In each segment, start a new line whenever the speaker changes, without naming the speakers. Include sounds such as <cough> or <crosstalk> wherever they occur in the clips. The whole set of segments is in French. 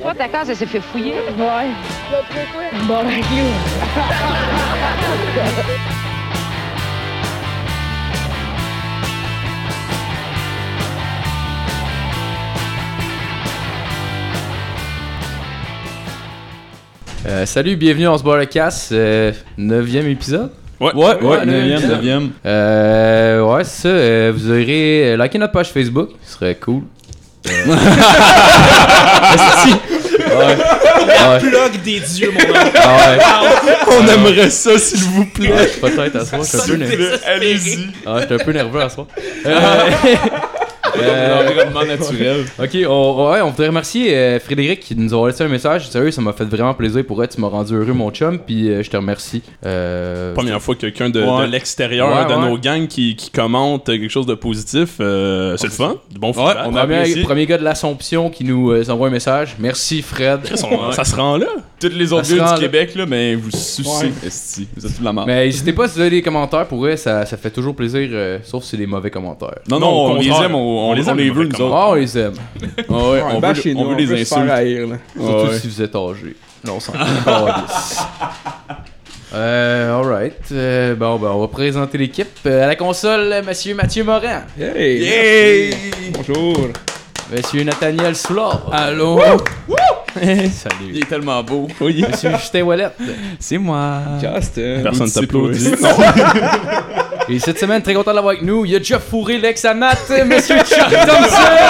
Toi, ta case, elle s'est fait fouiller.
Ouais. Bon, ben, you.
Euh, salut, bienvenue, on se boit le casse, euh, neuvième épisode.
Ouais,
Ouais,
ouais,
ouais,
ouais, 9
neuvième.
9
Euh, ouais, c'est ça, euh, vous aurez euh, liké notre page Facebook, ce serait cool. Euh... Esti. ouais. Ouais.
Plug des
<laughs>
dieux, mon homme.
Ah ouais.
<laughs> On aimerait ça, s'il vous plaît.
Ouais, Peut-être à soir, je suis un peu nerveux.
Allez-y.
Ouais, j'étais un peu nerveux à soir. Euh, euh,
L'environnement naturel.
Ok, on, ouais, on voudrait remercier euh, Frédéric qui nous a laissé un message. Sérieux, ça m'a fait vraiment plaisir pour être. Tu m'as rendu heureux, mon chum, puis euh, je te remercie. Euh,
<laughs> Première fois que quelqu'un de,
Ouais.
de l'extérieur
Ouais,
de
ouais.
nos gangs qui, qui commente quelque chose de positif, euh, c'est le fun. Du bon feedback.
on a premier, premier gars de l'Assomption qui nous euh, envoie un message. Merci, Fred. <laughs>
Chris, on- Ça se rend là. Toutes les
autres villes du
Québec, là, mais vous
sucez,
Esti. Vous êtes de la merde.
Mais n'hésitez pas à se donner des commentaires pour eux, ça, ça fait toujours plaisir, euh, sauf si c'est des mauvais commentaires.
Non,
Non,
non,
au
on les
contraire.
aime, on,
On
on
les
les,
aime,
les
on
veut,
fait
nous
comme-
autres.
Ah, on les aime,
Ah ouais, on,
bat
veut,
chez
on
nous,
veut les
peut se faire
insultes.
haïr, là.
surtout
Ah ouais.
si vous êtes âgé. Non, on <laughs> s'en calisse. Euh, alright. Euh, bon, ben, on va présenter l'équipe. Euh, à la console, monsieur Mathieu Morin,
Hey!
Hey!
Bonjour!
monsieur Nathaniel Soulard,
Allô?
salut,
Il est tellement beau.
monsieur Justin Wallet.
C'est moi.
euh,
Justin!
Personne
Vous
t'applaudit.
dissipez.
Et cette semaine, très content d'avoir avec nous, il y a déjà fourré lex Amat, monsieur Chuck Thompson.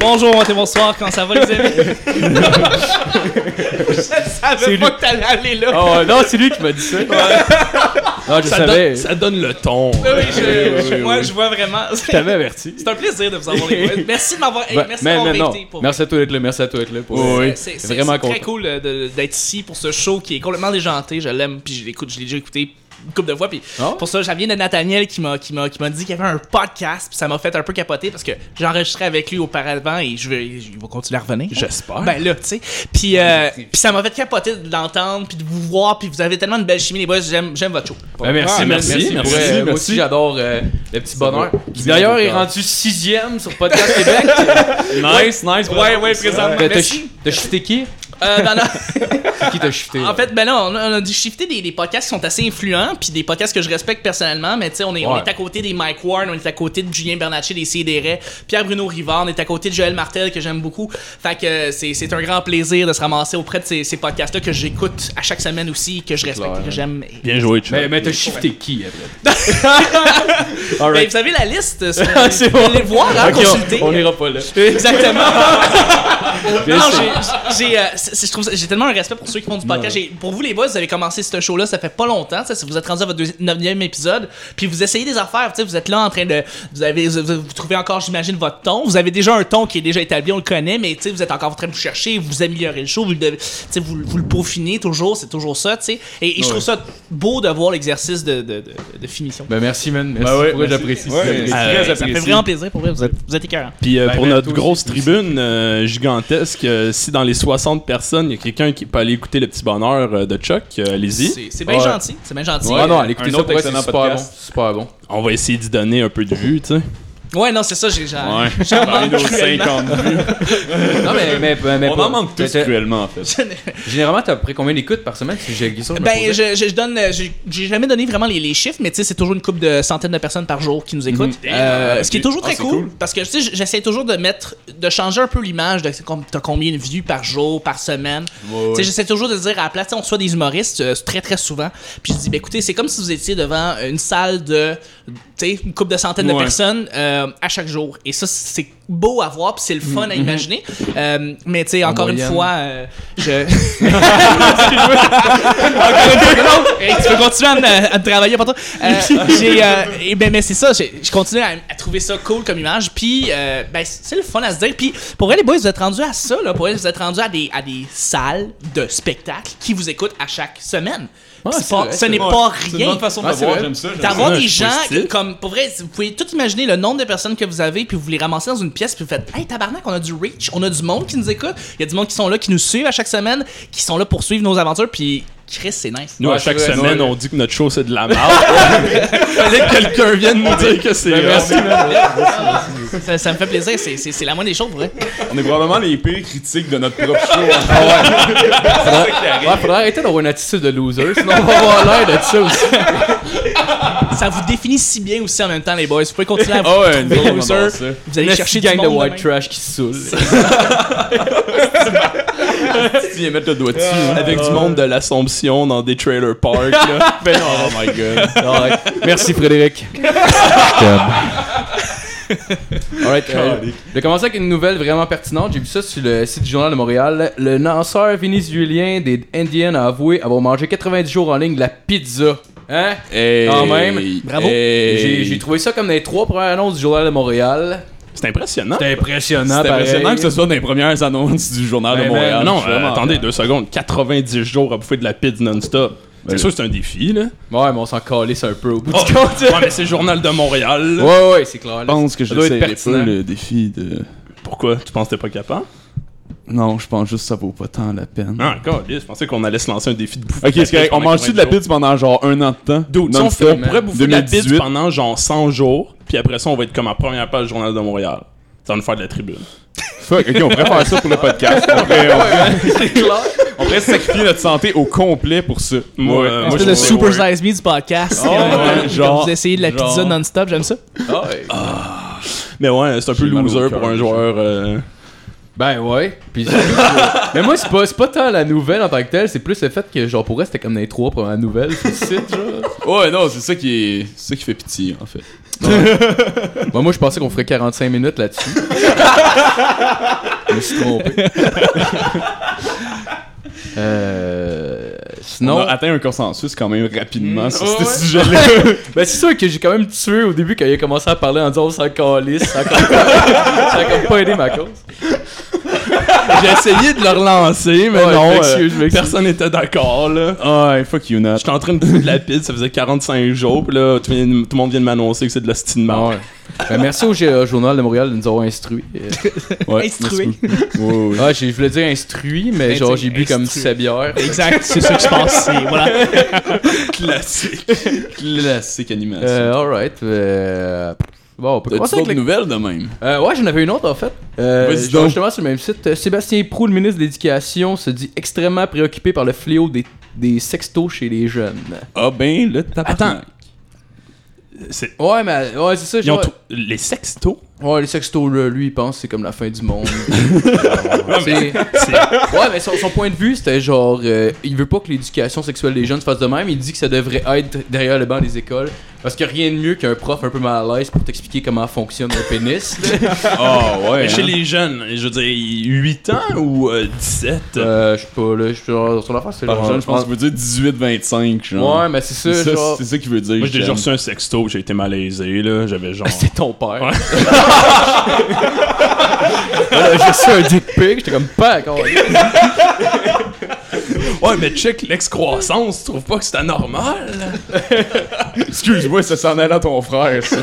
Bonjour, bon bonsoir, quand ça va, les amis? je savais pas que t'allais aller là.
<laughs> Oh, non, c'est lui qui m'a dit ça. <laughs> Non, je
ça,
savais.
donne, ça donne le ton. moi, je vois vraiment.
Je t'avais averti.
C'est un plaisir de vous avoir les boys. Merci de m'avoir hey,
Ben,
merci
mais-
d'avoir
mais non.
invité pour
Merci à toi d'être là, merci à toi d'être là. Pour...
vrai.
Oui,
C'est- c'est- c'est
Vraiment
très
content.
cool euh, de- d'être ici pour ce show qui est complètement déjanté. Je l'aime, puis je l'écoute, je l'ai déjà écouté une couple de fois. Puis
Ah ouais?
pour ça, j'avais de Nathaniel qui m'a qui m'a qui m'a dit qu'il y avait un podcast, puis ça m'a fait un peu capoter parce que j'ai enregistré avec lui auparavant et je vais il va continuer à revenir.
J'espère.
Ben là, tu sais. Puis euh, puis ça m'a fait capoter de l'entendre, puis de vous voir, puis vous avez tellement de belle chimie les boys. J'aime j'aime votre show.
Ben, merci,
Ah,
merci,
merci,
merci,
merci,
pour, euh,
merci.
Moi aussi, j'adore euh, le petit bonheur.
va.
Qui d'ailleurs est rendu sixième sur <laughs> Podcast Québec.
Nice, nice.
Ouais, ouais, présentement.
T'as- T'as
Merci.
chi- t'as shifté qui
Euh, dans la-
C'est qui t'as shifté
En fait, ben là, on a, on a dû shifter des, des podcasts qui sont assez influents, puis des podcasts que je respecte personnellement, mais tu sais, on, est on
Ouais.
est à côté des Mike Warren, on est à côté de Julien Bernatchez, des CDR, Pierre-Bruno Rivard, on est à côté de Joël Martel, que j'aime beaucoup. Fait que euh, c'est c'est un grand plaisir de se ramasser auprès de ces, ces podcasts-là que j'écoute à chaque semaine aussi, que je respecte,
clair.
et que j'aime. Et-
Bien joué,
Mais,
Chuck.
mais t'as shifté qui après
<laughs> Ben, vous
Alright.
savez,
<laughs>
la liste, c'est-
Ah, c'est
vous pouvez
bon.
les voir, hein,
Ok,
consulter.
on, on ira pas là. <laughs>
Exactement. non,
sûr. Ben
j'ai- j'ai, euh, c'est- c'est- je trouve ça- j'ai tellement un respect pour ceux qui font du podcast. J'ai- Pour vous les boys, vous avez commencé ce show-là, ça fait pas longtemps. ça, Vous êtes rendu à votre deuxi- neuvième épisode, puis vous essayez des affaires. tu sais, Vous êtes là en train de, vous avez, vous, vous trouvez encore, j'imagine, votre ton. Vous avez déjà un ton qui est déjà établi, on le connaît, mais tu sais, vous êtes encore en train de vous chercher, vous améliorez le show, vous le, devez- tu sais, vous, vous le peaufinez toujours. C'est toujours ça, tu sais. Et, et je trouve ça beau de voir l'exercice de, de, de- de finition.
Ben merci, man. Merci.
Ben ouais,
pour vrai,
merci.
j'apprécie.
Ouais.
c'est-
Ah,
Ouais,
très
ça fait
apprécié.
vraiment plaisir pour vrai. Vous êtes, vous êtes écœurants.
Puis euh,
Ben,
pour
ben,
notre
toi
grosse
aussi.
tribune euh, gigantesque, euh, si dans les 60 personnes, il y a quelqu'un qui peut aller écouter le petit bonheur euh, de Chuck, euh, allez-y.
C'est c'est bien
Ouais.
gentil. C'est bien gentil.
Ah non, allez, écoutez
Un
ça
autre
pour vrai, c'est
excellent
super
podcast.
bon. Super bon.
On va essayer d'y donner un peu de
<laughs>
vue, tu sais.
Ouais, non, c'est ça, j'ai genre.
J'en manque
<laughs>
cruellement.
Non, mais, mais, mais,
On
pas-
en manque tous
t'as-
cruellement, en fait.
Généralement, t'as pris combien d'écoutes par semaine si j'ai ça? je me
Ben,
posais.
je, je, je donne. euh, J'ai j'ai jamais donné vraiment les, les chiffres, mais tu sais, c'est toujours une couple de centaines de personnes par jour qui nous écoutent. Euh,
Mhm. Damn,
Ce qui est
ok.
toujours
Ah,
très
c'est
cool,
cool.
parce que tu sais, j'essaie toujours de mettre. de changer un peu l'image de com- t'as combien de vues par jour, par semaine. Tu sais, j'essaie toujours de dire à la place, tu sais, on reçoit des humoristes euh, très très souvent. Puis je dis, ben écoutez, c'est comme si vous étiez devant une salle de. tu sais, une couple de centaines de
Ouais.
personnes euh, à chaque jour. Et ça, c'est beau à voir, puis c'est le fun
Mhm.
à imaginer. Euh, mais tu sais, encore
moyenne.
une fois, euh, je. Hey, tu peux continuer à me, à me travailler pour toi. Euh, j'ai, euh, et ben, mais c'est ça, j'ai- je continue à, à trouver ça cool comme image. Puis, euh, ben, c'est le fun à se dire. Puis, pour vrai, les boys, vous êtes rendus à ça. Là, pour vrai, vous êtes rendus à des, à des salles de spectacle qui vous écoutent à chaque semaine.
Ouais,
C'est
c'est
pas-
vrai,
ce
c'est
n'est
vrai.
pas rien.
façon
de Ah, le c'est voir, vrai. j'aime
ça.
D'avoir des gens
positif.
comme pour vrai, vous pouvez tout imaginer le nombre de personnes que vous avez puis vous les ramassez dans une pièce puis vous faites "Hey tabarnak, on a du reach, on a du monde qui nous écoute, il y a du monde qui sont là qui nous suivent à chaque semaine, qui sont là pour suivre nos aventures puis Chris, c'est nice.
Nous,
Ouais,
à chaque
c'est vrai,
semaine,
ouais.
on dit que notre <laughs> show, c'est de la merde. fallait que quelqu'un vienne nous dire que c'est...
Ben, merci, man.
Ça, ça me fait plaisir, c'est- c'est c'est la moindre des choses, pour vrai.
On est probablement les pires critiques de notre propre show. hein.
Ouais, faudrait arrêter d'avoir une attitude de loser, sinon on va avoir l'air de ça aussi.
Ça vous définit si bien aussi en même temps, les boys. Vous pouvez continuer à vous
Ah ouais, nous
trouver
autres, on
loser.
adore ça.
Vous allez
Une
chercher du
gang
monde
de white
demain.
trash qui saoule.
Tu viens mettre le doigt dessus. hein. Avec du monde de l'Assomption dans des trailer parks. là. Ben, oh my god.
Alright. Merci
<laughs>
Frédéric. Alright, euh, je vais commencer avec une nouvelle vraiment pertinente. J'ai vu ça sur le site du Journal de Montréal. Le lanceur vénézuélien des Indians a avoué avoir mangé 90 jours en ligne de la pizza. Hein? Quand même.
Bravo.
J'ai j'ai trouvé ça comme dans les trois premières annonces du Journal de Montréal.
C'est impressionnant.
C'était impressionnant,
C'est impressionnant
Ah, pareil.
que ce soit dans les premières annonces du Journal
Ben,
de
ben,
Montréal.
non, euh,
Vraiment.
attendez deux secondes. 90 jours à bouffer de la pizza non-stop. C'est sûr que c'est un défi, là.
Ouais, mais on s'en calisse un peu au bout du compte.
Ouais, mais c'est Journal de Montréal. là.
Oh! Ouais, ouais, c'est clair. là.
Je pense que
Ça doit être
j'essaierai
pertinent.
pas le défi de...
Pourquoi? Tu penses que t'es pas capable?
Non, je pense juste que ça vaut pas tant la peine.
Ah, encore, je pensais qu'on allait se lancer un défi de bouffer.
Ok, c'est correct. On
pendant
mange-tu de la
90 jours?
pizza pendant genre un an de temps?
Dude, si on, fait-
Non-stop?
on pourrait bouffer de la
2018.
pizza pendant genre 100 jours, puis après ça, on va être comme en première page du Journal de Montréal. Ça va nous faire de la tribune.
Fuck, ok, on pourrait faire ça pour le
<laughs>
podcast. On pourrait, on on pourrait sacrifier notre santé au complet pour ça.
Moi, euh, moi,
C'est
je
le
trouve-
Super Size Me du podcast. euh,
ouais, genre,
vous essayez de la pizza
genre.
non-stop, j'aime ça.
Ah, ouais.
Mais ouais, c'est un peu
mal au
loser
cœur,
pour un
je-
joueur. euh,
Ben ouais. Puis surtout que- mais moi c'est pas c'est pas tant la nouvelle en tant que telle, c'est plus le fait que genre pour vrai c'était comme dans les trois premières nouvelles sur le site genre.
Ouais, non, c'est ça qui est... c'est ça qui fait pitié, en fait.
Bon, Ben, moi je pensais qu'on ferait 45 minutes là-dessus. Je me suis trompé. Euh,
On
sinon,
a atteint un consensus quand même rapidement sur
Ouais,
ce
ouais.
sujet-là.
ben c'est sûr que j'ai quand même tué au début quand il a commencé à parler en disant on s'en calisse, ça a comme, ça a comme pas aidé ma cause.
<laughs> J'ai essayé de le relancer, mais
Ouais,
non,
je
euh,
m'excuse, je m'excuse.
personne n'était d'accord, là.
Ah, fuck
Euh,
you,
<laughs>
Nat.
J'étais en train de bouffer de la pizza, ça faisait 45 jours, puis là, tout, vient- tout le monde vient de m'annoncer que c'est de la stine
Ah ouais. Ben, merci au G- au Journal de Montréal de nous avoir instruits. Euh,
Ouais,
Instrué.
merci beaucoup. Ouais, ouais.
Ah, j'ai- je voulais dire instruit, mais genre j'ai bu comme
Instruit.
6 bières.
Exact, c'est ça qui se passe. c'est-
<laughs>
Voilà.
Classique. Classique animation.
Euh, alright. Euh... Bon, on peut
T'as-tu
commencer avec
d'autres
les...
nouvelles de même?
Euh, ouais, j'en avais une autre en fait. Euh,
Vas-y
je
donc.
vois justement sur le même site. euh, Sébastien Prou, le ministre de l'Éducation, se dit extrêmement préoccupé par le fléau des, des sextos chez les jeunes.
Ah, ben, là, t'as
Attends. C'est-
Ouais, mais ouais, c'est ça.
Ils ont
genre-
tout- Les sextos?
Ouais, les sextos, là, lui, il pense que c'est comme la fin du monde. C'est- Ouais, mais son, son point de vue, c'était genre, euh, il veut pas que l'éducation sexuelle des jeunes se fasse de même. Il dit que ça devrait être derrière le banc des écoles. Parce que rien de mieux qu'un prof un peu mal à l'aise pour t'expliquer comment fonctionne le
<laughs>
pénis. là.
<laughs>
Ah, ouais.
Mais chez
hein.
les jeunes, je veux dire, 8 ans ou euh, 17?
euh, je sais pas, là, je suis genre, son affaire, c'est
Par
genre-
jeune, je pense qu'il veut dire 18-25, genre.
ah. Ouais, mais c'est ça,
C'est ça,
genre.
c'est ça qu'il veut dire.
Moi, j'ai déjà
j'aime.
reçu un sexto, j'ai été malaisé, là. J'avais genre.
C'est ton
<laughs>
père.
Ouais.
<laughs> Voilà, J'ai reçu un dick pic, j'étais comme, pas encore.
ouais, mais check l'excroissance, tu trouves pas que c'est anormal?
Excuse-moi, ça s'en allait à ton frère, ça.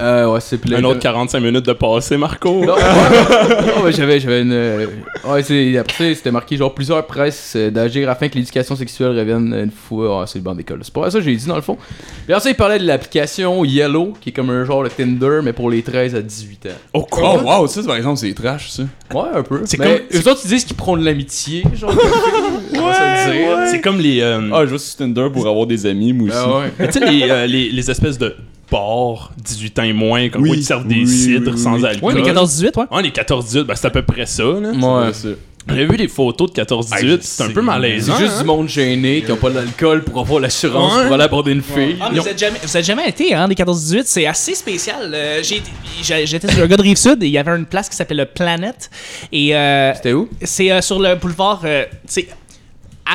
Euh, ouais, c'est plein.
Un
de-
autre 45 minutes de passé, Marco.
Non, non, mais j'avais, j'avais une. euh, Ouais, c'est, après, ça, c'était marqué genre plusieurs presses euh, d'agir afin que l'éducation sexuelle revienne une fois. Ah, c'est le banc d'école. C'est pas ça que j'ai dit dans le fond. Puis après ça, il parlait de l'application Yellow, qui est comme un genre de Tinder, mais pour les 13 à 18 ans.
Oh,
<laughs> Oh,
quoi?
wow, ça, par exemple, c'est trash, ça.
Ouais, un peu.
C'est
mais
comme-
eux autres, ils disent qu'ils prônent l'amitié, genre. ouais, ça le dire.
C'est comme les. euh,
Ah, je vais sur Tinder pour avoir des amis, moi aussi.
Ben ouais.
tu sais, les, euh, les, les espèces de bars 18 ans et moins, comme
Oui,
où ils te servent des
oui,
cidres
oui, oui,
sans
oui.
alcool.
les 14-18, ouais.
Ouais, les 14-18, ben, c'est à peu près ça, là.
Ouais.
ça.
J'ai vu les photos de 14-18,
Hey, je
c'est un
sais.
peu malaisant. hein.
C'est juste du monde gêné qui ont pas de l'alcool pour avoir l'assurance
Ouais.
pour aller aborder une fille.
Ah, mais vous, êtes jamais, vous êtes jamais été, hein, des 14-18, c'est assez spécial. Euh, j'ai été- j'ai- J'étais sur un gars de Rive-Sud et il y avait une place qui s'appelait le Planet. Et euh,
C'était où?
c'est euh, sur le boulevard, euh, tu sais,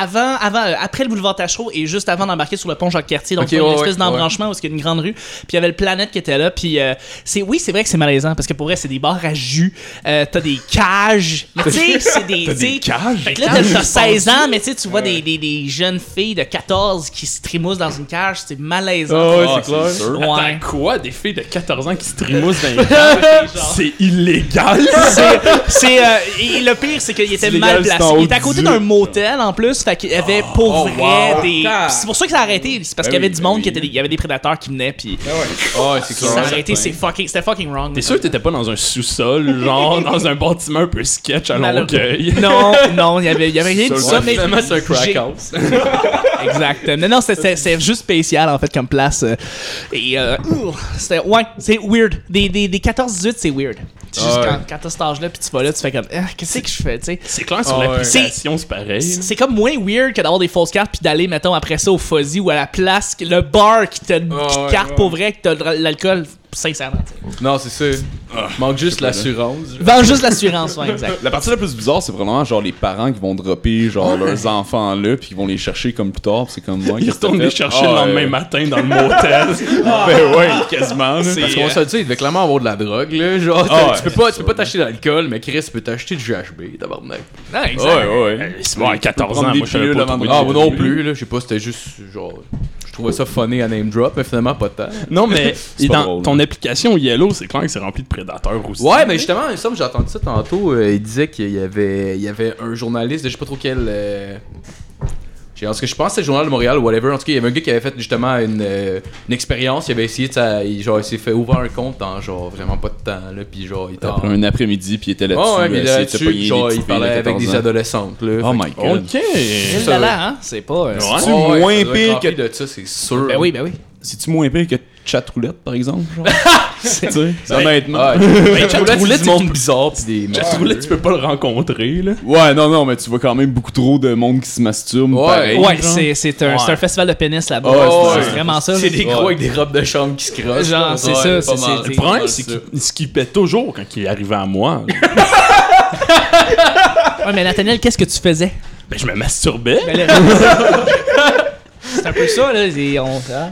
avant, avant, euh, après le boulevard Tachereau et juste avant d'embarquer sur le pont Jacques-Cartier, donc
Ok,
il y a une
ouais,
espèce
ouais,
d'embranchement où il y a une grande rue, puis il y avait le Planète qui était là, puis euh, c'est, oui, c'est vrai que c'est malaisant, parce que pour vrai, c'est des bars à jus, euh, t'as des cages, mais tu sais, c'est des... T'as
des cages?
Fait que là, t'as- t'as 16 ans, mais tu sais, tu vois des, des, des jeunes filles de 14 qui se trémoussent dans une cage, c'est malaisant.
ouais,
Ah, c'est sûr.
Attends,
Ouais.
quoi? Des filles de 14 ans qui se trimoussent dans les cages? C'est illégal!
C'est- C'est. euh, et le pire, c'est qu'il était
légal,
mal
c'est
placé.
en
Il était à
haut
côté
du-
d'un motel en plus. fait qu'il y avait pour
Oh,
vrai
wow.
des.
Ah.
C'est pour ça que ça a arrêté. C'est parce
Ben
qu'il y avait
oui,
du
ben
monde
oui.
qui était. des- Il y avait des prédateurs qui venaient, puis
Ouais, c'est
ça a
clair.
arrêté. C'est fucking, c'était fucking
<laughs>
wrong.
T'es sûr que t'étais pas dans un sous-sol, genre dans un bâtiment un peu sketch à
Malheureux.
Longueuil?
Non, non, il y avait, il y avait rien de ça,
Ouais,
mais.
finalement, c'est un crack
j'ai- <laughs>
house.
Exact. Mais non, c'était- c'était c'était juste spécial, en fait, comme place. euh, Et, euh, ouh, c'était, ouais, c'est weird. Des, des, des 14-18, c'est weird. C'est juste
Ouais.
quand, quand t'as cet âge-là, puis tu vas là, tu fais comme, Ah, qu'est-ce que je fais, tu sais.
<laughs> C'est clair, sur
Ah ouais.
l'application, c'est pareil.
C'est c'est comme moins weird que d'avoir des fausses cartes puis d'aller, mettons, après ça au Fuzzy ou à la place, que- le bar qui te, qui te
ouais,
carte
ouais.
pour vrai, que t'as de l'alcool, sincèrement. tu sais.
Non, c'est ça. Manque juste
Ah, pas, là.
l'assurance.
Vends juste l'assurance, ouais, <laughs> exact.
La partie la plus bizarre, c'est probablement genre les parents qui vont dropper genre leurs enfants là, puis qui vont les chercher comme plus tard, puis c'est comme moi.
Ils retournent les chercher le lendemain matin dans le motel.
Ben Ah
<laughs>
ouais, quasiment. là.
Parce qu'on va se le dire, il devait clairement avoir de la drogue, là. Genre,
euh, Ah
tu peux pas, tu peux pas t'acheter de l'alcool, mais Chris, tu peux t'acheter du GHB, tabarnak.
Non, exact.
Ouais, ouais.
Euh, C'est bon, à 14
prendre
ans,
des
moi, je savais
pilules
pas
avant
trop
de-
quoi
Ah,
dire.
moi non plus, là. Je sais pas, c'était juste, genre, je trouvais ça funny à name drop, mais finalement, pas tant.
Non, <laughs> mais
pas
dans
drôle.
ton application Yellow, c'est clair que c'est rempli de prédateurs aussi.
Ouais, mais justement, il me semble, j'ai entendu ça tantôt. euh, il disait qu'il y avait, il y avait un journaliste, de je sais pas trop quel. euh, j'ai- en tout cas, je pense que c'est le Journal de Montréal, whatever. En tout cas, il y avait un gars qui avait fait justement une, euh, une expérience. Il avait essayé, de sa- il, genre, il s'est fait ouvrir un compte en genre vraiment pas de temps, là. Puis genre, il était.
Après
en-
un après-midi, puis il était là-dessus.
Ah Ouais, ouais, mais
à essayer de se
là-dessus,
pogner
genre,
des
il
petites filles de
parlait avec
14
des
ans.
adolescentes, là.
Oh my god.
Ok.
Et là, là, hein, c'est pas. euh,
Ouais.
C'est moins
ça doit être
pire
rempli
que-
de ça, c'est sûr.
Ben oui, ben oui.
C'est-tu moins pire que chatroulette, par exemple?
<laughs>
genre? Tu sais, honnêtement.
Ah,
ben,
Mais Chat
roulette,
Roulette,
c'est du monde bizarre, pis des.
Chat Roulette, tu peux pas le rencontrer, là.
Ouais, non, non, mais tu vois quand même beaucoup trop de monde qui se masturbe.
Ouais.
pareil.
Ouais, c'est c'est un,
Ouais.
c'est un festival de pénis là-bas.
Ouais,
C'est-
ouais.
c'est vraiment ça.
C'est des
Ouais.
gros avec des robes de chambre qui se crochent.
Genre,
là.
c'est
Ouais,
ça,
pas
c'est-
mal.
c'est-
Le problème, c'est
ça.
qu'il skippait toujours quand il arrivait à moi.
Ouais, mais Nathaniel, qu'est-ce que tu faisais?
<laughs> ben, je me masturbais.
C'est un peu ça, là. c'est- On... hein?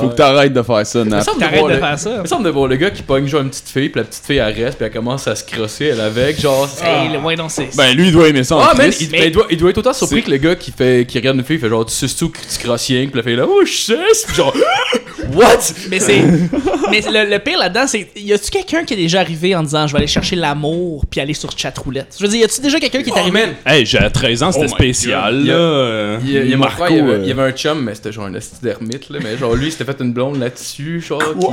Faut que t'arrêtes de faire ça, Nap.
Il me semble de
T'arrêtes
voir
de
le-
faire ça.
Il me semble de voir le gars qui pogne genre une petite fille, puis la petite fille elle reste, puis elle commence à se crosser elle avec, genre.
Hey, le- ouais, non, c'est.
Ben, lui, il doit aimer ça. en
Ah, man,
Christ.
il, ben, il doit, il doit être autant surpris que le gars qui, fait, qui regarde une fille, il fait genre, tu suces tout, tu crosses rien, puis la fille là, oh, je suce, puis genre, what?
Mais <laughs> c'est. mais le, le pire là-dedans, c'est. Y a-tu quelqu'un qui est déjà arrivé en disant je vais aller chercher l'amour puis aller sur chatroulette? Je veux dire, y a-tu déjà quelqu'un qui est
Oh,
arrivé?
man,
Hey, j'ai 13 ans, c'était
Oh my
spécial,
God.
là.
Yeah.
Euh,
Il, y a- il y a mon
Marco,
frère, il y avait,
euh,
il y avait un chum, mais c'était genre un esti d'ermite, là. Mais genre, lui, il s'était fait une blonde là-dessus, genre, qui,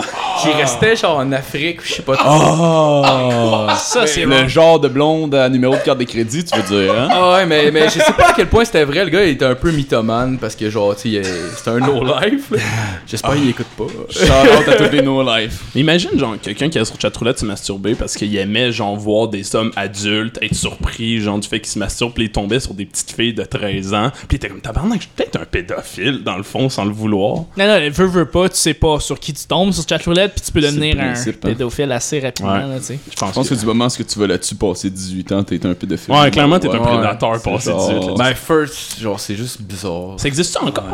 qui restait genre en Afrique, ou je sais pas trop.
Oh!
Ah,
ça, c'est
Le
wrong.
genre de blonde à numéro de carte de crédit, tu veux dire, hein?
Ah ouais, mais, mais je sais pas à quel point c'était vrai. Le gars, il était un peu mythomane parce que, genre, tu sais, il est- c'était un no-life. là. J'espère qu'il Ah, écoute pas.
Shout out à tous les No Life.
Mais imagine, genre, quelqu'un qui a sur chatroulette se masturber parce qu'il aimait, genre, voir des hommes adultes être surpris, genre, du fait qu'il se masturbe, puis il tombait sur des petites filles de 13 ans, puis il était comme, tabarnak, je suis peut-être un pédophile, dans le fond, sans le vouloir.
Non, non, veux, veux pas, tu sais pas sur qui tu tombes sur chatroulette puis tu peux
C'est le
devenir un
principe, hein.
pédophile assez rapidement,
Ouais.
là, tu sais.
Je pense,
Je pense que
que...
du moment où tu vas là-dessus passer 18 ans, t'es un pédophile.
Ouais, clairement, t'es un
Ouais.
prédateur
C'est
passé
genre-
18, là.
Ben, first, genre, c'est juste bizarre.
Ça existe encore?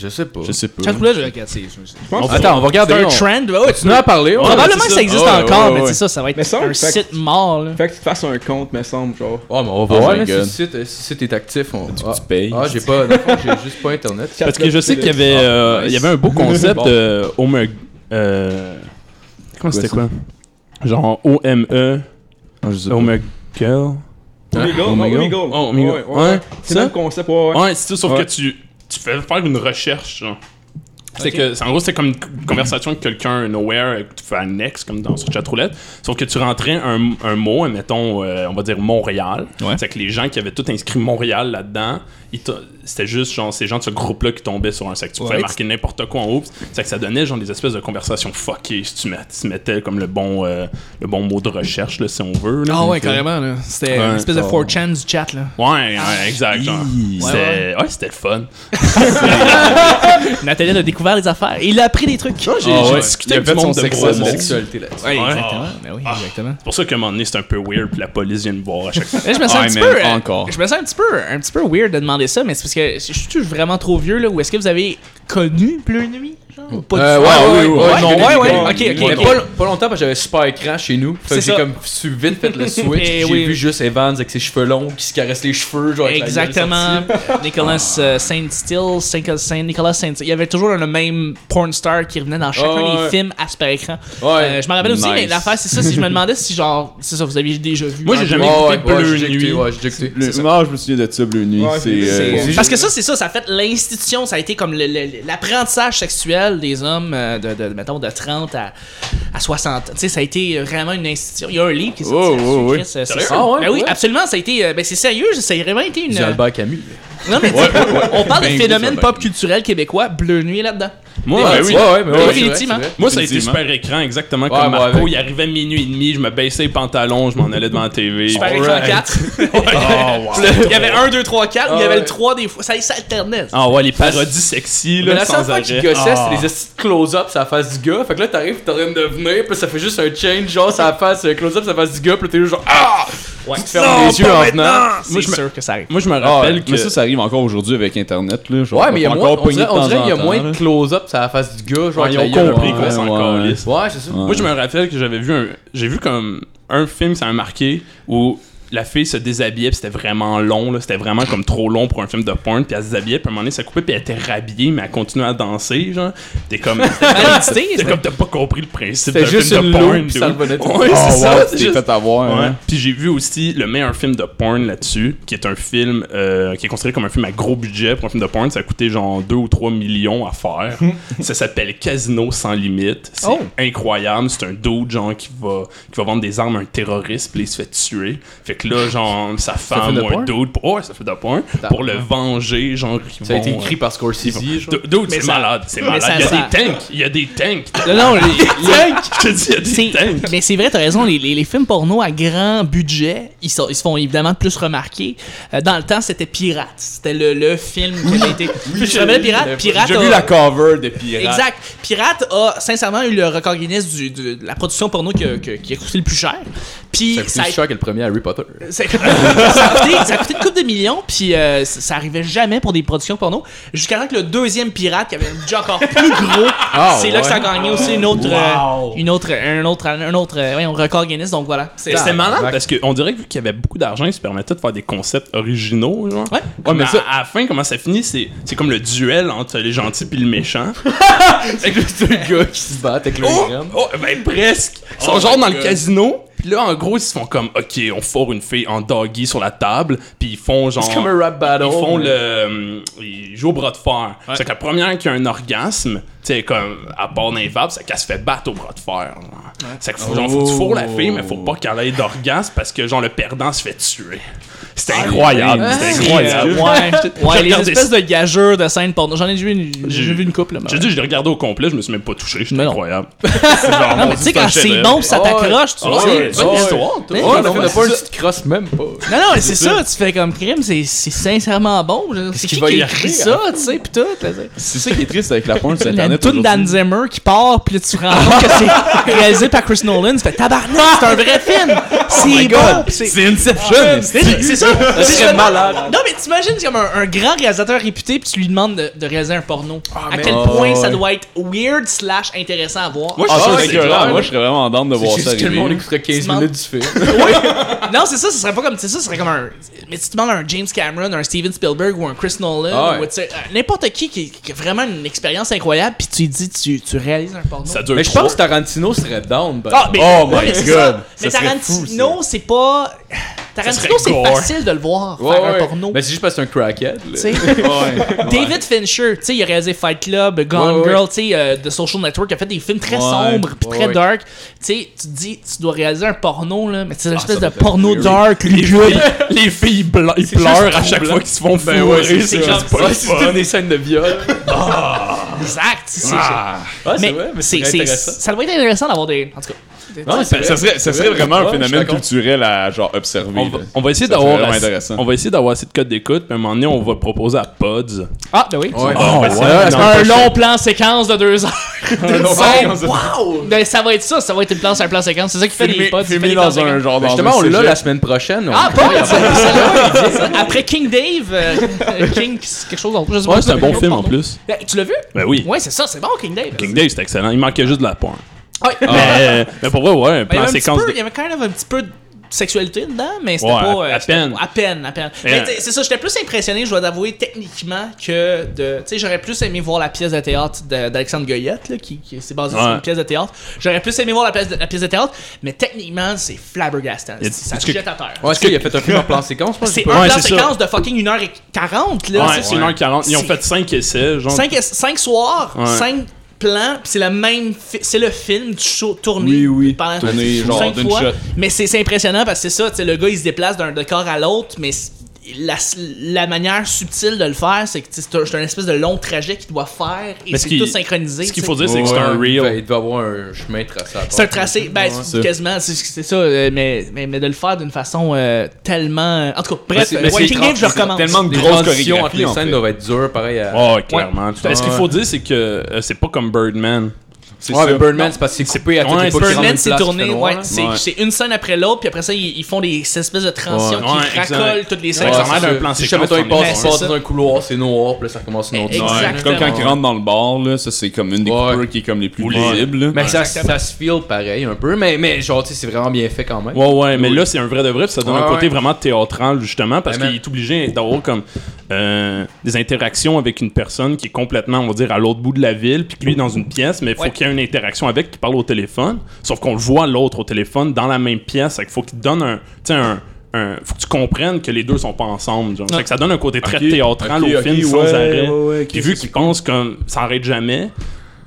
Je sais pas.
Je sais pas.
Chatroulette, je regarde. C'est
Attends, on va regarder.
un
on-
trend, ben ouais, tu
Continue à parler. on-
Probablement
c'est
que
ça.
ça existe
Ouais,
encore,
ouais,
mais
ouais.
tu sais, ça, ça va être
Mais ça,
un
fait-
site mort, là.
Fait que tu te fasses un compte, me semble, genre.
Ah Ouais, Oh, mais on va voir
my
là, si
God.
le site, si le site est actif. On...
Tu-
Ah,
Tu payes.
ah, j'ai pas. dans le fond, J'ai juste pas internet.
Parce que je sais qu'il y avait, euh, il y avait un beau concept de Homer. euh, comment c'était quoi? Genre OME,
Ah, je sais pas.
Homer Girl.
Hein?
Omegle,
Omegle?
Omegle.
Oh, Omegle.
Ouais, ouais,
Ouais,
ouais. C'est
ça?
le même concept, ouais, ouais.
Ouais, c'est ça, sauf
Ouais.
que tu, tu fais faire une recherche. genre. C'est que, c'est- en gros, c'était comme une co- conversation avec quelqu'un nowhere, euh, que tu fais annexe, comme dans sur chatroulette. Sauf que tu rentrais un, un mot, mettons, on va dire Montréal. C'est que les gens qui avaient tout inscrit Montréal là-dedans, ils to- c'était juste genre ces gens de ce groupe-là qui tombaient sur un sac. Tu pouvais marquer n'importe quoi en haut. C'est que ça donnait genre des espèces de conversations fuckées si tu, met- tu mettais comme le bon, euh, le bon mot de recherche, là, si on veut. là. euh,
Ah ouais, carrément, là. C'était une
Ouais.
espèce de 4chan du chat, là.
Ouais, ouais, exact. genre. C'était- Ouais, c'était le fun.
Nathaniel a découvert les affaires. Il a appris des trucs.
J'ai
Ah
j'ai
ouais.
discuté
Il a
avec
fait
du monde
son
de
sexe
gros
à
monde.
Sexualité là
Ouais,
Ouais.
exactement. Ben oui, exactement.
C'est pour ça qu'à un moment donné, c'est un peu weird, puis la police vient me voir à chaque fois.
Là, je me sens
Ouais,
un petit
mais
peu, euh,
encore.
je me sens un petit peu, un petit peu weird de demander ça, mais c'est parce que je suis vraiment trop vieux là. Ou est-ce que vous avez connu Bleu Nuit genre Ou Pas
Euh,
du
ouais,
tout?
ouais, ouais, ouais,
non,
j'ai
ouais,
des
ouais,
gars,
ok, ok,
Mais
ok.
pas, l- pas longtemps parce que j'avais super crash chez nous. Fait que
C'est
j'ai
ça.
comme su vite fait le switch.
Eh
j'ai
oui.
vu juste Evans avec ses cheveux longs qui se caresse les cheveux. Genre avec la gueule
Exactement.
sortie.
<laughs> Nicolas euh, Saint Steele, Saint, Saint- Nicolas Saint Il y avait toujours le même porn star qui revenait dans chacun
Ah ouais.
des films à super écran.
Ouais.
Euh, je m'en rappelle aussi,
Nice.
mais l'affaire, c'est ça, si je me demandais si genre, c'est ça, vous aviez déjà vu.
Moi, j'ai
un
jamais
peu.
écouté
Ouais, ouais, ouais,
Bleu
j'ai écouté,
Nuit.
Ouais, j'ai écouté.
Le, ah, je me souviens de ça, Bleu Nuit.
Ouais,
c'est.
c'est-
euh,
c'est-
Parce que ça, c'est ça, ça a fait l'institution, ça a été comme le- le- l'apprentissage sexuel des hommes euh, de, de, mettons, de 30 à, à 60. Tu sais, ça a été vraiment une institution. Il y a un livre qui est sorti
Oh,
là-dessus,
oh, oui.
Chris, euh, c'est
Sérieux?
ça.
Ah ouais,
Ben oui,
ouais.
absolument, ça a été, euh, ben c'est sérieux, ça a vraiment été une...
Du Albert Camus.
Non, mais tu- on parle
Ben
de
oui,
phénomène
ça, ben
pop culturel québécois, bleu nuit là-dedans.
Moi,
Ouais,
ben
<laughs>
oui.
ouais, mais ouais.
Définitivement.
c'est vrai,
Moi, ça a été
Effectivement.
super écran, exactement
Ouais,
comme
moi,
Marco.
avec.
Il arrivais minuit et demi, je me baissais les pantalons, je m'en allais devant
<laughs>
la TV.
Super
Alright.
écran 4.
<laughs> Ah,
Il y avait 1, 2, 3, 4, il y
Ah
avait
ouais.
le 3 des fois. Ça, ça alternait. ça.
Ah ouais, les parodies sexy,
Mais
là,
la seule
sans
fois qu'il
arrêt.
gossait,
Ah.
c'est des estis de close-up sur la face du gars. Fait que là, t'arrives, t'es en train de venir, puis ça fait juste un change, genre, sur la face, euh, close-up sur la face du gars, puis t'es juste genre, ah! Tu te fermes les yeux en venant.
C'est sûr que ça arrive.
Moi, je me
Ah, ouais.
rappelle que...
Mais ça, ça arrive encore aujourd'hui avec Internet. Là, Genre,
Ouais, mais il y a
on peut
moins,
encore
on dirait,
pogner de
on
temps
dirait
en
qu'il y a
temps,
moins <laughs>
là.
de Oh, close-up sur la face du gars, genre,
Ouais, ils ont
avec la gueule,
compris
ouais.
qu'on s'en
ouais,
calisse.
Ouais, c'est ça.
Moi, je me rappelle que j'avais vu un. J'ai vu comme un film, ça m'a marqué, où la fille se déshabillait, puis c'était vraiment long, là. C'était vraiment comme trop long pour un film de porn, puis elle se déshabillait, puis à un moment donné, ça coupait, puis elle était rhabillée, mais elle continuait à danser, genre.
<laughs>
T'es comme.
Validité,
T'es comme, t'as pas compris le principe d'un
C'était juste
film
une
de porn.
loupe, puis ça
dude.
revenait tout.
Ouais,
Ah,
c'est ça.
ouais,
c'est
tu t'es
juste-
fait avoir.
Ouais.
hein.
Puis j'ai vu aussi le meilleur film de porn là-dessus, qui est un film euh, qui est considéré comme un film à gros budget. Pour un film de porn, ça a coûté genre 2 ou 3 millions à faire.
<laughs>
ça s'appelle Casino sans limite. C'est
Oh.
incroyable. C'est un dude genre qui va, qui va vendre des armes à un terroriste, puis il se fait tuer. Fait que là, genre, sa femme
film de
ou un
porn?
dude, pour- ouais, ça fait de porn, pour le venger, genre, ils
Ça a été
vont,
écrit par Scorsese, genre.
euh, Dude, c'est
ça-
malade, c'est
mais
malade.
ça-
il y a
ça-
des tanks, il y a des tanks.
Non, non, les-
<laughs> Je te dis, il y a des
<laughs>
C'est-
tanks.
Mais c'est vrai, t'as raison, les, les- les films porno à grand budget, ils, sont- ils se font évidemment plus remarquer. Euh, dans le temps, c'était Pirate. C'était le, le film qui avait été. je me rappelle Pirate. Pirate
J'ai
a-
euh.
vu la cover de Pirate.
Exact. Pirate a sincèrement eu le record Guinness du- du- de la production porno que- que- qui a coûté le plus cher. Puis
C'est
ça a
plus cher que le premier Harry Potter.
c'est- <laughs> ça, a coûté, ça a coûté une couple de millions, puis euh, ça, ça arrivait jamais pour des productions porno. Jusqu'à temps que le deuxième pirate, qui avait un budget encore plus gros,
Ah,
c'est là
ouais.
que ça a gagné aussi une autre, euh, une autre, un autre, un autre, euh, voyons, record Guinness. Donc voilà. Ah. C'est-
Mais C'était
c'est-
malade parce qu'on dirait que vu qu'il y avait beaucoup d'argent, ils se permettaient de faire des concepts originaux. Genre.
Ouais.
mais ça... à, à la fin, comment ça finit C'est c'est comme le duel entre les gentils puis
<laughs>
le méchant.
<laughs> C'est juste <laughs> un gars qui se bat avec le
oh,
graine.
oh, ben presque. Ils
Oh
sont genre dans le casino. Puis là, en gros, ils se font comme, ok, on fourre une fille en doggy sur la table. Puis ils font genre.
C'est comme un rap battle.
Ils font
mais-
le. euh, Ils jouent au bras de fer. C'est que la première qui a un orgasme, tu sais, comme à part d'un vape, c'est qu'elle se fait battre au bras de fer. genre. C'est que faut, genre, faut que tu fourres la fille, mais faut pas qu'elle ait d'orgasme parce que, genre, le perdant se fait tuer. C'était incroyable. C'était
<laughs>
incroyable.
Euh, Ouais, ouais, les
regardais
espèces de gageurs de scènes porno. J'en ai vu une, j'ai vu une couple. là, mais-
J'ai dit, je l'ai regardé au complet, je me suis même pas touché. C'était
Mais non.
incroyable. C'est genre,
Non,
mon
Ah, mais tu
Dieu,
sais, quand
un
c'est
chef-d'œuvre.
bon, pis ça
Ah ouais.
t'accroche, tu
Ah
vois.
ouais,
c'est-
bonne
c'est-
histoire, toi.
Mais-
Oh,
Ouais,
non,
mais
mais
c'est
pas un
ça.
petit crosse même pas.
Non, non, mais c'est ça, tu fais comme crime, c'est c'est sincèrement bon. genre. C'est
qu'il
qui
va
qui
y
a écrit
arriver,
ça, tu sais, pis tout. là, c'est-
C'est ça qui est triste avec la porn
<laughs>
sur
La
Internet.
toune
aujourd'hui.
d'Anzemer qui part, puis là, tu te rends compte que c'est réalisé par Chris Nolan. Tu fais tabarnak, c'est un vrai film. C'est bon. pis c'est- Ah,
C'est Inception! c'est-
C'est c'est ça. C'est
serait
vraiment-
malade.
Non, mais t'imagines c'est comme un, un grand réalisateur réputé, puis tu lui demandes de, de réaliser un porno. à
mais-
quel
Ah,
point ça
ouais.
doit être weird slash intéressant à voir.
Moi, je
Ah, ça,
suis
c'est
sûr que
écœurant.
c'est
Moi, je serais vraiment en dente de voir
C'est
ça
juste que le monde
arriver.
écouterait 15
Tu
minutes du film.
Non, c'est ça, ce serait pas comme. C'est ça, ce serait comme un. Mais tu demandes à un James Cameron, un Steven Spielberg ou un Chris Nolan,
Ah ouais.
ou tu sais, euh, n'importe qui, qui qui a vraiment une expérience incroyable, puis tu lui dis, tu, tu réalises un porno.
Ça dure
Mais je pense que Tarantino serait down. bah.
Ah, mais,
Oh
ouais,
my
mais c'est
God,
ça. Mais
ça serait
Tarantino, c'est pas. Tarantino,
serait
c'est
gore.
facile de le voir
Ouais,
faire un
ouais.
porno.
Mais c'est juste parce que c'est un crackhead. là.
tu sais. David Fincher, tu sais, il a réalisé Fight Club, Gone
Ouais, ouais.
Girl, tu sais, euh, The Social Network, il a fait des films très
Ouais,
sombres, puis
ouais,
très
ouais.
dark. Tu sais, tu te dis, tu dois réaliser un porno là, mais c'est une espèce
ça
de
doit faire
porno
weird.
dark, lugubre.
les filles ble- ils pleurent à chaque fois qu'ils se font ben
c'est
c'est
ça.
juste pas
Ouais,
le
c'est
fun.
toutes des scènes de viol.
Exact. tu sais,
Ah.
Ouais,
Mais
c'est vrai, mais
c'est
Ah, c'est
c'est-
intéressant.
ça doit être intéressant d'avoir des en tout cas. t'sais.
Non, mais
T'sais,
c'est
Ça serait, ça serait vraiment
Ouais,
un
je suis
phénomène
d'accord.
culturel à genre observer.
On va,
là.
on va essayer
Ça serait
d'avoir
vraiment
assez-
intéressant.
on va essayer d'avoir assez de codes d'écoute, puis à un moment donné, on va proposer à Pods.
Ah, ben oui.
Ouais.
Oh, ouais, non,
un
pas
long
cher.
plan séquence de deux heures. <laughs> Oh, wow! Ben, ça va être ça, ça va être une plan, un plan séquence. C'est ça qui fait les
Filmé,
pods. il fait
filmé
les plans
dans un
séquences.
genre
Ben,
dans
justement,
un
on l'a
cégep.
la semaine prochaine. on-
Ah, pas mal, ça, ça l'a, ça. Après King Dave, euh, King, quelque chose d'autre. je sais pas.
Ouais, c'est un bon film en plus.
Ben, tu l'as vu?
Ben oui.
Ouais, c'est ça, c'est bon, King Dave.
King Dave, c'était excellent. Il manquait juste de la pointe.
Ah, ouais.
Mais, mais pour vrai, ouais, un
Ben, il, y
plan
avait un petit
séquence.
peu,
de-
il y avait quand même un petit peu de sexualité dedans, mais c'était
Ouais,
pas. euh,
à
c'était
peine.
pas- À peine, à peine.
Ouais.
Mais t'sais, c'est ça, j'étais plus impressionné, je dois t'avouer, techniquement, que de. Tu sais, j'aurais plus aimé voir la pièce de théâtre de- d'Alexandre Goyotte, là, qui, qui s'est basée sur
Ouais.
une pièce de théâtre. J'aurais plus aimé voir la pièce de, la pièce de théâtre, mais techniquement, c'est flabbergastant.
Y a-
Ça
est-ce
se
que-
jette à terre.
Ouais, est-ce qu'il a fait un film en plan séquence? je pense, j'ai
C'est
pas-
un
Ouais,
plan
c'est ça.
séquence de fucking 1h40, là.
Ouais,
C'est-
c'est 1h40. Ils ont fait 5 essais, genre.
5 cinq soirs,
Ouais.
5 plans, pis c'est le même fi- c'est le film du show tourné
Oui, oui,
pendant
tourné, genre,
cinq
d'une
fois.
shot.
Mais c'est c'est impressionnant parce que c'est ça, tu sais, le gars il se déplace d'un décor à l'autre, mais c- la, la manière subtile de le faire, c'est que tu sais, c'est un, c'est un espèce de long trajet qu'il doit faire et
Mais ce
c'est
qui-
tout synchronisé.
Ce qu'il
tu
faut
sais.
dire, c'est que c'est un
Ouais,
reel.
Il devait avoir un chemin tracé. à part.
C'est un tracé, ben c'est-
ça.
quasiment, c'est- c'est ça, euh, mais, mais, mais de le faire d'une façon euh, tellement. En tout cas, bref,
c'est- mais
Walking
c'est-
Game, je
c'est
recommence.
tellement de
Les
grosses
transitions entre
chorégraphies.
les
en
scènes
fait.
doivent être dures, pareil à.
Oh, clairement. tout à fait. Ce qu'il
Ouais.
faut dire, c'est que euh, c'est pas comme Birdman.
C'est
Ouais,
ça.
mais Birdman, c'est parce que c'est coupé à toutes
Ouais,
les fois qu'il rentre
Birdman,
une
c'est
place,
tourné,
il fait noir,
ouais,
là.
c'est c'est une scène après l'autre, puis après ça, ils, ils font des ces espèces de transitions
Ouais.
qui
Ouais, exact.
racolent toutes les scènes.
Ouais,
Ça
ça a l'air d'un plan
Si je sais,
séquence,
mettons, il
on est
d'accord.
passe il passe
Ouais,
dans un couloir, c'est noir, puis là, ça recommence une autre
Exact.
zone.
Ouais, Comme quand ils rentrent dans le bar, là, ça c'est comme une des
Ouais.
coupures qui est comme les plus
Ou les-
visibles. là.
Mais ça, ça se feel pareil un peu, mais, mais genre, tu sais, c'est vraiment bien fait quand même.
Ouais, ouais, mais là, c'est un vrai de vrai, puis ça donne
Ouais,
un côté
ouais.
vraiment théâtral, justement, parce
Ben,
Mais man.
qu'il est obligé d'avoir comme euh, des interactions avec une personne qui est complètement, on va dire, à l'autre bout de la ville, puis que lui est dans une pièce, mais il faut
Ouais.
qu'il y ait une interaction avec, qui parle au téléphone, sauf qu'on le voit l'autre au téléphone dans la même pièce, fait qu'il faut qu'il donne un. Tu sais, un. un- faut que tu comprennes que les deux sont pas ensemble. genre. Fait que ça donne un côté très
Ah. Ok,
théâtral
ok,
au
ok,
film sans
ouais,
arrêt.
ouais, ouais, ok,
Puis vu
ça,
qu'ils pensent comme ça arrête jamais,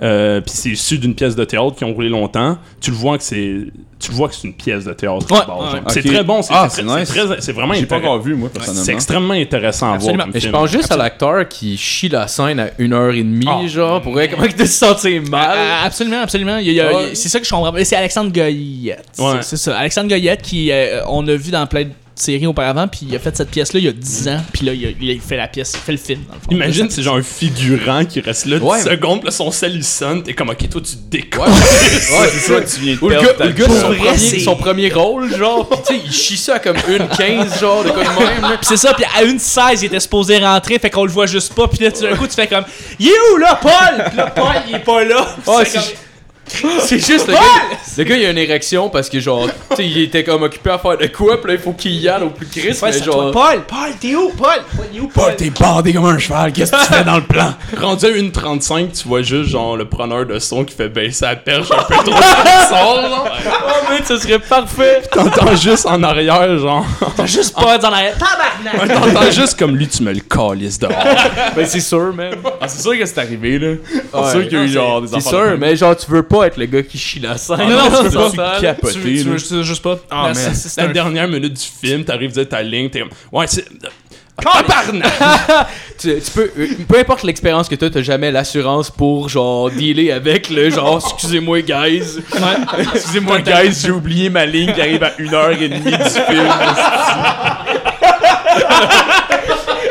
euh, puis c'est issu d'une pièce de théâtre qui ont roulé longtemps, tu le vois que c'est tu le vois que c'est une pièce de théâtre.
Ouais,
à base,
ouais,
genre.
ouais.
C'est
Ok.
très bon, c'est
Ah,
c'est
c'est
très-
nice.
c'est très- c'est vraiment
J'ai pas
intéressant.
encore vu, moi,
C'est
personnellement.
extrêmement intéressant à voir
Absolument.
comme
Mais je
film.
pense juste à l'acteur qui chie la scène à 1h30,
Ah.
genre, pour vrai, comment il doit se sentir mal.
Ah, Absolument, absolument. Il y a- il y a-
Ouais.
C'est ça que je comprends. pas. C'est Alexandre Goyette. C'est-
Ouais.
C'est ça. Alexandre Goyette, qui euh, on a vu dans plein de séries auparavant, puis il a fait cette pièce-là il y a 10 ans, puis là, il, a- il fait la pièce, il fait le film. Dans le fond.
Imagine c'est genre un figurant qui reste là 10
Ouais.
secondes, là, son sel il sonne, t'es comme ok toi tu décolles.
Ouais, c'est ça.
Tu viens de
Ou le
perdre
gars,
ta-
ou le gars,
Pour
son,
vrai, c'est-
premier, son premier rôle, genre, pis tu sais, il chie ça à comme 1h15, genre, de quoi de même, là.
Puis c'est ça, puis à une 16, il était supposé rentrer, fait qu'on le voit juste pas, puis là, tout d'un coup, tu fais comme Il est où là, Paul Puis là, Paul, il est pas là. Puis
Ah,
tu fais
c'est-
comme-
C'est juste le gars, le gars il a une érection parce que genre tu sais il était comme occupé à faire de quoi puis là il faut qu'il y aille au plus gris
Ouais,
mais
c'est à
genre
toi. Paul, Paul, t'es où, Paul? Paul, il est où, Paul?
T'es bandé comme un cheval, qu'est-ce que tu fais dans le plan?
<laughs> Rendu à 1.35, tu vois juste genre le preneur de son qui fait baisser la perche un peu trop
<laughs>
le son. là.
ça Oh, serait parfait.
T'entends juste en arrière genre.
T'as juste pas dans la tabarnak.
T'entends juste comme lui tu me le calisses dehors.
ben c'est sûr même
Ah, c'est sûr que c'est arrivé, là.
Ouais.
C'est sûr qu'il y a eu genre des
c'est
affaires de
sûr
même.
mais genre tu veux pas être le gars qui chie la scène
non, tu veux
c'est
pas.
ça.
Tu capotes.
Tu, tu veux tu veux juste pas. Ah,
Ah, man.
c'est- c'est
la
un-
dernière minute du film, t'arrives dire ta ligne, t'es comme ouais c'est tabarnak.
tu, tu peux euh, peu importe l'expérience que t'as t'as jamais l'assurance pour genre dealer avec le genre excusez-moi guys
Excusez-moi, guys, j'ai oublié ma ligne qui arrive à 1h30 du film.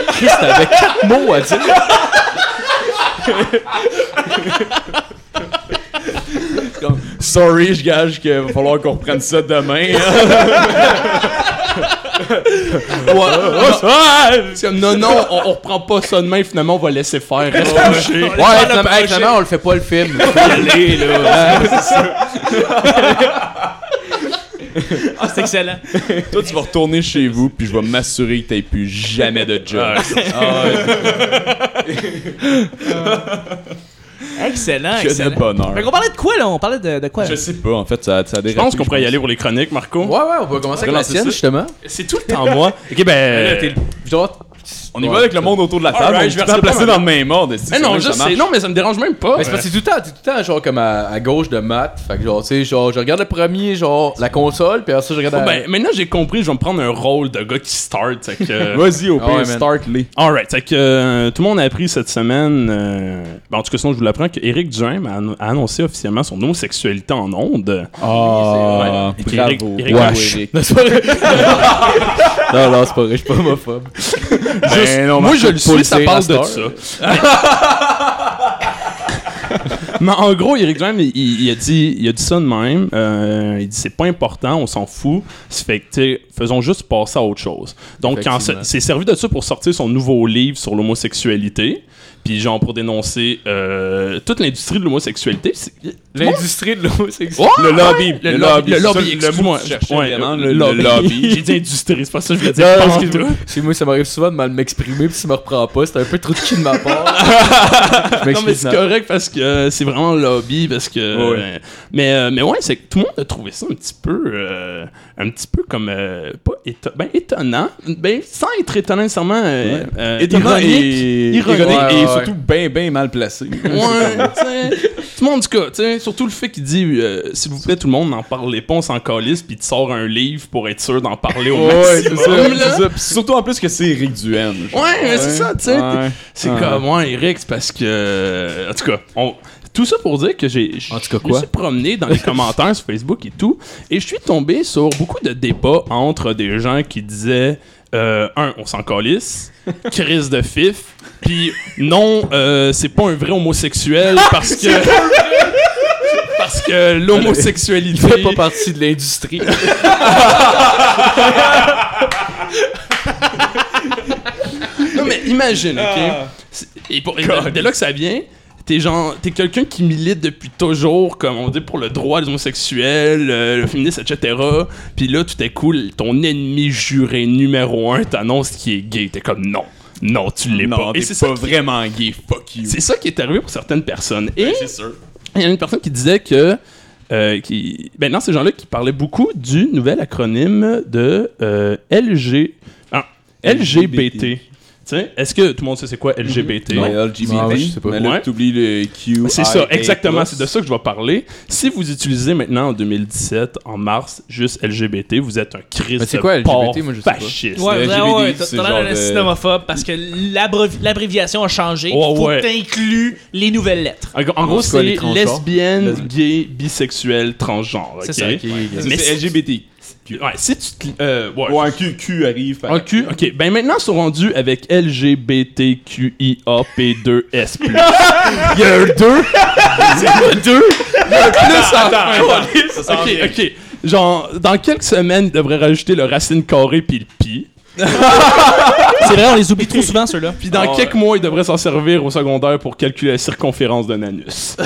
Chris t'avais quatre mots à dire
Sorry, je gage qu'il va falloir qu'on reprenne ça demain. hein.
C'est comme, non, non, on, on reprend pas ça demain, finalement, on va laisser faire. Euh, Reste couché.
ouais finalement, hey, finalement, on le fait pas le film Faut y aller là
Ah, c'est excellent.
Toi, tu vas retourner chez vous, puis je vais m'assurer que t'aies plus jamais de job.
Ah,
Excellent,
Que de
excellent.
bonheur.
Fait qu'on parlait de quoi, là? On parlait de, de quoi?
Je sais pas, en fait, ça, ça a
Je pense qu'on pourrait y aller pour les chroniques, Marco.
ouais ouais on va commencer Euh, avec la
Relancer
sienne
ça.
justement
C'est tout le temps moi. Ok, ben.
genre
On y va avec le monde autour de la table.
Alright,
on
je
est
vais
tout le temps
rester
placé
pas
dans le même ordre.
Mais Eh non, je sais. Non, mais ça me dérange même pas.
Mais c'est parce que c'est tout le temps, c'est tout le temps, genre, comme à, à gauche de Matt. Fait que, genre, tu sais, genre, je regarde le premier, genre, la console, puis après ça, je regarde
Oh,
la...
ben, maintenant j'ai compris, je vais me prendre un rôle de gars qui start. fait que-
Vas-y, au
Ah
pire,
ouais, man.
start les.
Alright, fait que euh, tout le monde a appris cette semaine, euh, ben, en tout cas sinon je vous l'apprends, qu'Éric Duhem a, anno- a annoncé officiellement son homosexualité en ondes.
Ah,
c'est vrai.
bravo.
Eric- Eric
Wesh.
Eric.
Non, c'est pas vrai. non, non, c'est pas vrai, je suis pas homophobe.
Juste- moi je le suis, ça parle de ça. <laughs> Mais en gros, Eric Duhem, il, il- il a dit, il a dit ça de même. Euh, il dit c'est pas important, on s'en fout. Ça fait que, tu sais, faisons juste passer à autre chose. Donc, quand
Effectivement.
ça- c'est servi de ça pour sortir son nouveau livre sur l'homosexualité. Puis genre pour dénoncer euh, toute l'industrie de l'homosexualité. C'est-
L'industrie de l'homosexualité.
Le lobby.
Le lobby, le lobby,
c'est ça, Le mot
excuse-moi.
que tu cherchais,
Ouais,
vraiment,
le
le le lobby.
J'ai dit industrie, c'est pas ça que je voulais dire.
Non,
Pas en
excuse-moi.
tout.
C'est moi, ça m'arrive souvent de mal m'exprimer, puis ça me reprend pas. C'est un peu trop de qui de ma <laughs> part. je
Non, mais
m'excuse.
c'est correct parce que euh, c'est vraiment le lobby parce que euh, mais euh, mais ouais, c'est que tout le monde a trouvé ça un petit peu euh, un petit peu comme euh, pas éto- ben, étonnant, ben sans être étonnant nécessairement euh, euh,
Étonnant
ironique.
<laughs> et
Ironique.
ironique
Ouais, ouais,
et
ouais.
surtout bien, bien mal placé.
Ouais, t'sais, tout le monde du cas, t'sais, surtout le fait qu'il dit euh, s'il vous plaît tout le monde n'en parlez pas, on s'en calisse puis tu sors un livre pour être sûr d'en parler au
<laughs> Ouais, c'est
maximum.
ça,
là.
c'est ça. Puis Surtout en plus que c'est Eric Duhem.
Ouais, mais c'est ça, tu sais.
Ouais.
C'est
Ah.
Ouais.
comme moi, Eric, c'est parce que. En tout cas, on- tout ça pour dire que j'ai. j-
En tout cas,
Je me
quoi?
suis promené dans les commentaires sur Facebook et tout, et je suis tombé sur beaucoup de débats entre des gens qui disaient. euh, un, on
<laughs>
s'en calisse, crise de fif, puis non, euh, c'est pas un vrai homosexuel parce que. Parce que
Il fait
l'homosexualité.
pas partie de l'industrie.
Non,
<laughs>
mais imagine,
Ah.
ok? C'est- Et, pour, et de- de là que ça vient, t'es genre, t'es quelqu'un qui milite depuis toujours, comme on dit, pour le droit des homosexuels, euh, le féminisme, etc. Puis là, tout est cool, ton ennemi juré numéro un t'annonce qu'il est gay. T'es comme non, non, tu l'es pas.
Non,
Et
t'es
c'est ça,
pas
qui-
vraiment gay, fuck you.
c'est ça qui est arrivé pour certaines personnes. Et
Ben, C'est sûr.
il y a une personne qui disait que. euh, qui... Ben non, ces gens-là qui parlaient beaucoup du nouvel acronyme de euh, LG... ah, LGBT. Tu sais, Est-ce que tout le monde sait c'est quoi
Mhm.
LGBT?
Ouais, LGBT,
Ah Ouais, je sais pas.
mais là,
Ouais.
t'oublies le Q.
C'est ça, exactement, c'est de ça que je vais parler. Si vous utilisez maintenant en 2017, en mars, juste LGBT, vous êtes un Christ
Mais c'est quoi,
de porc
LGBT? Moi, je sais pas.
fasciste.
Ouais, ouais,
Le LGBT,
ouais, t'as
c'est
t'as
genre
l'air
de-
d'un cinémophobe parce que l'abrévi- l'abréviation a changé.
Ouais,
faut
ouais.
que t'inclus les nouvelles lettres.
En, en gros,
C'est quoi,
c'est
les transgenres?
lesbienne, gay, bisexuel, transgenre.
C'est
ok?
ça, ok.
Mais
Mais c'est
si-
LGBT.
Ouais, si tu te- euh, ouais,
Ou un Q, Q arrive. par-
Ok, ok. Ben maintenant, ils sont rendus avec LGBTQIAP2S.
Il y a un 2.
ok, ok. Genre, dans quelques semaines, ils devraient rajouter le racine carrée puis le pi.
C'est vrai, on les oublie trop souvent, ceux-là.
Puis dans quelques mois, ils devraient s'en servir au secondaire pour calculer la circonférence d'un anus.
<laughs>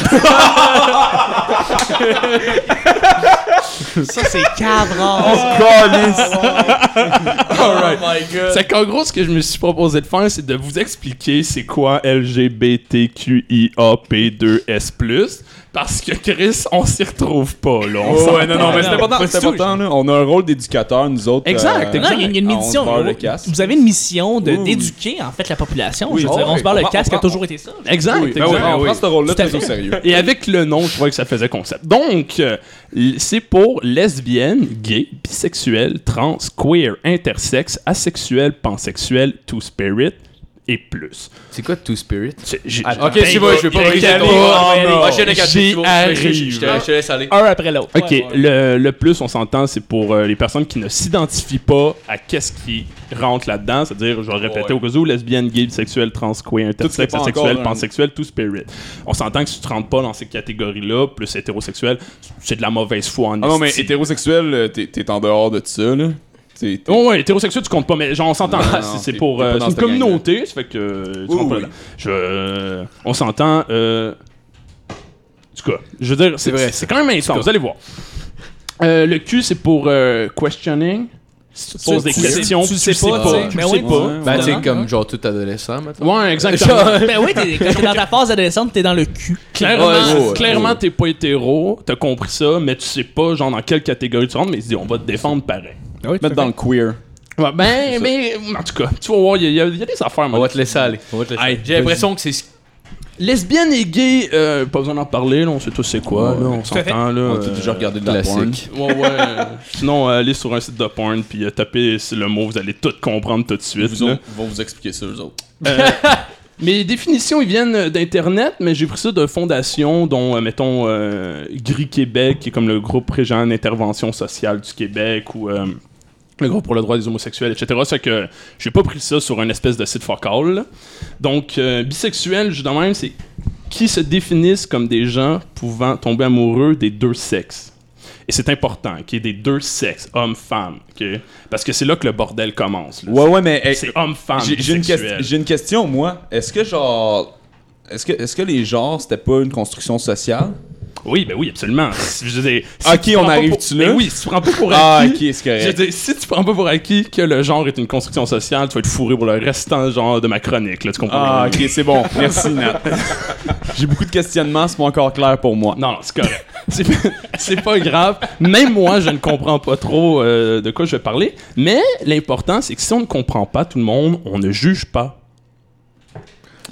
Ça, c'est <laughs> cabrant.
Alright. C'est qu'en gros, ce que je me suis proposé de faire, c'est de vous expliquer c'est quoi LGBTQIAP2S+, parce que Chris, on s'y retrouve pas, là. On s'en-
ouais, non, non, mais c'est
Non,
important.
pas
C'est
du tout.
important, là. On a un rôle d'éducateur, nous autres.
Exact,
euh,
Non, il y a- il y a une
on se barre
mission.
le casque.
Vous avez une mission de
Oui, oui.
d'éduquer en fait la population. je veux
oui.
dire, on se parle
On
le
prend-
casque
on
a toujours été ça.
Exact,
Oui, ben
exact.
oui, on prend ce rôle-là
Tout à
très au
fait.
<laughs> sérieux.
Et avec le nom, je trouvais que ça faisait concept. Donc, euh, l- c'est pour lesbienne, gay, bisexuel, trans, queer, intersexe, asexuel, pansexuel, two-spirit et plus.
C'est quoi Two Spirit?
J'ai- j'ai-
Ok,
Ben,
c'est bon, je vais pas
il y
briser
a
ton.
Camille,
Ah, moi,
oh, non.
je viens de catcher,
J'y
c'est bon, je- je- je- je te-
arrive.
Je te laisse aller.
Un après l'autre.
Ok, Le, le plus, on s'entend, c'est pour euh, les personnes qui ne s'identifient pas à qu'est-ce qui rentre là-dedans, c'est-à-dire, je vais le répéter au cas où, lesbienne, gay, bisexuelle, trans, queer, intersexe,
pas
asexuel,
encore hein. un-
pansexuel, tout spirit. On s'entend que si tu ne rentres pas dans ces catégories-là, plus hétérosexuel, c'est de la mauvaise foi en
Ah non, mais
esti.
hétérosexuel, euh, t'es t'es en dehors de ça, là. T'es- t'es-
Oh ouais, hétérosexuel, tu comptes pas, mais genre, on s'entend.
Non,
c'est-
non,
c'est
t'es-
pour
t'es pas
euh,
dans
c'est une
cette gang-là.
communauté, ça fait que euh, tu
Oui,
rentres pas
oui.
là-dedans. Je, euh, on s'entend. Euh, en tout cas, je veux dire, c'est
vrai,
vrai. C'est quand même intense, vous allez voir. Euh, le Q, c'est pour euh, questioning. Si tu poses des
tu sais-
questions,
tu
tu
sais
sais
pas,
pas.
tu sais.
Tu
Mais
sais
oui,
pas.
Ben, tu sais,
Finalement,
comme genre tout adolescent, maintenant.
<laughs> Ouais, exactement.
Ben oui, t'es- quand t'es dans ta phase adolescente, t'es dans le cul.
Clairement,
Ouais, ouais, ouais.
clairement t'es pas hétéro, t'as compris ça, mais tu sais pas genre dans quelle catégorie tu rentres, mais ils se disent on va te défendre pareil.
Mettre dans le queer.
Ouais, ben, mais en tout cas, tu vas voir, il y, a- il y a des affaires,
On
moi.
va te laisser aller. On va te laisser
Hey,
aller. J'ai l'impression que c'est ce-
Lesbienne et gay, euh, pas besoin d'en parler, là, on sait tous c'est quoi, là, on
à fait.
s'entend, là.
On a
euh,
déjà regardé de la porn.
Ouais,
<laughs>
ouais. euh, Sinon, euh, allez sur un site de porn, puis euh, tapez le mot, vous allez tout comprendre tout de suite.
Vous
là.
autres, ils vont vous expliquer ça, eux autres.
<laughs>
Euh, mes définitions, ils viennent euh, d'Internet, mais j'ai pris ça de fondations dont, euh, mettons, euh, Gris Québec, qui est comme le groupe régent d'intervention sociale du Québec, ou euh, le groupe pour le droit des homosexuels, etc. C'est que j'ai pas pris ça sur une espèce de site focal. là. Donc, euh, bisexuel, je dis de même, c'est qui se définissent comme des gens pouvant tomber amoureux des deux sexes. Et c'est important qu'il y ait des deux sexes, hommes-femmes, ok? parce que c'est là que le bordel commence. là.
Ouais, ouais, mais. hey,
C'est homme-femme.
j'ai- J'ai une,
bisexuel.
quest- j'ai une question, moi. Est-ce que genre. Est-ce que, est-ce que les genres, c'était pas une construction sociale?
Oui, ben oui, absolument. Si- je veux dire, si
Ok,
tu
on
prends pas
arrive-tu
pour-
là?
Ben oui, si tu prends pas pour
Ah, ok,
acquis.
c'est
Je veux
correct.
dire, si tu prends pas pour acquis que le genre est une construction sociale, tu vas être fourré pour le restant genre de ma chronique, là, tu comprends?
Ah, ok, c'est bon. Merci, Nat. J'ai beaucoup de questionnements, c'est pas encore clair pour moi.
Non, non, c'est correct. <laughs> c'est, c'est pas grave. Même moi, je ne comprends pas trop euh, de quoi je vais parler. Mais l'important, c'est que si on ne comprend pas tout le monde, on ne juge pas.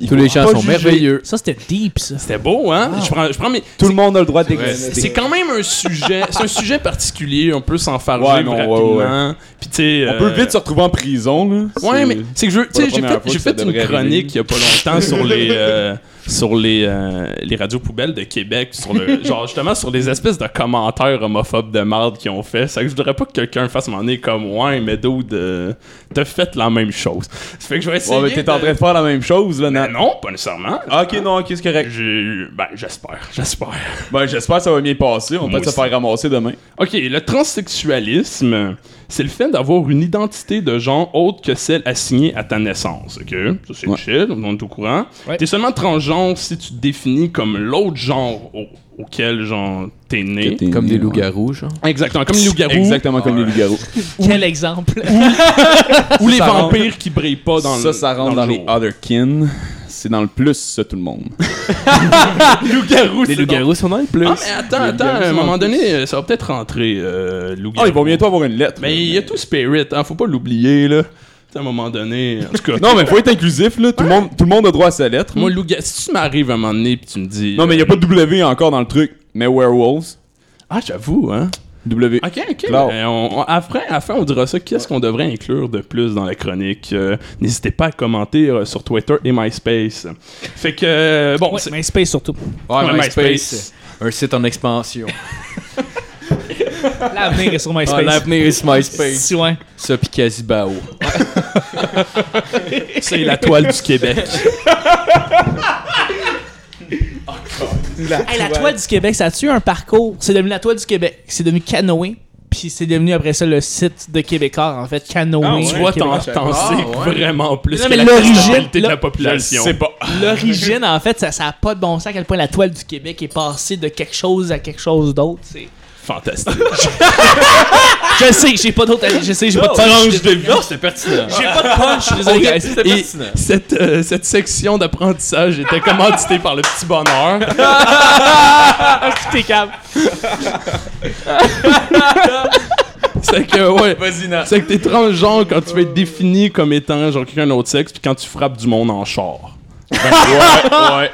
Tous les gens
pas
sont
juger.
merveilleux.
Ça, c'était deep, ça.
C'était beau, hein? Je prends, je prends mes...
Ah. Tout le monde a le droit
C'est c'est
d'exister.
quand même un sujet, c'est un sujet particulier, on peut s'enfarger
Ouais, non, ouais,
rapidement.
ouais.
Puis tu sais,
On peut
euh,
vite se retrouver en prison, là.
Ouais,
C'est-
mais c'est que je, tu sais,
la
j'ai
première
fait,
fois
j'ai
que ça
fait une
devrait arriver.
chronique il y a pas longtemps sur
<laughs>
les euh, sur les euh, les radios poubelles de Québec,
<laughs>
sur le genre justement sur les espèces de commentaires homophobes de merde qu'ils ont fait. C'est que je voudrais pas que quelqu'un fasse mon nez comme ouais, mais dude, euh, t'as fait la même chose. Ça fait que je vais essayer.
Ouais, mais t'es en train de faire la même chose, là, Nat.
Ben non, pas nécessairement.
Ah, Ok, non, ok, c'est correct.
J'ai- Ben, j'espère, j'espère.
Ben, j'espère que ça va bien passer. On
Moi
va peut-être se
aussi.
faire ramasser demain.
Ok, le transsexualisme, c'est le fait d'avoir une identité de genre autre que celle assignée à ta naissance. Ok, ça c'est chill, on est au courant.
Ouais.
T'es seulement transgenre si tu te définis comme l'autre genre au- auquel genre t'es né.
Comme des loups-garous, genre.
Exactement, comme les
<laughs>
loups-garous
Exactement comme les <laughs> loups-garous.
Quel exemple.
ou les
Ça, ça
vampires qui brillent pas dans le
Ça, ça rentre dans,
le
les
jour.
other kin. C'est dans le plus, ça, tout le monde.
loups-garous. c'est
sont dans les plus.
dans- Ah mais attends, attends, à un moment donné, euh, ça va peut-être rentrer euh,
Ah,
loups-garous.
ils vont bientôt avoir une lettre.
Mais il y a tout spirit, hein, faut pas l'oublier là. T'sais, À un moment donné, en tout cas.
Non, mais faut être inclusif, là. Tout, le monde, tout le monde a droit à sa lettre.
Moi, loup si tu m'arrives à un moment donné pis tu me dis. euh,
non, mais il y a pas de W encore dans le truc. Mais werewolves,
Ah, j'avoue, hein.
W.
Ok, ok.
Claro.
Ben, on- on- après, à la fin, on dira ça. Qu'est-ce qu'on devrait inclure de plus dans la chronique Euh, N'hésitez pas à commenter euh, sur Twitter et MySpace. Fait que, euh, bon,
Ouais,
c'est-
MySpace surtout.
Ouais,
Ouais,
MySpace.
MySpace. Un site en <laughs> expansion.
L'avenir est sur
Ah,
MySpace.
L'avenir est MySpace.
Si, ouais.
Ça pis Casibao.
c'est la toile du Québec.
Hey, la toile du Québec, ça a tu un parcours? C'est devenu la toile du Québec. C'est devenu canoë. Puis c'est devenu après ça le site de Québécois, en fait. Canoë. euh,
Ah ouais,
tu vois, t'en
Québec.
t'en
Ah,
sais
ouais.
vraiment plus
Non,
que
mais
la
l'origine,
totalité de
là-
la population.
C'est
<laughs>
pas.
L'origine, en fait, ça n'a pas de bon sens à quel point la toile du Québec est passée de quelque chose à quelque chose d'autre. c'est-
fantastique.
Je le sais, j'ai pas d'autre. Oh, Je sais, j'ai
Oh,
pas de punch.
Tranche de vie. Oh,
c'est pertinent.
J'ai pas de punch, je <laughs> suis désolé, guys.
c'était
Et
pertinent.
cette, euh, cette section d'apprentissage était commanditée par le petit bonheur.
T'es calme.
C'est que, ouais. C'est que t'es transgenre quand tu veux être défini comme étant genre quelqu'un d'autre sexe, puis quand tu frappes du monde en char.
ouais, ouais.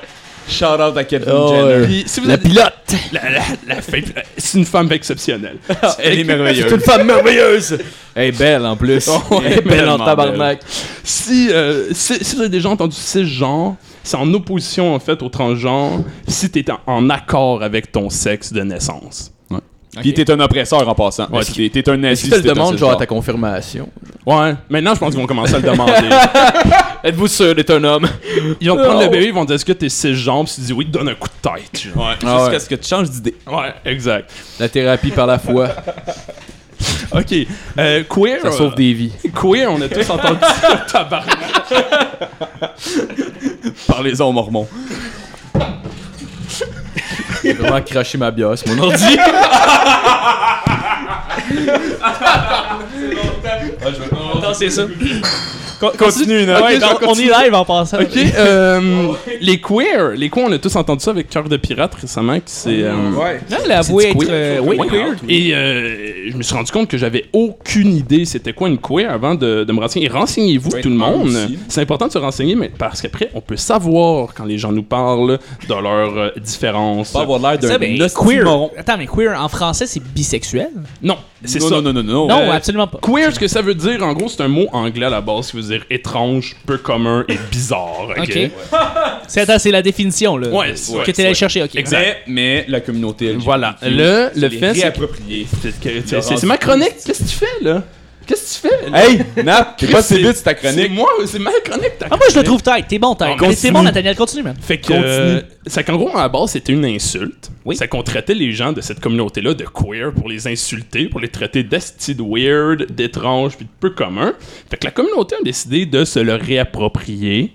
Shout out à Kevin
Oh,
Jenner.
Puis si vous êtes-
pilote.
la- la- la fête- la- c'est une femme exceptionnelle.
<laughs>
Elle est merveilleuse.
une femme merveilleuse. Elle est belle en plus.
Elle est
elle est belle en
tellement
tabarnak.
Si, euh, si, si vous avez déjà entendu cisgenre, c'est en opposition en fait au transgenre si t'es en, en accord avec ton sexe de naissance.
Puis t'es un oppresseur en passant. Ouais, t'es t'es un nazi.
Si tu
si
te
t'es
le
un
demandes, genre à
cisgenre.
ta confirmation.
Ouais, maintenant je pense qu'ils vont commencer à le demander.
Êtes-vous sûr d'être un homme?
Ils vont te prendre le bébé, ils vont te dire est-ce que t'es cisgenre, puis tu dis oui, te donne un coup de tête. genre.
Ouais,
Ah ouais.
jusqu'à ce que tu changes d'idée.
Ouais, exact.
La thérapie par la foi,
Ok, euh, queer.
ça sauve des vies.
Queer, on a tous entendu ça, tabarnak.
Parlez-en aux mormons.
J'ai vraiment craché ma biasse, mon ordi.
Attends, c'est ça.
Con- Continue, là.
Ok,
Ouais,
on, on est live en passant.
Ok, euh, les queers, les queers, on a tous entendu ça avec Cœur de Pirate récemment, qui c'est... euh,
Ouais.
Non, elle a avoué
C'est-tu
être.
queer?
euh, oui, queer.
Et euh, je me suis rendu compte que j'avais aucune idée c'était quoi une queer avant de, de me renseigner. Et renseignez-vous tout le monde. C'est important de se renseigner mais parce qu'après, on peut savoir quand les gens nous parlent de leurs euh, différences.
Pas avoir l'air d'un
Ça, ben,
hostie
queer.
moron.
Attends, mais queer en français, c'est bisexuel?
Non, c'est
Non,
ça.
non, non, non, non.
Non,
euh,
absolument pas.
Queer, ce que ça veut dire, en gros, c'est un mot anglais à la base qui veut dire étrange, peu commun et bizarre. Ok.
Ok. <laughs> C'est attends, c'est la définition, là.
Ouais, c'est- ouais,
Que t'es
ouais.
allé chercher, ok.
Exact.
Mais, mais la communauté LGBT.
Voilà. Le, le
c'est
fait, c'est que-
réapproprié.
c'est que- c'est- c'est- c'est ma chronique. Qu'est-ce que tu fais, là? Qu'est-ce que tu fais? là?
Hey, Nap, t'es pas si
C'est-
vite sur ta
C'est
chronique.
moi, c'est ma chronique. ta
Ah, moi, je le trouve tight. T'es bon, tight.
Bon,
Mais C'est
continue.
bon, Nathaniel, continue, man.
Fait que, euh, c'est qu'en gros, à la base, c'était une insulte.
Oui.
C'est qu'on traitait les gens de cette communauté-là de queer pour les insulter, pour les traiter d'asti de weird, d'étrange, puis de peu commun. Fait que la communauté a décidé de se le réapproprier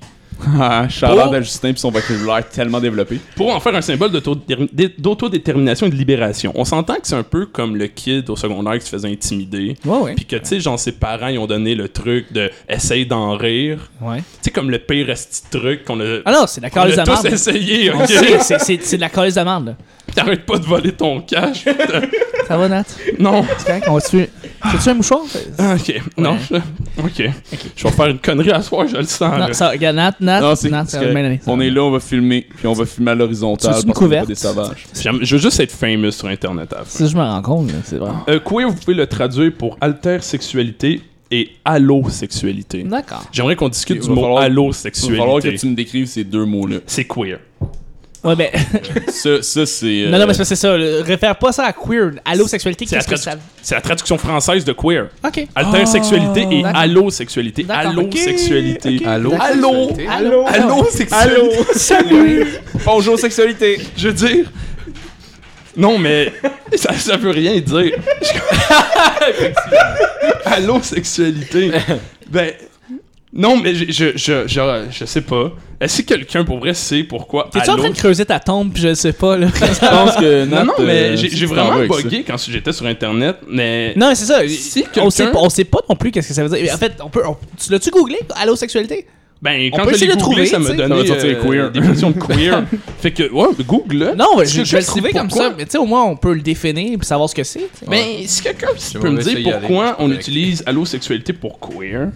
Ah, Charlotte
Oh.
à Justin pis son vocabulaire tellement développé.
pour en faire un symbole d'autodétermi- d'é- d'autodétermination et de libération. On s'entend que c'est un peu comme le kid au secondaire qui se faisait intimider.
Ouais, ouais.
Puis que, tu sais, genre, ses parents, ils ont donné le truc de essaye d'en rire.
Ouais.
Tu sais, comme le pire asti truc qu'on a.
Ah non, c'est de la
qu'on a
calice
tous
d'amande.
essayé,
On
ok?
sait, <laughs> c'est- C'est c'est de la calice d'amande, là.
<laughs> T'arrêtes pas de voler ton cash.
Ça va, Nat?
non.
C'est correct? On va tuer. tu un mouchoir?
Ah, ok. Non, je... ok. Je vais faire une connerie à soir, je le sens.
Non,
là.
ça, regarde, Nat, Nat,
Non, c'est
Nat,
c'est
ça va
correct.
bien aller.
On est là, on va filmer, puis on va filmer à l'horizontale
Tu veux-tu
parce
une
qu'on est pas
couverte?
des sauvages.
J'aime- Je veux juste être famous sur Internet. à la fin.
Ça, je me rends compte, là. C'est vraiment.
Euh, queer, vous pouvez le traduire pour alter-sexualité et allosexualité.
D'accord.
J'aimerais qu'on discute
Il
du
va
mot
falloir- Il va falloir que
allosexualité.
tu me décrives ces deux mots-là.
C'est queer.
Ouais, mais.
Ça, ça c'est.
<laughs>
euh,
Non, non, mais c'est parce que c'est ça. le- Réfère pas ça à queer. Allosexualité,
C'est la,
qu'est-ce que ça.
tradu- c'est la traduction française de queer.
Ok.
Alter-sexualité et
d'accord.
allosexualité.
D'accord, ok,
Allosexualité.
Allô?
Allô? <laughs>
Allô?
Allosexualité.
Salut!
Bonjour, sexualité!
Je veux dire. Non, mais ça, ça veut rien <laughs> dire. Allô, sexualité. Ben. Non, mais je, je, je, je, je sais pas. Est-ce que quelqu'un pour vrai sait pourquoi
T'es-tu en
allô-
train de creuser ta tombe, puis je le sais pas,
<laughs>
là?
Je pense que. euh,
Non, non, euh, mais j'ai j'ai vraiment
bugué.
bugué quand j'étais sur Internet, mais.
non, mais c'est ça.
Si
on,
quelqu'un-
sait pas, on sait pas non plus qu'est-ce que ça veut dire. Mais En fait, on peut. on- tu l'as-tu googlé? Allosexualité?
Ben,
On
quand
peut
je
essayer
l'ai
de
googlé,
trouver,
ça
tu
m'a
sais.
donné
Ça va sortir
euh,
queer.
des positions de
<laughs>
queer. fait que, ouais, google-le.
Non, mais
Parce
je,
que
je vais le
sais
trouver comme
pourquoi.
ça. Mais tu sais, au moins, on peut le définir, puis savoir ce que c'est. tu sais.
Ben, si quelqu'un
Je
peut
vais
me dire
essayer
pourquoi
avec,
on
avec.
utilise allosexualité pour queer,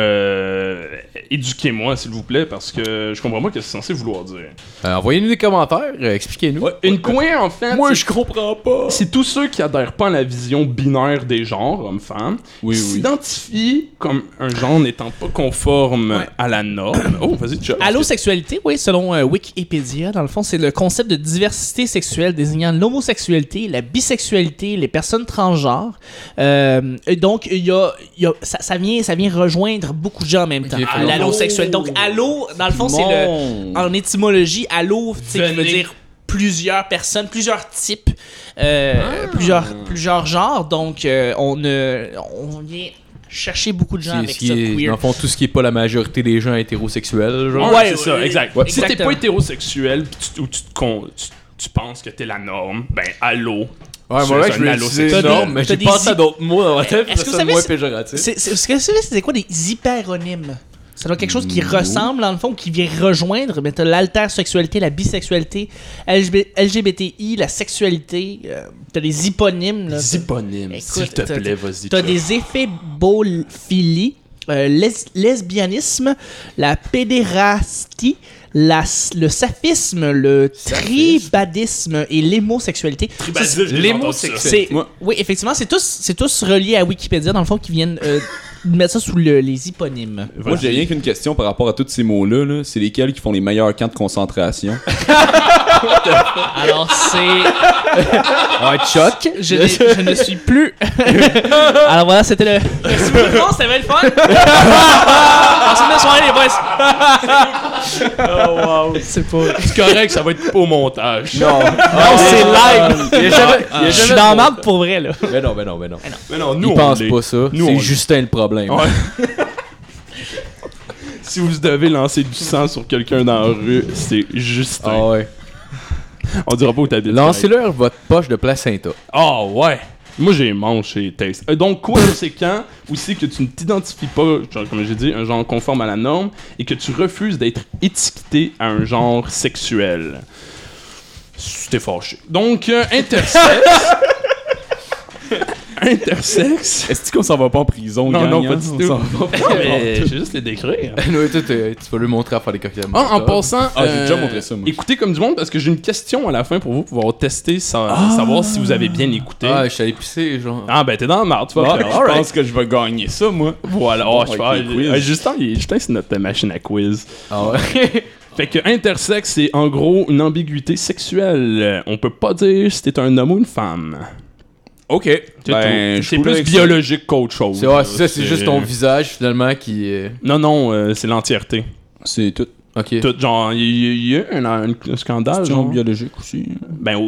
euh, éduquez-moi, s'il vous plaît, parce que je comprends pas ce que c'est censé vouloir dire.
Euh, Envoyez-nous des commentaires, euh, expliquez-nous.
Une queer, en fait, c'est-
comprends pas!
c'est tous ceux qui adhèrent pas à la vision binaire des genres, hommes-femmes,
Oui,
qui
oui.
s'identifient comme un genre n'étant pas conforme à la norme. Oh, vas-y, Chuck.
Allosexualité, oui, selon euh, Wikipédia, dans le fond, c'est le concept de diversité sexuelle désignant l'homosexualité, la bisexualité, les personnes transgenres. Euh, et donc, il y a, il y a- ça, ça vient, ça vient rejoindre beaucoup de gens en même temps.
fait
Ah,
long.
L'allosexuel. Donc, allo, dans le fond, c'est
Bon.
le. En étymologie, allo, tu sais, qui veut
Venez.
dire plusieurs personnes, plusieurs types, euh,
Ah.
plusieurs, plusieurs genres. Donc, euh, on, euh, on vient chercher beaucoup de gens
C'est
avec
ce
ça.
qui est-
queer.
euh, dans le fond, tout ce qui est pas la majorité des gens hétérosexuels, genre.
Ouais,
Ouais,
c'est
ouais,
ça,
ouais,
exact.
ouais.
Si t'es
Exactement.
pas hétérosexuel pis tu, ou tu, te con- tu, tu penses que t'es la norme, ben allô.
Ouais,
C'est
moi,
un
je me
allosexuel.
disais
T'as
non,
des-
mais
t'as
j'ai
des
pensé à
i-
d'autres mots dans ma tête,
Est-ce
parce que
que vous
c'est
savez
moins
si-
péjoratif.
C'est- c'est- Est-ce que vous savez c'était quoi des hyperonymes? Ça doit être quelque chose qui ressemble, dans le fond, qui vient rejoindre, mais t'as l'altersexualité, la bisexualité, LGB- LGBTI, la sexualité, euh, t'as des hyponymes. là.
Hyponyme,
Écoute,
s'il te
t'as-
plaît, vas-y.
T'as
Chuck.
des éphébophilies, euh, les- lesbianisme, la pédérastie, la s- le saphisme, le tribadisme et l'hémosexualité. Ça, c'est-
Tribadisme, j'ai
les
entendu
mots
Ben, ça.
sexuels.
c'est-
Moi-
oui, effectivement, c'est tous, c'est tous relié à Wikipédia, dans le fond, qui viennent euh, mettre ça sous le- les hyponymes.
Moi, j'ai rien qu'une question par rapport à tous ces mots-là. là. C'est lesquels qui font les meilleurs camps de concentration?
Alors, c'est.
Ouais, choc.
Je,
<laughs>
n'ai- je ne suis plus. <laughs> Alors voilà, c'était le. Merci beaucoup, tout le monde, c'était bien le <laughs> fun. Passez une bonne soirée, les boys. Oh, wow. C'est pas.
C'est correct, ça va être au <laughs> montage.
Non.
Non,
Ah,
c'est live.
Il y a jamais- il y a
Je suis
jamais
dans la
de
marde pour vrai, là.
Mais non, mais non, mais non.
Mais non, nous,
Ils
on
pensent
l'est.
pas ça.
Nous, on
C'est
l'est.
Justin le problème.
Ouais. Si vous devez lancer du sang sur quelqu'un dans la rue, c'est Justin.
Ah ouais.
On dira pas où
<laughs>
t'habites.
Lancez-leur votre poche de placenta.
Oh ouais. Moi, j'ai manche et taste. Euh, donc, quoi, c'est quand aussi que tu ne t'identifies pas, genre, comme j'ai dit, un genre conforme à la norme et que tu refuses d'être étiqueté à un genre sexuel. C'était fâché. Donc, euh, <laughs> intersexe. intersexe.
<laughs> Est-ce qu'on s'en va pas en prison,
Non,
gang,
non,
hein?
pas du
On
tout.
s'en va
<laughs>
pas.
Mais je vais juste les décrire.
Anyway, toi, t'es- euh, tu vas lui montrer à faire des cocktails.
Ah, en
Molotov.
passant,
Ah, j'ai
euh,
déjà montré ça, moi.
écoutez comme du monde parce que j'ai une question à la fin pour vous pour pouvoir tester, sa- savoir si vous avez bien écouté.
Ah, je suis allé pisser, genre.
Ah ben t'es dans la marde, tu
Fuck,
vois.
je pense que je vais gagner ça, moi.
Voilà, oh, je
Avec
parle-
les quiz.
euh, Justin, il- Justin, c'est notre euh, machine à quiz.
Ah ouais.
Fait que intersexe, c'est en gros une ambiguïté sexuelle. Euh, On peut pas dire si t'es un homme ou une femme.
Ok.
C'est tout.
Ben, je
C'est
suis cool
plus
avec ça.
biologique qu'autre chose.
C'est ouais, c'est ça, c'est juste ton visage finalement qui. euh,
Non, non, euh, c'est l'entièreté.
C'est tout.
Ok.
Tout, genre, il y, il y a eu un, un- un scandale. genre.
biologique aussi. hein.
Ben oui,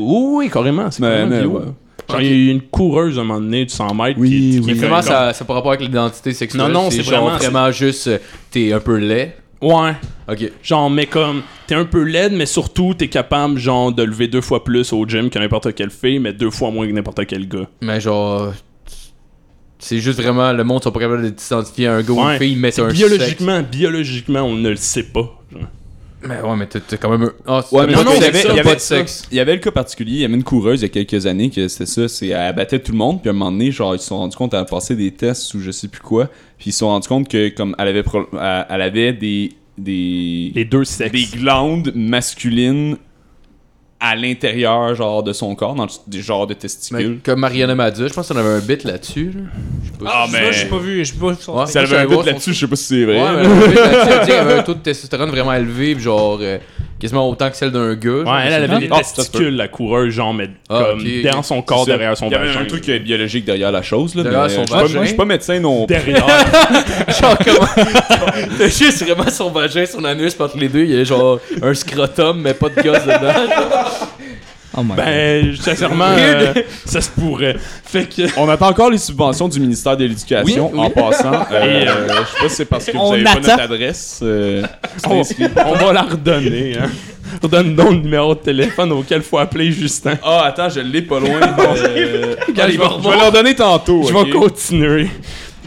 oui, carrément. C'est
Mais-
carrément
Ben, mais
bio.
ouais.
Genre, il y a eu une coureuse à un moment donné de 100 mètres
Oui,
qui, qui
oui.
est
Mais
comme-
Vraiment, ça, ça par rapport avec l'identité sexuelle.
Non, non, c'est
genre
vraiment-
vraiment juste. euh, T'es un peu laid.
Ouais.
Ok.
Genre, mais comme, t'es un peu laide, mais surtout, t'es capable, genre, de lever deux fois plus au gym que n'importe quelle fille, mais deux fois moins que n'importe quel gars.
Mais genre. C'est juste vraiment. Le monde sont pas capables de t'identifier à un gars ou
Ouais.
une fille, mais c'est un
biologiquement, biologiquement, on ne le sait pas. genre.
sexe. Mais ouais, mais t'as t'as quand même. un- Ah,
Ouais, mais
Non, non,
il y
c'est
avait,
ça,
il y
pas
avait
de sexe.
Il y avait le cas particulier, il y avait une coureuse il y a quelques années que c'était ça, c'est elle battait tout le monde, puis à un moment donné, genre ils se sont rendus compte elle a passé des tests ou je sais plus quoi, puis ils se sont rendus compte que comme elle avait pro- elle elle avait des des
Les deux sexes.
des glandes masculines à l'intérieur genre de son corps dans le des genres de
Mais
testicules.
comme Mariana Madza, je pense qu'on avait un bit là-dessus. Là.
Ah
Ça, j'ai pas vu. J'ai pas vu son-
Ouais.
ça avait un
je
doute
vois
là-dessus, je sais pas si c'est
Ouais,
vrai.
mais elle avait- elle avait un taux de testostérone vraiment élevé, puis genre euh, quasiment autant que celle d'un gars. genre,
Ouais, elle, elle
c'est-
avait des
Ah, ça se
testicules, la coureuse, genre, mais
Ah,
comme
ok.
dans son corps,
C'est ça.
derrière son
il y avait
vagin.
un truc euh, biologique derrière la chose là,
Derrière
mais,
son
euh, je suis pas-
vagin.
je suis pas médecin non plus.
Derrière.
Genre, comme- <laughs> T'as juste vraiment son vagin, son anus, puis entre les deux, il y a genre un scrotum, mais pas de gosse dedans.
Oh my god.
ben, sincèrement, euh, ça se pourrait. Fait que.
On attend encore les subventions du ministère de l'Éducation
Oui,
en
oui.
passant. <laughs> Euh,
Et, euh,
je sais pas si c'est parce que
on
vous avez pas
attend.
notre adresse. euh, c'est
On,
inscrit.
on va la redonner. Hein. Redonne donc le numéro de téléphone auquel faut appeler Justin.
<laughs> Ah, attends, je l'ai pas <laughs> loin. Euh,
Regarde, il va
je vais leur donner tantôt.
Je
ok?
vais continuer.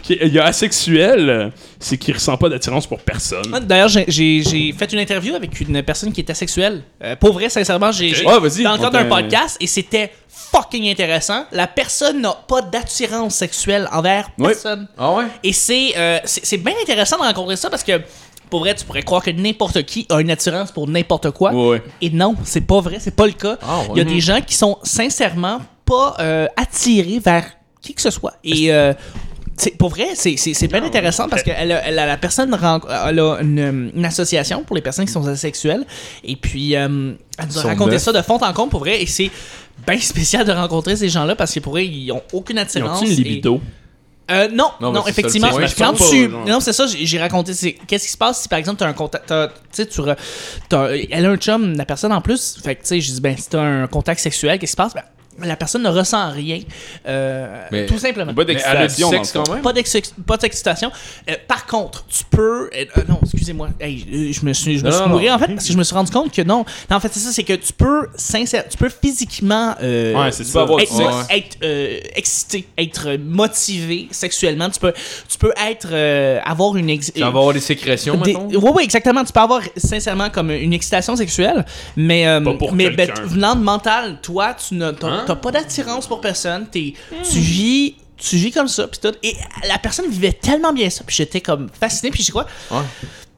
Ok, Il y a asexuel, euh, c'est qu'il ressent pas d'attirance pour personne.
Moi, Ah, D'ailleurs, j'ai- j'ai j'ai fait une interview avec une personne qui est asexuelle. Euh, pour vrai, sincèrement, j'ai. j'ai-
Ouais, Ah, vas-y.
Dans le cadre d'un
On t'a-
podcast, et c'était fucking intéressant. La personne n'a pas d'attirance sexuelle envers
Ouais.
personne.
Ah ouais?
Et c'est euh, c'est c'est bien intéressant de rencontrer ça parce que pour vrai, tu pourrais croire que n'importe qui a une attirance pour n'importe quoi.
Ouais, ouais.
Et non, c'est pas vrai, c'est pas le cas.
Ah ouais.
Il y a des gens qui sont sincèrement pas euh, attirés vers qui que ce soit. Et euh, c'est- pour vrai, c'est- c'est c'est bien intéressant parce que elle a- elle a- la personne ren- elle a une, une association pour les personnes qui sont asexuelles. Et puis, euh, elle nous a
sont
raconté
neufs.
ça de fond en comble pour vrai. Et c'est bien spécial de rencontrer ces gens-là parce que pour vrai, ils ont aucune
Ils
attirance.
ont-ils une
et-
libido?
euh, non,
Non,
non,
mais c'est
effectivement.
ça le petit-
quand
ouais, je
tu.
comprends pas, genre.
non, c'est ça, j'ai j'ai raconté. c'est- Qu'est-ce qui se passe si, par exemple, t'as un contact. t'as- Tu sais, tu. re- t'as- Elle a un chum, la personne en plus. Fait que, tu sais, je dis, ben, si t'as un contact sexuel, qu'est-ce qui se passe? Ben, la personne ne ressent rien. euh,
Mais- ben,
tout simplement.
Pas
Mais elle a du
d'excitation.
sexe
dans le
quand même?
Pas d'ex- pas d'excitation. Euh, par contre, tu peux. euh, euh, non, excusez-moi. Hey, euh, je me suis, je me
Non,
suis
non,
bourré,
non.
en fait, parce que je me suis rendu compte que non. Non, en fait, c'est ça, c'est que tu peux, sincère, tu peux physiquement. euh,
Ouais, c'est
Tu
ça.
peux avoir du
être,
sexe.
mo- être, euh, excité, être motivé sexuellement, tu peux, tu peux être euh, avoir une ex-
Tu vas avoir des sécrétions,
des-
mettons?
oui, oui, exactement. Tu peux avoir sincèrement comme une excitation sexuelle, mais, euh,
Pas pour
mais ben,
quelqu'un.
venant de mental, toi, tu n'as t'as-
Hein?
t'as pas d'attirance pour personne. t'es- Tu vis. Tu vis comme ça, puis tout. Et la personne vivait tellement bien ça, puis j'étais comme fasciné, puis je crois.
Ouais.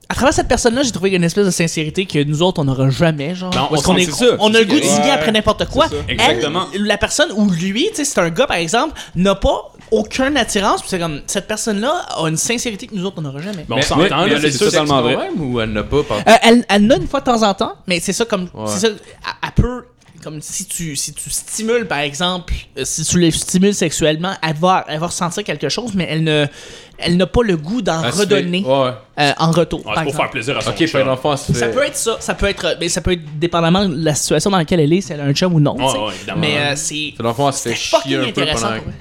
À travers cette personne-là, j'ai trouvé une espèce de sincérité que nous autres, on n'aura jamais, genre.
Non,
Parce
Ben, on
qu'on
sent-
est-
c'est ça.
on a le goût de
Ouais.
signer après n'importe quoi.
ça.
Elle,
Exactement.
la personne ou lui, tu sais, c'est un gars par exemple, n'a pas aucune attirance, puis c'est comme cette personne-là a une sincérité que nous autres on n'aura jamais.
Mais on s'entend,
mais
là,
elle a
c'est
dit
ça.
totalement
quand
vrai.
même, ou elle n'a pas? par-
Euh, elle, elle en a une fois de temps en temps, mais c'est ça comme
Ouais.
c'est ça, elle- elle peut comme si tu si tu stimules par exemple, euh, si tu les stimules sexuellement, elle va elle va ressentir quelque chose, mais elle ne elle n'a pas le goût d'en
Elle se
redonner
fait- Ouais.
euh, en retour.
Ouais,
par
Ah, c'est pour
exemple.
faire plaisir à son
Ok,
chum.
faire l'enfant, se fait...
Ça peut être ça, ça peut être, mais ça peut être dépendamment de la situation dans laquelle elle est, si elle a un chum ou non. tu sais.
Ouais, ouais, évidemment.
mais euh, c'est
L'enfant, elle se fait
C'était fucking
chier un peu
intéressant.
pendant...
pour vrai.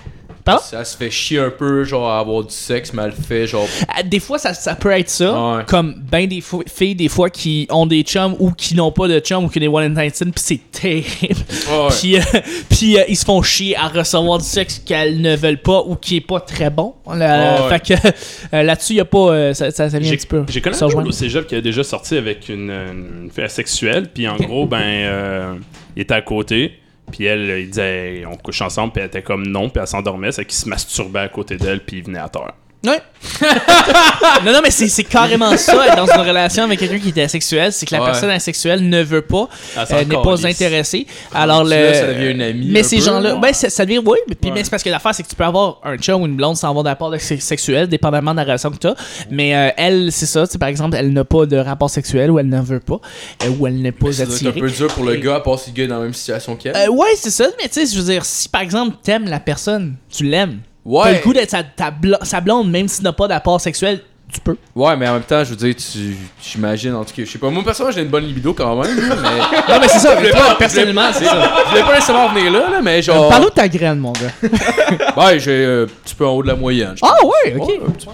Pardon?
Ça se fait chier un peu, genre, à avoir du sexe mal fait, genre.
Euh, Des fois, ça, ça peut être ça.
Ouais.
Comme ben des fo- filles, des fois, qui ont des chums ou qui n'ont pas de chums ou qui ont des one and night stands, pis c'est terrible.
Ouais, ouais.
Puis, euh, <laughs> puis, euh, ils se font chier à recevoir du sexe qu'elles ne veulent pas ou qui est pas très bon. Là,
Ouais, ouais.
Fait que euh, là-dessus, y a pas. euh, ça, ça, ça vient un
J'ai
petit peu.
j'ai connu
ça
un
rejoint.
gars au cégep qui a déjà sorti avec une, une fille asexuelle, puis en gros, ben, euh, il était à côté, puis elle, il disait, Hey, on couche ensemble, puis elle était comme non, puis elle s'endormait, c'est qu'il se masturbait à côté d'elle, puis il venait à terre.
Ouais. <laughs> non, non, mais c'est c'est carrément ça, être dans une relation avec quelqu'un qui est asexuel, c'est que la
Ouais.
personne asexuelle ne veut pas,
Ah, c'est
elle n'est
encore
pas
lisse.
intéressée. Alors, le...
Là, ça devient une amie.
Mais
un
ces
peu.
gens-là, ben, ça, ça devient, oui, mais, puis,
Ouais.
mais c'est parce que l'affaire, c'est que tu peux avoir un chum ou une blonde sans avoir de rapport de se- sexuel, dépendamment de la relation que tu as. Mais euh, elle, c'est ça, tu sais, par exemple, elle n'a pas de rapport sexuel ou elle n'en veut pas, euh, ou elle n'est pas
Ça doit être un
attirée.
peu dur pour le gars, à part si le gars est dans la même situation qu'elle.
Euh, ouais, c'est ça, mais tu sais, je veux dire, si par exemple, t'aimes la personne, tu l'aimes, t'as
ouais.
le goût d'être sa, ta blo- sa blonde, même si tu n'as pas d'apport sexuel, tu peux.
ouais, mais en même temps, je veux dire, tu. J'imagine, en tout cas, je sais pas. Moi, personnellement, j'ai une bonne libido quand même, là, mais.
<laughs> Non, mais c'est ça,
voulais
toi,
pas-
personnellement, c'est ça.
Je voulais pas nécessairement venir là, là, mais genre.
Parle-nous de ta graine, mon gars.
Ouais, j'ai euh, un petit peu en haut de la moyenne. je
Ah ouais, ok.
Ouais, un petit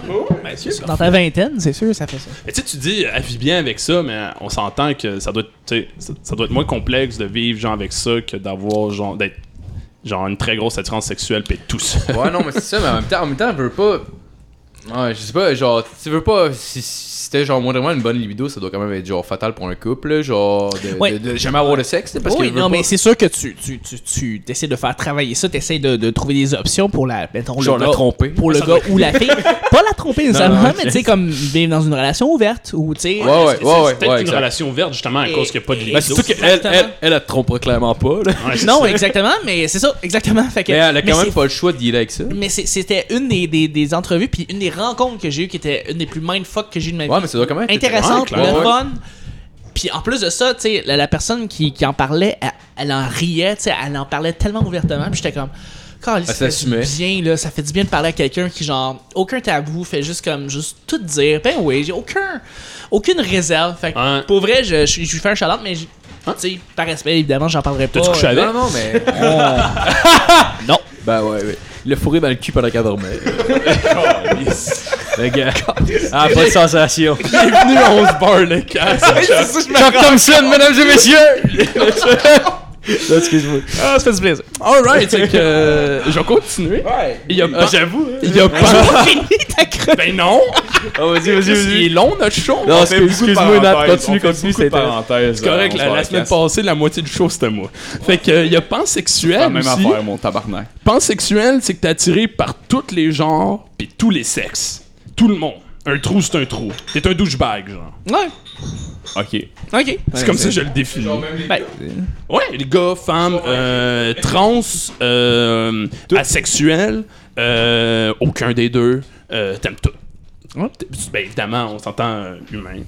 Ben, c'est ça.
Dans ta vingtaine, c'est sûr, ça fait ça.
Mais tu sais, tu dis, elle vit bien avec ça, mais on s'entend que ça doit, être, tu sais, ça, ça doit être moins complexe de vivre genre avec ça que d'avoir genre d'être genre une très grosse attirance sexuelle pis être tout ça.
peu. Ouais, non, mais c'est ça, mais en même temps, en même temps, elle veut pas. Ouais, je sais pas, genre, tu veux pas. Si, si c'était genre moi vraiment une bonne libido, ça doit quand même être genre fatal pour un couple, là, genre. De,
Ouais.
de- de jamais avoir de sexe, là, parce
oui,
que. veut
non,
pas-
mais c'est sûr que tu, tu, tu, tu essaies de faire travailler ça, tu essaies de, de trouver des options pour la, mettons, le
Genre
gars,
la tromper.
Pour le
Ça
gars ou
<laughs>
la fille. Pas la tromper nécessairement, mais tu sais, comme vivre dans une relation ouverte ou tu
Ouais,
sais.
ouais, ouais,
<laughs> C'est-
ouais.
c'est peut-être
ouais,
une
exact.
relation ouverte justement à
Et-
cause qu'il n'y a pas de
et-
libido.
Ben, surtout qu'elle, elle, elle, elle, elle te trompera clairement pas, là.
Ouais, c'est
Non,
ça.
exactement, mais c'est ça, exactement. Fait que,
Mais elle a
mais
quand
c'est
même pas le choix de dealer avec ça.
Mais c'est- c'était une des, des, des entrevues, puis une des rencontres que j'ai eues qui était une des plus mindfuck que j'ai eu de ma vie.
Ouais, mais ça doit quand même être
Intéressante,
Ouais,
le
ouais.
fun. Puis en plus de ça, tu sais, la, la personne qui, qui en parlait, elle, elle en riait, tu sais, elle en parlait tellement ouvertement, puis j'étais comme. Caliste,
Elle
ça fait du
s'assumait.
bien, là, ça fait du bien de parler à quelqu'un qui, genre, aucun tabou, fait juste comme, juste tout dire. Ben oui, j'ai aucun, aucune réserve. Fait que,
Ouais. Hein?
pour vrai, je, je, je lui fais un shout mais, je- tu sais, par respect, évidemment, j'en parlerai pas. euh,
T'as-tu couché
<laughs>
avec?
Ah Non, non, <laughs> mais.
Non.
Ben ouais, ouais. Le fourré dans le cul pendant qu'elle dormait.
Le gars. Ah, pas de sensation.
Bienvenue à 11 bar, le casse.
Chuck Thompson, mesdames et messieurs!
Ah, ça fait du plaisir.
Alright, c'est que. euh, Je vais continuer. Ouais. Il y a pas.
J'avoue. hein.
Il y a pas.
Ben non!
Ah,
Oh, vas-y, vas-y,
Il est long notre show.
Non,
fait beaucoup de
excuse-moi, Nat,
parenthèses,
continue,
on fait
continue,
beaucoup de
c'était.
parenthèses,
C'est correct,
euh, on
la,
se
la
la
semaine
casse.
passée, la moitié du show c'était moi. Fait que euh, il y a
C'est la
pansexuel
même
aussi.
affaire, mon tabarnak.
Pansexuel, c'est que t'es attiré par tous les genres puis tous les sexes. Tout le monde. Un trou, c'est un trou. T'es un douchebag, genre.
Ouais,
Ok.
ok.
C'est comme ça que je le définis.
Ben,
Ouais, les gars, femmes, euh, trans, euh, asexuels, euh, aucun des deux, euh, t'aimes tout. T'es- Ben évidemment, on s'entend euh, humain.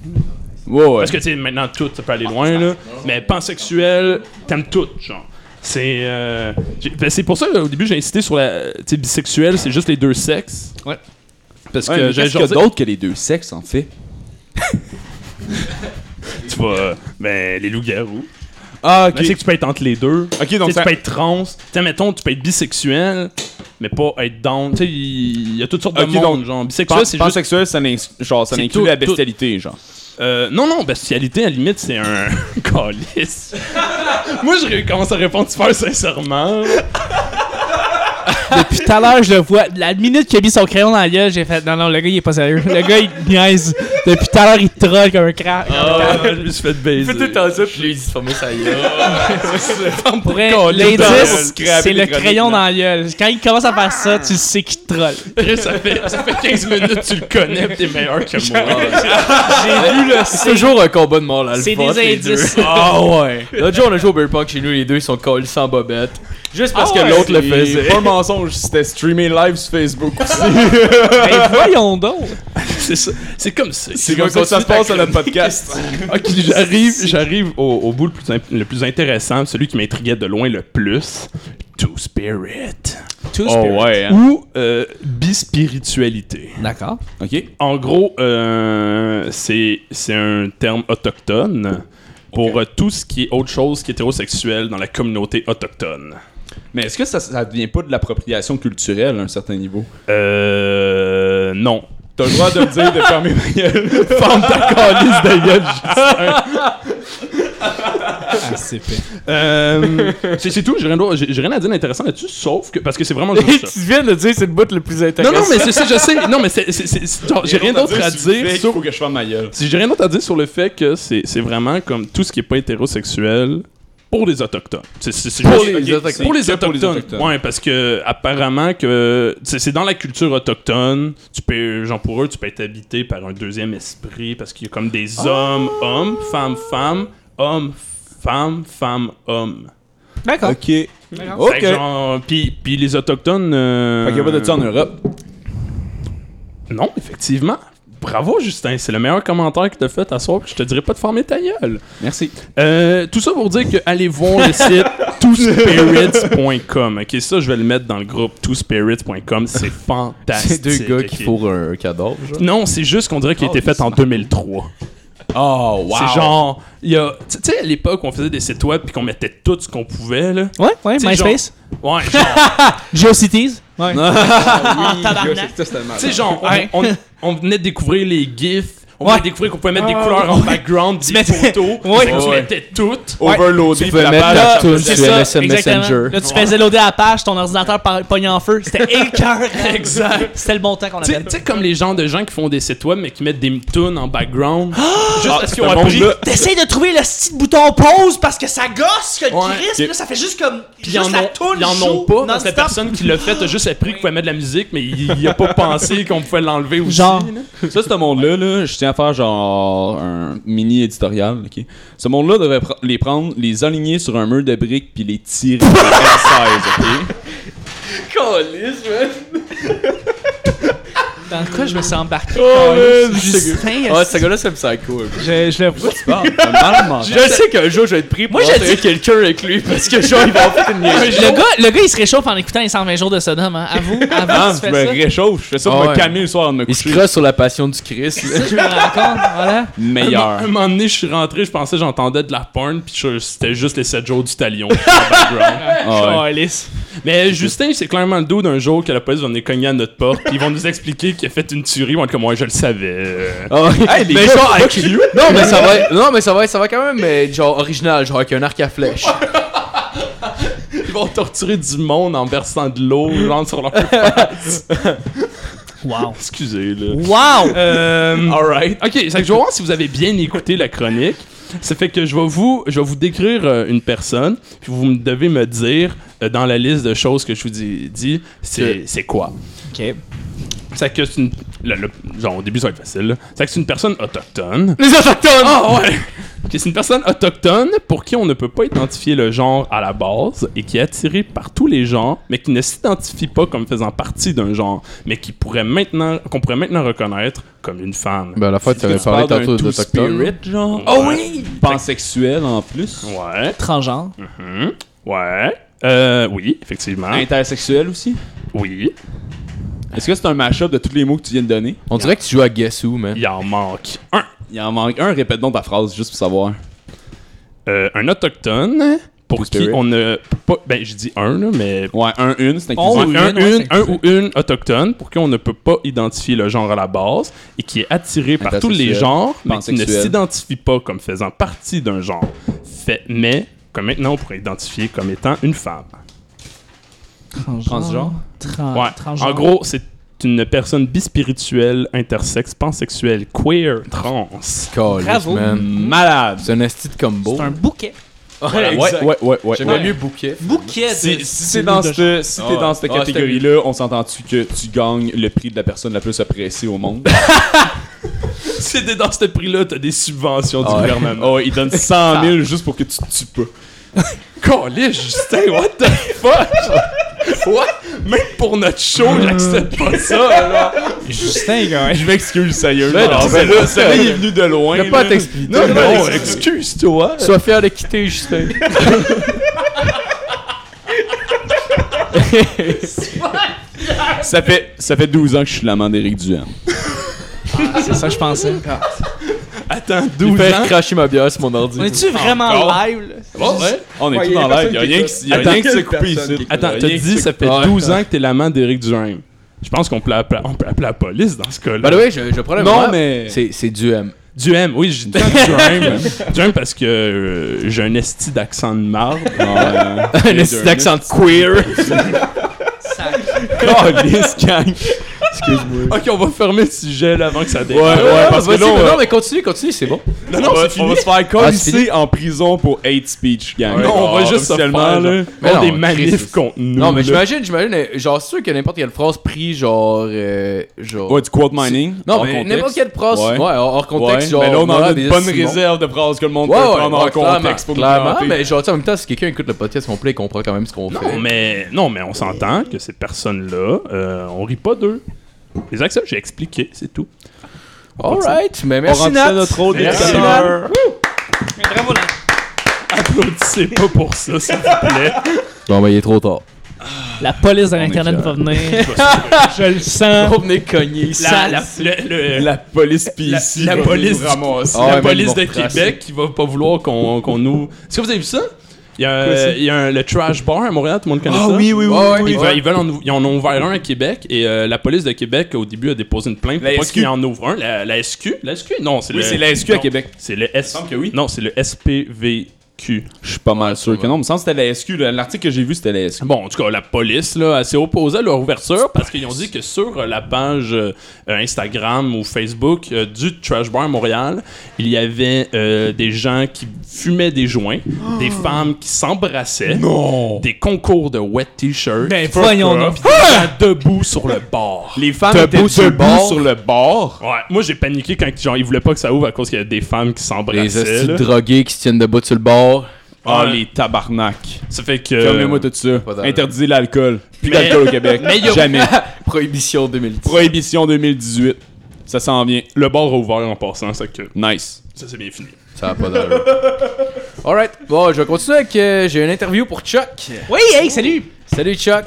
Ouais, ouais.
Parce que tu sais, maintenant tout, ça peut aller loin, là. Mais pansexuel, t'aimes tout, genre. C'est euh, j'ai- ben, c'est pour ça au début j'ai insisté sur la tu sais bisexuel c'est juste les deux sexes
Ouais.
parce
Ouais,
que
mais
j'ai
qu'est-ce qu'il y a d'autre que les deux sexes, en fait?
tu vois euh, ben les loups-garous
Ah, ok.
Tu sais que tu peux être entre les deux.
Ok,
Tu
donc
sais,
ça...
tu peux être trans. Tu sais, mettons, tu peux être bisexuel, mais pas être down. Tu sais, il y a toutes sortes
Ok,
de monde.
donc,
genre,
Pan-
bisexuel, c'est juste.
Pansexuel, ça n'ins- genre, ça
C'est
inclut
tout-
la
tout.
bestialité, genre.
Euh, non, non, bestialité, à la limite, c'est un. <laughs> calice. Moi, je ré- commence à répondre super sincèrement.
Depuis tout à l'heure, je le vois. La minute qu'il a mis son crayon dans la gueule, j'ai fait non, non, le gars, il est pas sérieux. Le gars, il niaise. Depuis tout à l'heure, il troll comme un crack.
Ah, je me suis fait baiser.
ça, puis lui, il dit de fermer sa gueule.
Pour vrai,
Colin,
l'indice,
t'as-
c'est le crayon dans la gueule. Quand il commence à faire ça, tu sais qu'il troll.
Chris, ça fait, ça fait 15 minutes, tu le connais, pis t'es meilleur que
Ah,
moi.
C'est toujours un combat de mort, là.
C'est des indices.
Ah ouais. L'autre jour, on a joué au Beer Punk chez nous, les deux, ils sont collés sans bobette. Juste
Ah
parce que l'autre le faisait.
Ah C'est pas un mensonge, c'était streamé live sur Facebook.
Ben voyons donc.
c'est ça. C'est comme ça.
C'est comme ça que ça se passe à notre
<laughs>
<laughs>
podcast.
Ok, j'arrive, j'arrive au, au bout le plus, imp- le plus intéressant, celui qui m'intriguait de loin le plus. Two Spirit.
Oh ouais, hein.
Ou euh, bispiritualité.
D'accord.
Ok.
En gros, euh, c'est c'est un terme autochtone pour euh, tout ce qui est autre chose qu'hétérosexuel dans la communauté autochtone.
Mais est-ce que ça, ça vient pas de l'appropriation culturelle à un certain niveau?
Euh. <laughs> Non.
T'as le droit de me dire de fermer ma gueule.
Ferme ta calice de gueule,
Ah, c'est fait.
Euh, c'est c'est tout, j'ai rien, d'autre- j'ai- j'ai rien à dire d'intéressant là-dessus, sauf que. Parce que
<laughs>
c'est vraiment
tu
juste ça.
viens de dire c'est le bout le plus
Non,
intéressant.
non, mais c'est ça, je sais. Non, mais c'est. c'est- c'est- c'est- genre, J'ai rien d'autre à dire.
Il
sauf-
faut que je ferme ma gueule.
Si j'ai rien d'autre à dire sur le fait que c'est c'est vraiment comme tout ce qui est pas hétérosexuel pour les autochtones. C'est- c'est- c'est
Pour
juste-
les
ok,
Autochtones.
c'est pour les
que pour les
autochtones.
Autochtones.
Ouais, parce que apparemment que c'est c'est dans la culture autochtone, tu peux genre pour eux, tu peux être habité par un deuxième esprit parce qu'il y a comme des
Ah!
hommes, hommes, femmes, femmes, hommes, femmes, femmes, hommes.
D'accord.
Ok.
Fait que genre, Puis puis les autochtones euh,
Fait qu'il y a pas de ça en Europe.
Non, effectivement. Bravo, Justin. C'est le meilleur commentaire que t'as fait à soir. puis Je te dirais pas de former ta gueule.
Merci.
Euh, tout ça pour dire que allez voir le
<laughs>
site twospirits.com. Ok, ça, je vais le mettre dans le groupe
<laughs>
twospirits.com. C'est fantastique.
C'est deux gars qui
Ah, ok.
fourrent un cadavre, genre.
Non, c'est juste qu'on dirait qu'il a été fait en 2003.
Oh, wow.
C'est genre, il y a, tu tu sais, à l'époque, on faisait des sites web puis qu'on mettait tout ce qu'on pouvait là.
Ouais, ouais,
C'est
MySpace.
Ouais, genre,
GeoCities. Ouais.
Ah,
Gars,
tabarnak.
c'est- ça, c'était mal.
tu sais, genre, on-
Ouais.
on, on venait de découvrir les gifs. On
Ouais.
venait de découvrir qu'on pouvait mettre
Ah.
des couleurs en background, des
mettais-
photos.
<laughs> Ouais.
Fait que Tu
Ouais.
mettais toutes.
Overloadé.
Tu
puis
pouvais
la
mettre
balle,
la
elle
toune
C'est
s'appelait-
sur
ça,
MSN
exactement.
Messenger.
Là, tu faisais loader à la page, ton ordinateur par- pognait en feu. C'était écœurant. exact. C'était le bon temps qu'on
Tu sais-
avait.
tu sais, comme les gens de gens qui font des sites web mais qui mettent des tunes en
Ah!
background. juste parce qu'ils ont
Ah, ce
appris.
monde-là.
T'essayes de trouver le petit bouton pause parce que ça gosse que le
Ouais.
Christ, puis là, ça fait juste comme.
Puis ils
juste
en
la
ont,
toune
ils en
joue
ont pas parce que la
non-stop.
personne qui l'a fait a juste appris qu'il pouvait mettre de la musique, mais il, il a pas <laughs> pensé qu'on pouvait l'enlever aussi.
Genre.
là.
Ça, ce monde-là, là, je tiens à faire genre un mini éditorial. ok? Ce monde-là devrait pr- les prendre, les aligner sur un mur de briques puis les tirer. sur un M16, ok?
Dans quoi je me suis embarqué?
Oh,
euh,
Ah, ce gars-là, c'est le psycho. un peu.
Je, je le vois.
Je sais qu'un jour, je vais être pris pour
Moi, je
enterrer quelqu'un avec lui parce que genre, il va en faire une niaiserie.
Le gars, le gars, il se réchauffe en écoutant les 120 jours de Sodome. Hein.
<laughs>
Avoue, avoue,
Ah,
tu
je
fais
me
ça.
réchauffe, je fais ça
Ah
pour
ouais.
me calmer le soir avant de me
Il se
coucher.
crosse sur la passion du Christ. là.
Ça, je me rends compte. Voilà.
Meilleur.
Un moment donné, je suis rentré, je pensais j'entendais de la porn, puis je- c'était juste les 7 jours du talion. <laughs> sur le background.
Ah ouais.
mais Justin, c'est clairement le dos d'un jour que la police va venir cogner à notre porte, puis ils vont nous expliquer qu'il a fait une tuerie, ils vont être comme, ouais, je le savais.
Ah ouais. mais
gars,
genre, avec- non, mais ça va, être- non, mais ça va, être- ça va quand même être genre original, genre avec un arc à flèche.
Ils vont torturer du monde en versant de l'eau, genre sur leur
Wow.
Excusez, là.
Wow.
Euh, Alright. Ok, c'est que je vais voir si vous avez bien écouté la chronique. Ça fait que je vais vous, je vais vous décrire euh, une personne, puis vous me- devez me dire euh, dans la liste de choses que je vous dis, dis, c'est c'est quoi.
Ok.
C'est que c'est une. le- le- genre, au début, ça va être facile. là. C'est que c'est une personne autochtone.
Les autochtones!
Ah ouais! Ok, c'est une personne autochtone pour qui on ne peut pas identifier le genre à la base et qui est attirée par tous les genres, mais qui ne s'identifie pas comme faisant partie d'un genre, mais qui pourrait maintenant, qu'on pourrait maintenant reconnaître comme une femme.
Ben, la fois, tu avais
Tu parles
parlé
d'un
tantôt
two
d'autochtones.
spirit, genre.
Oh oui.
Pansexuel en plus.
Ouais.
Transgenre.
Mhm. Ouais. Euh, oui, effectivement.
Hein?
Intersexuel aussi.
Oui.
Est-ce que c'est un mashup de tous les mots que tu viens de donner
On dirait que tu joues à Guess Who, man.
Il en manque un.
Il en manque un, répète donc ta phrase juste pour savoir.
Euh, un autochtone pour qui
Spirit.
on ne peut pas. Ben, je dis un, là, mais
Ouais, un, une, c'est inclusif.
Oh,
Ouais,
ou
un,
une, ouais,
une-
c'est
un ou une autochtone pour qui on ne peut pas identifier le genre à la base et qui est attiré par tous les
Intersexuel,
genres, mais qui ne
pansexuel.
s'identifie pas comme faisant partie d'un genre. Fait, mais que maintenant on pourrait identifier comme étant une femme.
Transgenre.
Tran-
Ouais.
Ah, transgenre.
En gros, c'est une personne bispirituelle, intersexe, pansexuelle, queer, trans.
Caliste,
Bravo.
man.
Malade.
Mm. C'est un esti de combo.
C'est un bouquet.
Ouais,
Ouais, ouais, ouais, ouais.
J'aimerais mieux bouquet.
Bouquet. de-
Si, si c'est dans cette, si t'es
Ah ouais.
dans cette
Ah,
<laughs>
c'était
catégorie-là, on s'entend-tu que tu gagnes le prix de la personne la plus oppressée au monde?
C'est des- dans ce prix-là, t'as des subventions du
Ah ouais.
gouvernement. <laughs>
oh, il donne 100 000 juste pour que tu te tues pas. <laughs>
Caliste, Justin, what the fuck? What? Même pour notre show, j'accepte pas ça, là.
Justin, gars.
Je m'excuse, sérieux.
Ben
Non,
non,
c'est-
ben non,
celui-là, il est venu de loin.
Fais pas
là.
t'expliquer.
Non, non,
Non,
excuse-
excuse-toi.
Sois fier de quitter, Justin.
ça, fait, ça fait 12 ans que je suis l'amant d'Éric Duhem.
C'est ça que je pensais.
<laughs> Attends,
Il
12
fait
ans.
cracher ma bière sur mon ordi. Oh,
On est-tu vraiment
Encore.
live? là?
Bon, ouais.
On est
Ouais,
tout
y a
dans l'air.
personne
Il y a
qui
rien
écoute.
qui y a
Attends,
rien qui s'est
quelle
coupé
personne qui
ici.
écoute?
Attends,
Il y a
t'as
rien qui
dit
s'est-
ça fait
Ouais.
12 ans que t'es l'amant d'Éric Duhaime. Je pense qu'on peut appeler, on peut appeler la police dans ce cas-là.
By the way, j'ai j'ai un problème.
Non,
grave.
mais-
C'est c'est du M.
Duhaime, oui, <laughs> j'ai dit Duhaime. Duhaime parce que euh, j'ai un esti d'accent de marde. euh,
Un esti d'accent queer.
Calisse, gang. Excuse-moi. Ok, on va fermer le sujet là, avant que ça dérape.
Ouais, ouais, parce que
Vas-y,
là, on
mais
va-
non, mais continue, continue, Ah c'est bon.
Non, non,
on va-
c'est
on
fini.
va se faire
Ah, c'est fini.
colisser en prison pour hate speech, gang.
Non, on va
Ah,
juste se faire
officiellement, là.
là,
Mais
on
non,
des
Chris,
manifs
c'est-
contre nous.
Non, mais
là.
j'imagine, j'imagine, euh, genre, c'est sûr que n'importe quelle phrase pris, genre. euh, genre...
Ouais, du quote mining.
non,
hors
mais
contexte.
n'importe quelle phrase.
Ouais.
Ouais, hors hors
Ouais,
contexte, genre.
mais là, on en
moral,
a
des
une bonne
estimons.
réserve de phrases que le monde
Ouais,
peut
ouais,
prendre
ouais,
en
clairement,
contexte pour nous
clairement,
planter.
mais genre, tu sais, en même temps, si quelqu'un écoute le podcast complet, il comprend quand même ce qu'on fait.
Non, mais, non, mais on s'entend que ces personnes-là, euh, on rit pas d'eux. Les accepte, j'ai expliqué, c'est tout.
Alright, mais
On
merci,
rentre
Nat.
ça notre rôle
Merci,
d'éducateur.
Bravo, Nat.
Applaudissez pas pour ça, s'il vous plaît.
Bon, ben, il est trop tard.
La police de
Oh
l'internet va venir. Je le sens.
Hein?
On venir cogner ici.
La, la, le- le-
La police pis
la-
ici.
la
va
police,
nous ramasser.
Ah ouais,
la
mais
police
ils vont
de
retracer.
Québec qui va pas vouloir qu'on qu'on nous. Est-ce que vous avez vu ça? Il y a, euh, il y a un- le Trash Bar à Montréal, tout le monde connaît ça.
Ah oui,
Ils, veulent- ils veulent en, ouv- ils en ont ouvert un à Québec et euh, la police de Québec au début a déposé une plainte pour
La
pas
SQ.
qu'ils en ouvrent un. La, la SQ La SQ Non, c'est
Oui,
le.
c'est la SQ à
non,
Québec.
C'est le S.
semble que oui.
Non, c'est le SPVQ.
Je suis pas mal sûr que non. Il me semble que c'était la SQ. là. L'article que j'ai vu, c'était la SQ.
Bon, en tout cas, la police là, elle s'est opposée à leur ouverture parce qu'ils ont dit que sur euh, la page euh, euh, Instagram ou Facebook euh, du Trash Bar Montréal, il y avait euh, des gens qui fumaient des joints, des femmes qui s'embrassaient, des concours de wet t-shirts, Ah!
Ben,
fuck
voyons
off,
donc.
puis des gens debout sur le bar.
Les femmes
Debout
étaient debout
sur le
sur,
Ah, bord.
le bord.
Ouais, moi j'ai paniqué quand genre, ils voulaient pas que ça ouvre à cause qu'il y a des femmes qui
Les
s'embrassaient.
hosties
là.
drogués qui se tiennent debout sur le bord.
Ah,
Ouais.
les tabarnak.
Ça fait que. euh,
Fermez-moi tout ça.
Euh, pas d'argent.
Interdisez l'alcool. Plus d'alcool
<laughs>
au Québec. Jamais.
Prohibition 2010.
Prohibition 2018. Ça s'en vient.
Le bar a ouvert en passant, ça que.
Nice.
Ça c'est bien fini.
Ça a pas <laughs> d'allure. Alright, bon, je vais continuer avec. euh, J'ai une interview pour Chuck.
<laughs> Oui, hey, salut.
Salut Chuck.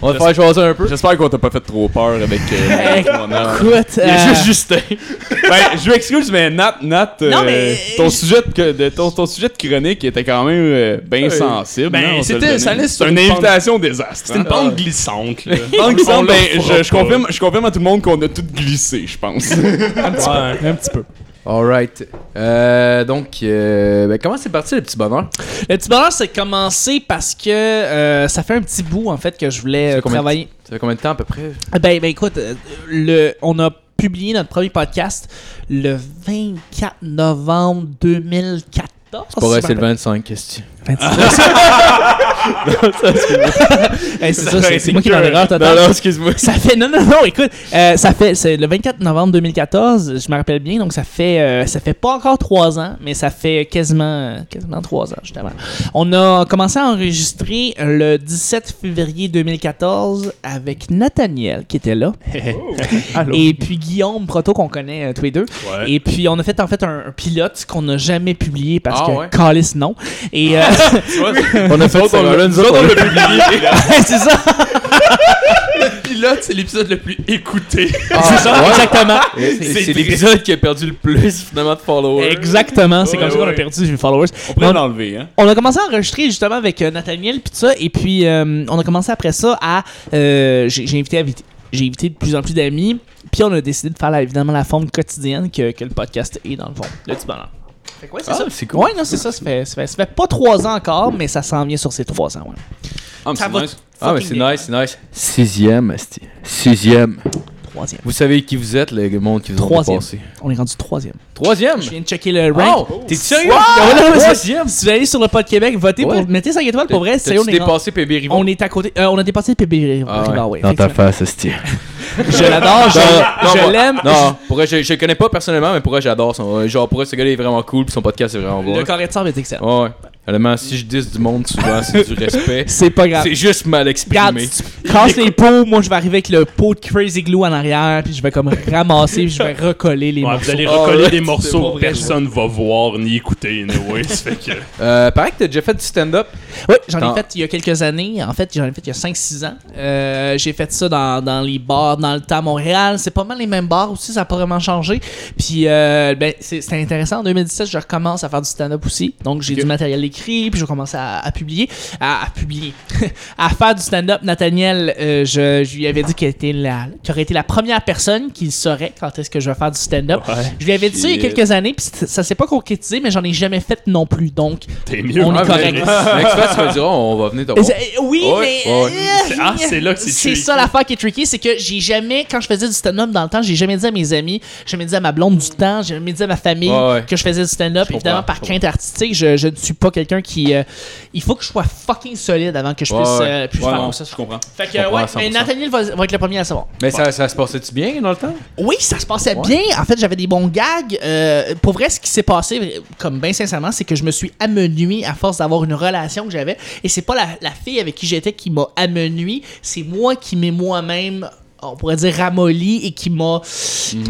On va te faire jaser un peu.
J'espère qu'on t'a pas fait trop peur avec euh, mon
<laughs>
âme.
Écoute, euh,
<laughs>
Justin.
ben, je m'excuse, mais Nat, Nat, euh,
Non, mais-
ton, sujet de, que- de- ton, ton sujet de chronique était quand même euh, bien sensible.
ben,
hein, on te le
c'était-
donnait.
ça laisse
C'est
une
une
pente-
invitation désastre.
C'est une pente glissante, là.
Tant que ça,
On
ben,
le fera
je, je
pas.
confirme, je confirme à tout le monde qu'on a tout glissé, je <laughs> pense.
Ouais.
un petit peu.
Alright. Euh, donc, euh, ben, comment c'est parti le petit bonheur
Le petit bonheur, c'est commencé parce que euh, ça fait un petit bout, en fait, que je voulais euh,
combien de-
travailler.
Ça fait combien de temps à peu près
Ah, Ben, ben écoute, euh, le, on a publié notre premier podcast le 24 novembre 2014.
Pas vrai, c'est le
je me Ah,
25, question.
<laughs> rappelle. Eh, c'est ça, c'est- c'est moi qui ai l'erreur totale.
excuse-moi.
Ça fait non non non écoute euh, ça fait c'est le 24 novembre 2014 je me rappelle bien donc ça fait euh, ça fait pas encore trois ans mais ça fait quasiment euh, quasiment trois ans justement on a commencé à enregistrer le 17 février 2014 avec Nathaniel qui était là et puis Guillaume Proto qu'on connaît euh, tous les deux
Ouais.
et puis on a fait en fait un, un pilote qu'on n'a jamais publié parce
Ah,
que
ouais?
Calis non et euh,
On a fait ça. là, nous autres, on a-
<laughs> c'est ça
Pilote, c'est l'épisode le plus écouté.
Ah, ouais.
exactement
Et <laughs> C'est c'est l'épisode qui a perdu le plus finalement de followers.
exactement c'est comme ça qu'on a
ouais.
perdu les followers
On pourrait
Non.
l'enlever, hein.
On a commencé à enregistrer justement avec euh, Nathaniel puis tout ça et puis euh, on a commencé après ça à euh, j'ai j'ai invité à inviter- j'ai invité de plus en plus d'amis puis on a décidé de faire la- évidemment la forme quotidienne que, que le podcast est dans le fond le petit bonheur. Fait que ouais, c'est
Ah,
ça.
c'est cool.
Ouais, non, c'est ça. Ça fait, ça, fait, ça fait pas trois ans encore, mais ça s'en vient sur ces trois ans. Ouais.
Ah, mais
Ça
c'est
va
nice.
Ah, mais
fucking
c'est
bien.
nice, c'est nice. Sixième, esti. Sixième.
Troisième.
Vous savez qui vous êtes, le monde qui vous ont
Troisième.
passé.
On est rendu troisième.
Troisième.
Je viens de checker le rank.
Oh, t'es sérieux?
Ouais, non, mais c'est-
Troisième.
Si vous allez sur le Pod Québec, votez
Ouais.
pour. Mettez 5 étoiles pour vrai. Sérieux,
T'as-tu
on est, rendu-
dépassé PB Rivon?
on est à côté. euh, on a dépassé le PB
Ah
River,
ouais.
Bah ouais,
Dans ta
effectivement.
face, esti.
<laughs> Je l'adore, je,
Non,
je
moi-
l'aime.
Non, pour elle, je, je le connais pas personnellement, mais pour elle, j'adore son. euh, Genre, pour elle, ce gars-là est vraiment cool, puis son podcast est vraiment bon.
Le carré de sable est excellent.
Ouais, ouais. Honnêtement, si je dis du monde souvent, c'est du respect.
<laughs> C'est pas grave.
C'est juste mal
Regarde,
exprimé.
si tu
<laughs>
casses les pots, moi je vais arriver avec le pot de Crazy Glue en arrière, puis je vais comme ramasser, puis
<laughs>
je vais recoller les
Ouais, vous
morceaux.
allez
Oh,
recoller
ouais,
des
c'est
morceaux
pas
que
vrai,
personne va voir ni écouter, anyway. ça fait que.
Euh, pareil que t'as déjà fait du stand-up.
Oui, j'en
Attends.
ai fait il y a quelques années. En fait, j'en ai fait il y a 5-6 ans. Euh, j'ai fait ça dans, dans les bars, dans le temps à Montréal. C'est pas mal les mêmes bars aussi, ça n'a pas vraiment changé. Puis, euh, ben, c'est- c'était intéressant. En 2017, je recommence à faire du stand-up aussi. Donc, j'ai du matériel écrit écrire, puis je vais commencer à, à publier, à, à publier, <laughs> à faire du stand-up. Nathaniel, euh, je, je lui avais dit qu'il était la- qu'il aurait été la première personne qui le saurait quand est-ce que je vais faire du stand-up. je lui avais dit ça il y a
Shit.
quelques années, puis c- ça s'est pas concrétisé, mais j'en ai jamais fait non plus. Donc,
T'es mieux.
On est
Ah,
correct.
mais-
<laughs>
Next fois, tu vas dire, on va venir te voir.
Euh, Oui,
Ouais,
mais.
ouais.
euh,
Ah, c'est là que c'est
C'est
tricky.
ça l'affaire qui est tricky, c'est que j'ai jamais, quand je faisais du stand-up dans le temps, j'ai jamais dit à mes amis, j'ai jamais dit à ma blonde du temps, j'ai jamais dit à ma famille
Ouais, ouais.
que je faisais du stand-up.
Je
Évidemment,
comprends,
par
je
crainte artistique, je, je ne suis pas quelqu'un qui. euh, il faut que je sois fucking solide avant que je
Ouais,
puisse,
ouais.
euh, puisse
Ouais,
faire
non,
ça.
je comprends.
Fait que,
Je comprends
ouais,
à 100%.
mais Nathaniel va, va être le premier à savoir.
Mais ça, ça se passait-tu bien dans le temps?
Oui, ça se passait
Ouais.
bien. En fait, j'avais des bons gags. Euh, pour vrai, ce qui s'est passé, comme bien sincèrement, c'est que je me suis amenui à force d'avoir une relation que j'avais. Et c'est pas la, la fille avec qui j'étais qui m'a amenui, c'est moi qui m'ai moi-même on pourrait dire ramolli et qui
Mhm.
m'a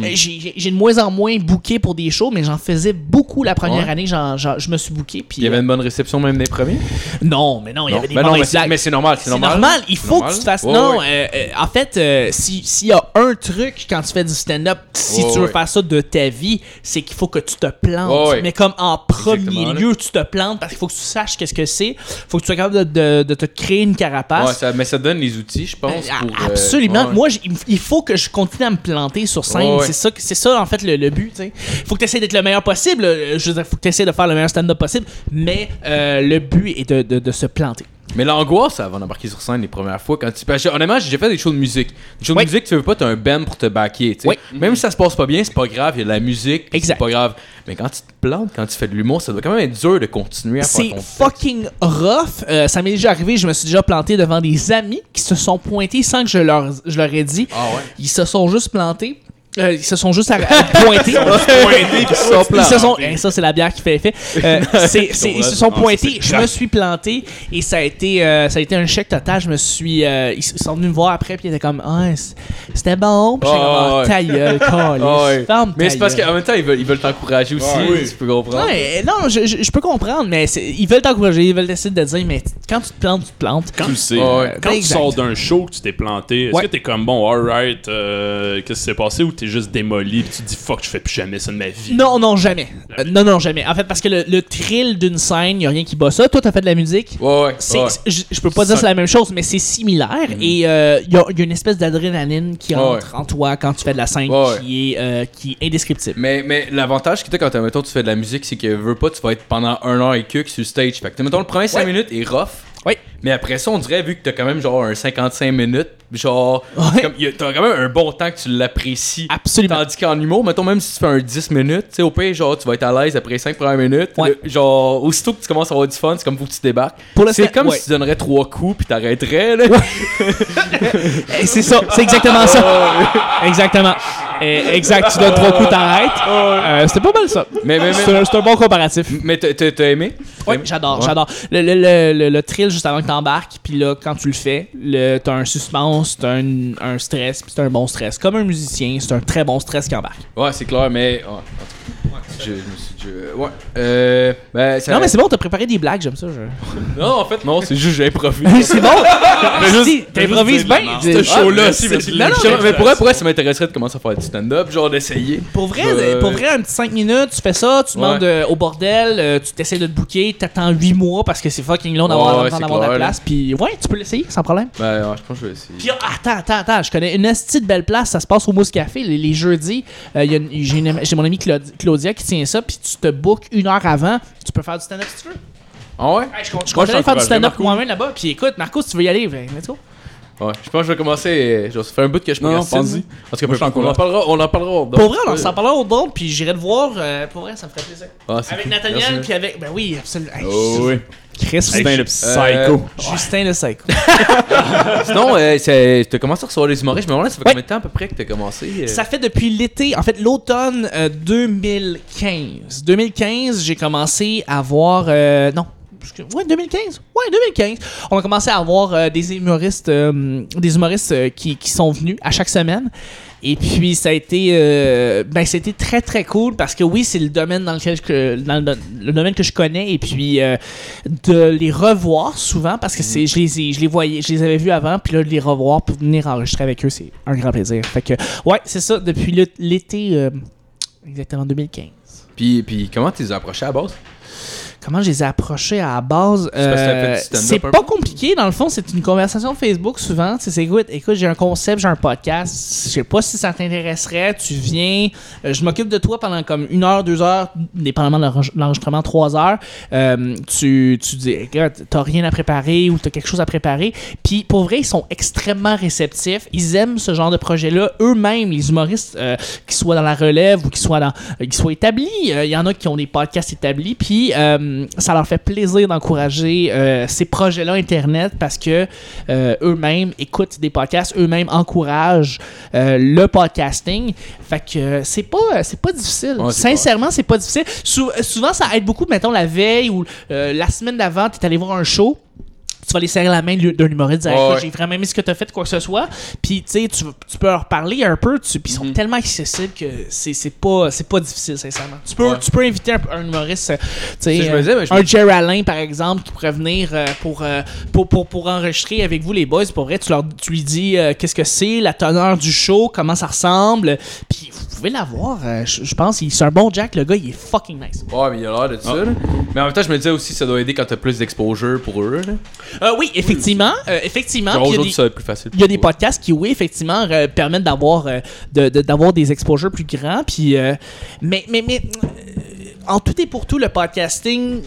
Euh, j'ai j'ai- j'ai de moins en moins booké pour des shows mais j'en faisais beaucoup la première
Ouais.
année j'en- j'en- je me suis booké puis
Il y avait une bonne réception même des premiers?
euh, non mais non il y avait des
Ben non, mais
mauvaises
c'est-
blagues.
mais c'est normal, c'est
C'est
normal.
normal. il faut
normal.
que tu fasses.
Ouais,
non,
ouais.
euh, euh, en fait, euh, si- s'il y a un truc quand tu fais du stand-up, si
Ouais,
tu veux
ouais.
faire ça de ta vie, c'est qu'il faut que tu te plantes.
Ouais, ouais.
Mais comme en premier
Exactement, là.
lieu, tu te plantes parce qu'il faut que tu saches qu'est-ce que c'est. faut que tu sois capable de, de- de te créer une
Ouais,
carapace.
ça, mais ça donne les outils, je pense.
Euh,
pour, euh,
Absolument.
ouais.
Moi, j'ai- il- il faut que je continue à me planter sur scène.
Ouais, ouais.
C'est ça, que- c'est ça en fait le, le but. Il faut que tu essaies d'être le meilleur possible. Euh, Je veux dire, faut que tu essaies de faire le meilleur stand-up possible. Mais euh, le but est de- de- de se planter.
Mais l'angoisse avant d'embarquer sur scène les premières fois, quand tu. parce que, honnêtement, j'ai fait des shows de musique. Des shows
Oui.
de musique, tu veux pas, t'as un band pour te backer, tu sais.
Oui.
Même si ça se passe pas bien, c'est pas grave, il y a de la musique, puis
Exact.
c'est pas grave. Mais quand tu te plantes, quand tu fais de l'humour, ça doit quand même être dur de continuer à faire
C'est
ton
fucking rough. Euh, ça m'est déjà arrivé, je me suis déjà planté devant des amis qui se sont pointés sans que je leur, je leur ai dit.
Ah ouais?
Ils se sont juste plantés. Euh, ils se sont juste arr-
<laughs>
à- pointés. <laughs>
Pointé, pis
Ils sont
Ils se
plantés.
sont. Eh, ça, c'est la bière qui fait effet.
<laughs>
Euh, c'est- c'est- ils se sont pointés. Je me suis planté et ça a été, euh, ça a été un chèque total. Je me suis. euh, ils sont venus me voir après puis ils étaient comme. Ah, c- c'était bon. Puis j'étais comme. Ah,
Ouais.
ta gueule,
<laughs>
câlisse.
Ah ouais.
Ferme
Mais
ta
c'est parce
gueule.
qu'en même temps, ils veulent ils veulent t'encourager aussi, tu peux comprendre.
Ouais, non, je, je- je peux comprendre, mais c'est- ils veulent t'encourager, ils veulent essayer de dire, mais t- quand tu te plantes, tu te plantes.
Quand-
Tu le sais.
Ah
Ouais.
ouais.
Quand tu
Exact.
sors d'un show que tu t'es planté, est-ce
Ouais.
que t'es comme bon, alright, euh, qu'est-ce qui s'est passé ou t'es juste démoli pis tu dis fuck, je fais plus jamais ça de ma vie?
Non, non, jamais. Euh, non, non, jamais. En fait, parce que le, le thrill d'une scène, il a rien qui bat ça. Toi, t'as fait de la musique.
Ouais, ouais.
C'est-
ouais. Mm.
Je, je peux pas dire que c'est la même chose, mais c'est similaire. Et euh, il y, a- il y a une espèce d'adrénaline qui
Ouais.
entre en toi quand tu fais de la scène
Ouais.
qui, est, euh, qui est indescriptible.
Mais, mais l'avantage que t'as quand mettons, tu fais de la musique, c'est que veux pas, tu vas être pendant un an et quelques sur le stage. Fait que mettons, le premier 5
Ouais.
minutes est rough.
Oui.
Mais après ça, on dirait, vu que t'as quand même genre un 55 minutes, genre,
Ouais.
c'est comme- y a- t'as quand même un bon temps que tu l'apprécies.
Absolument.
Tandis qu'en humour, mettons, même si tu fais un 10 minutes, tu sais, au pire, genre, tu vas être à l'aise après les 5 premières minutes.
Ouais.
Le- genre, aussitôt que tu commences à avoir du fun, c'est comme faut que tu débarques.
Pour le
C'est
sta-
comme
ouais.
si tu donnerais trois coups puis t'arrêterais, là.
Eh, C'est ça, c'est exactement ça. exactement. Eh, exact, tu donnes trois coups, t'arrêtes. Euh, C'était pas mal ça.
Mais, mais,
C'est
mais,
un- c'est un bon comparatif.
mais t'as- t'as t'as aimé?
Oui, j'adore,
Ouais.
j'adore. Le, le, le, le, le thrill juste avant que t'embarques, puis là, quand tu le fais, le- t'as un suspense, t'as un, un stress, puis c'est un bon stress. Comme un musicien, c'est un très bon stress qui embarque.
Ouais, c'est clair, mais. ouais, en tout cas. Je, je me suis. je- ouais. Euh. Ben, ça-
Non, mais c'est bon, t'as préparé des blagues, j'aime ça. je-
Non, en fait, non, c'est juste j'improvise.
<laughs> c'est bon! Si, T'improvises bien!
Ce
Ah,
show-là,
merci,
si,
merci.
mais-
Non, non,
Genre, mais pour vrai, pour vrai, ça m'intéresserait de commencer à faire du stand-up, genre d'essayer.
Pour vrai,
Euh,
pour vrai, un petit 5 minutes, tu fais ça, tu
Ouais.
demandes euh, au bordel, euh, tu t'essayes de te booker, t'attends 8 mois parce que c'est fucking long
Ouais,
d'avoir avant
c'est
d'avoir ta
clair, là.
place, puis ouais, tu peux l'essayer sans problème.
Ben, ouais, je pense que je vais essayer.
Puis ah, attends, attends, attends, je connais une esti de belle place, ça se passe au Mousse Café, les, les jeudis. Euh, il y a une- J'ai une- j'ai mon amie Claud- Claudia qui tient ça, puis tu te bookes une heure avant, tu peux faire du stand-up si tu veux.
Ah ouais?
Hey, je compte, je
Moi,
compte aller faire du
t'encouragerais,
stand-up
Marco.
moi-même là-bas, puis écoute, Marco, si tu veux y aller, ben, let's go.
Ouais, je pense que je vais commencer. euh, Genre, ça fait un bout que je
Non, non,
procrastine.
pense-y.
En tout cas,
Moi, je
peu- on en
t'encourage.
parlera. On en parlera. hors d'onde.
Pour vrai, on s'en parlera au don, puis j'irai le voir, euh, pour vrai, ça me ferait plaisir.
Ah, c'est
Avec
cool.
Nathaniel,
Merci.
puis avec. Ben oui, absolument. Hey,
Oh, oui.
Chris,
Justin le
euh,
psycho.
euh,
Justin le psycho.
Sinon, euh, c'est- t'as commencé à recevoir des humoristes. Mais là, ça fait
Ouais.
combien de temps à peu près que t'as commencé? euh?
Ça fait depuis l'été, en fait l'automne euh, 2015. 2015, j'ai commencé à voir euh, non. excuse- Ouais, 2015. Ouais, 2015. On a commencé à avoir euh, des humoristes, euh, des humoristes euh, qui, qui sont venus à chaque semaine. Et puis ça a été, euh, ben c'était très très cool parce que oui, c'est le domaine dans lequel je, dans le, do- le domaine que je connais. Et puis euh, de les revoir souvent parce que c'est, je les ai- je les voyais, je les avais vus avant. Puis là, de les revoir pour venir enregistrer avec eux, c'est un grand plaisir. Fait que Ouais, c'est ça, depuis le- l'été euh, exactement 2015.
Puis, puis comment t'es approché à la base?
comment je les ai approchés à la base.
C'est parce que t'as fait
Euh,
du stand-up
C'est
un
pas compliqué, dans le fond, c'est une conversation Facebook souvent. Tu sais, C'est écoute, écoute j'ai un concept, j'ai un podcast, je sais pas si ça t'intéresserait, tu viens, euh, je m'occupe de toi pendant comme une heure, deux heures, dépendamment de l'enregistre- l'enregistrement, trois heures. Euh, tu, tu dis, écoute, t'as rien à préparer ou t'as quelque chose à préparer. Puis pour vrai, ils sont extrêmement réceptifs. Ils aiment ce genre de projet-là. Eux-mêmes, les humoristes, euh, qu'ils soient dans la relève ou qu'ils soient, dans, euh, qu'ils soient établis, euh, il y en a qui ont des podcasts établis. Puis euh, ça leur fait plaisir d'encourager euh, ces projets-là Internet parce que euh, eux-mêmes écoutent des podcasts, eux-mêmes encouragent euh, le podcasting. Fait que euh, c'est pas, euh, c'est pas difficile.
Ouais, c'est
Sincèrement, c'est pas difficile. Sou- euh, souvent, ça aide beaucoup. Mettons la veille ou euh, la semaine d'avant, t'es allé voir un show tu vas aller serrer la main de- d'un humoriste dire
Ouais,
Écoute,
ouais.
j'ai vraiment aimé ce que t'as fait quoi que ce soit puis tu sais tu tu peux leur parler un peu tu, puis ils sont
Mhm.
tellement accessibles que c'est c'est pas c'est pas difficile sincèrement tu peux
Ouais.
tu peux inviter un, un humoriste euh, tu sais
C'est ce que je
euh,
me disais, mais je me
un Jerry Alain par exemple qui pourrait venir euh, pour, euh, pour, pour pour enregistrer avec vous les boys pour vrai tu leur tu lui dis euh, qu'est-ce que c'est la teneur du show comment ça ressemble puis vous pouvez l'avoir euh, je je pense il- c'est un bon Jack le gars il est fucking nice
Ouais, mais il a l'air de ça. là. Mais en même temps, je me disais aussi, ça doit aider quand t'as plus d'exposure pour eux. Là.
Euh, oui effectivement euh, effectivement
Genre
puis il y a
aujourd'hui,
des-
ça va être plus facile.
Il y a des podcasts qui, oui, effectivement, euh, permettent d'avoir euh, de- de- d'avoir des exposures plus grands. Puis, euh, mais, mais, mais euh, en tout et pour tout, le podcasting,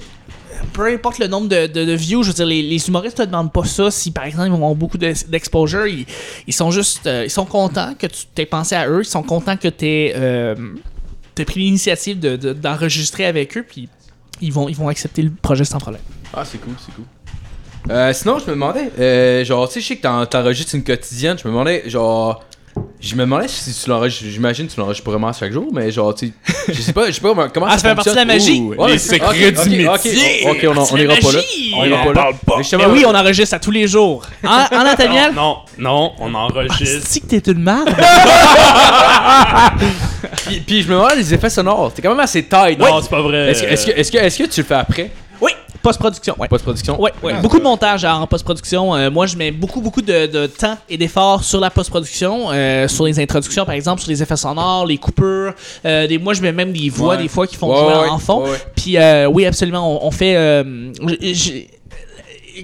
peu importe le nombre de, de- de views, je veux dire, les, les humoristes te demandent pas ça. Si par exemple ils ont beaucoup de- d'exposure, ils, ils sont juste, euh, ils sont contents que tu t'aies pensé à eux, ils sont contents que t'aies euh, t'aies pris l'initiative de- de- d'enregistrer avec eux, puis ils vont, ils vont accepter le projet sans problème.
Ah, c'est cool, c'est cool. Euh, sinon, je me demandais, euh, genre, tu sais, je sais que t'en- t'enregistres une quotidienne, je me demandais, genre, je me demandais si tu l'enregistres, j'imagine que tu l'enregistres pas vraiment à chaque jour, mais genre, tu sais, je sais pas, je sais pas comment, comment
Ah, ça
fonctionne.
fait partie de la magie.
Ouh, ouais,
Les
c'est-
secrets
ok,
du
ok,
métier.
Ok, ok, on, en- on ira pas là. On ira pas là. Mais justement,
Mais Eh oui, on enregistre à tous les jours. Hein, hein, Nathaniel?
bah Non, non, on enregistre.
Si que t'es une merde.
Puis, puis je me demandais les effets sonores, t'es quand même assez tight.
Non, c'est pas vrai.
Est-ce que, est-ce que, est-ce que, est-ce que tu le fais après,
Oui, post-production, ouais.
post-production?
Ouais, ouais. beaucoup de montage hein, en post-production. Euh, moi, je mets beaucoup, beaucoup de, de temps et d'efforts sur la post-production, euh, sur les introductions, par exemple, sur les effets sonores, les coupures. Euh, des, moi, je mets même des voix, des fois, qui font
Ouais,
jouer
ouais,
en fond.
ouais, ouais.
Puis, euh, oui, absolument, on, on fait... euh, j- j-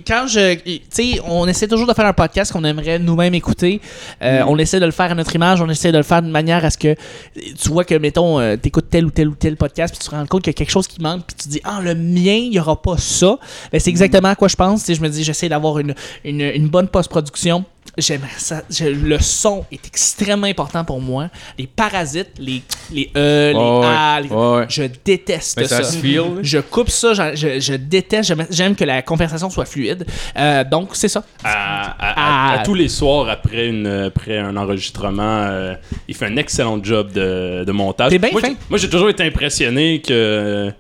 quand je. Tu sais, on essaie toujours de faire un podcast qu'on aimerait nous-mêmes écouter. Euh,
Mm.
On essaie de le faire à notre image, on essaie de le faire d'une manière à ce que tu vois que, mettons, euh, t'écoutes tel ou tel ou tel podcast, puis tu te rends compte qu'il y a quelque chose qui manque, puis tu dis, ah, le mien, il n'y aura pas ça. Ben,
Mm.
c'est exactement à quoi je pense. Tu sais, Je me dis, j'essaie d'avoir une, une, une bonne post-production. J'aimerais ça. Je- le son est extrêmement important pour moi. Les parasites, les, les E, les
Ouais,
A, les-
ouais, ouais.
je déteste
Mais
ça.
ça se feel, là.
Je coupe ça, j'en- je, je déteste, j'aime- j'aime que la conversation soit fluide. Euh, donc, c'est ça.
à, à- à-
Ah.
à tous les soirs après, une, après un enregistrement. euh, il fait un excellent job de, de montage.
T'es bien
moi,
fin.
j'ai- moi, j'ai toujours été impressionné que.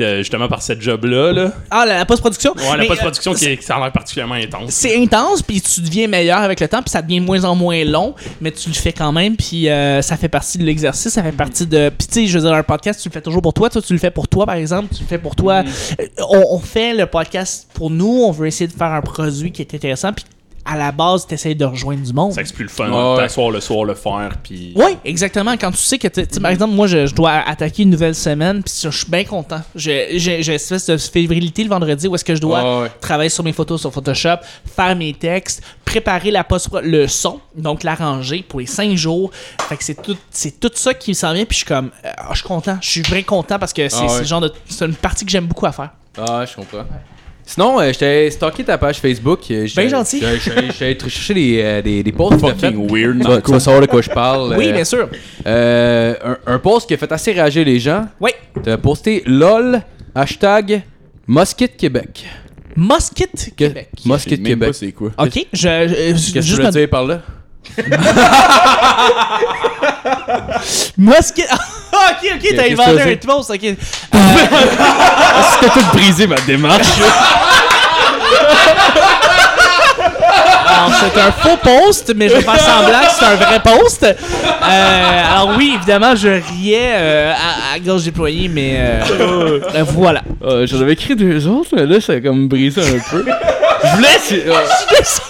euh, justement par cette job-là. Là.
Ah, la, la post-production?
Ouais,
Mais,
la
euh,
post-production qui, est- qui ça a l'air particulièrement intense.
c'est intense, puis tu deviens meilleur avec le temps, puis ça devient de moins en moins long, mais tu le fais quand même, puis euh, ça fait partie de l'exercice, ça fait partie de... Puis tu sais, je veux dire, un podcast, tu le fais toujours pour toi, toi, tu le fais pour toi, par exemple, tu le fais pour toi. Euh, On, on fait le podcast pour nous, on veut essayer de faire un produit qui est intéressant, puis à la base, tu essaies de rejoindre du monde.
C'est que c'est plus le fun
Ouais.
d'asseoir le soir, le faire, puis...
Oui, exactement. Quand tu sais que, t'es- tu sais,
Mm-hmm.
par exemple, moi, je, je dois attaquer une nouvelle semaine, puis je suis bien content. J'ai j'ai- j'ai une espèce de fébrilité le vendredi où est-ce que je dois
Ouais, ouais.
travailler sur mes photos sur Photoshop, faire mes textes, préparer la post le son, donc l'arranger pour les cinq jours. Fait que c'est tout, c'est tout ça qui s'en vient, puis je suis comme, euh, ah, je suis content. Je suis vraiment content parce que c'est
Ah ouais.
c'est le genre de, c'est une partie que j'aime beaucoup à faire.
Ah, je comprends. Sinon, euh, je t'ai stocké ta page Facebook. euh, j'ai-
Ben gentil.
j'ai- j'ai- J'ai tr- cherché des, euh, des, des posts. que t'as fait.
Fucking weird,
Tu vas, tu vas savoir de quoi je parle.
Oui,
euh,
bien sûr.
euh, un, un post qui a fait assez réagir les gens.
Oui.
T'as posté LOL, hashtag Mosquite Québec.
Mosquite
Que-
Québec.
Je sais
Mosquite
même pas
Québec.
c'est quoi.
Ok, je, je- je-
Qu'est-ce que
juste
tu veux
me-
dire par là?
Mosquite. <laughs> ok, ok, t'as
qu'est-ce que
inventé
c'est?
un toast, ok.
T'as tout brisé ma démarche.
<laughs> Alors, c'est un faux post, mais je vais faire semblant que c'est un vrai post. Euh, alors oui, évidemment, je riais euh, à, à gorge déployée, mais euh, euh, voilà.
Euh, J'en avais écrit deux autres, mais là, ça a comme brisé un peu.
Je voulais. c'est- euh,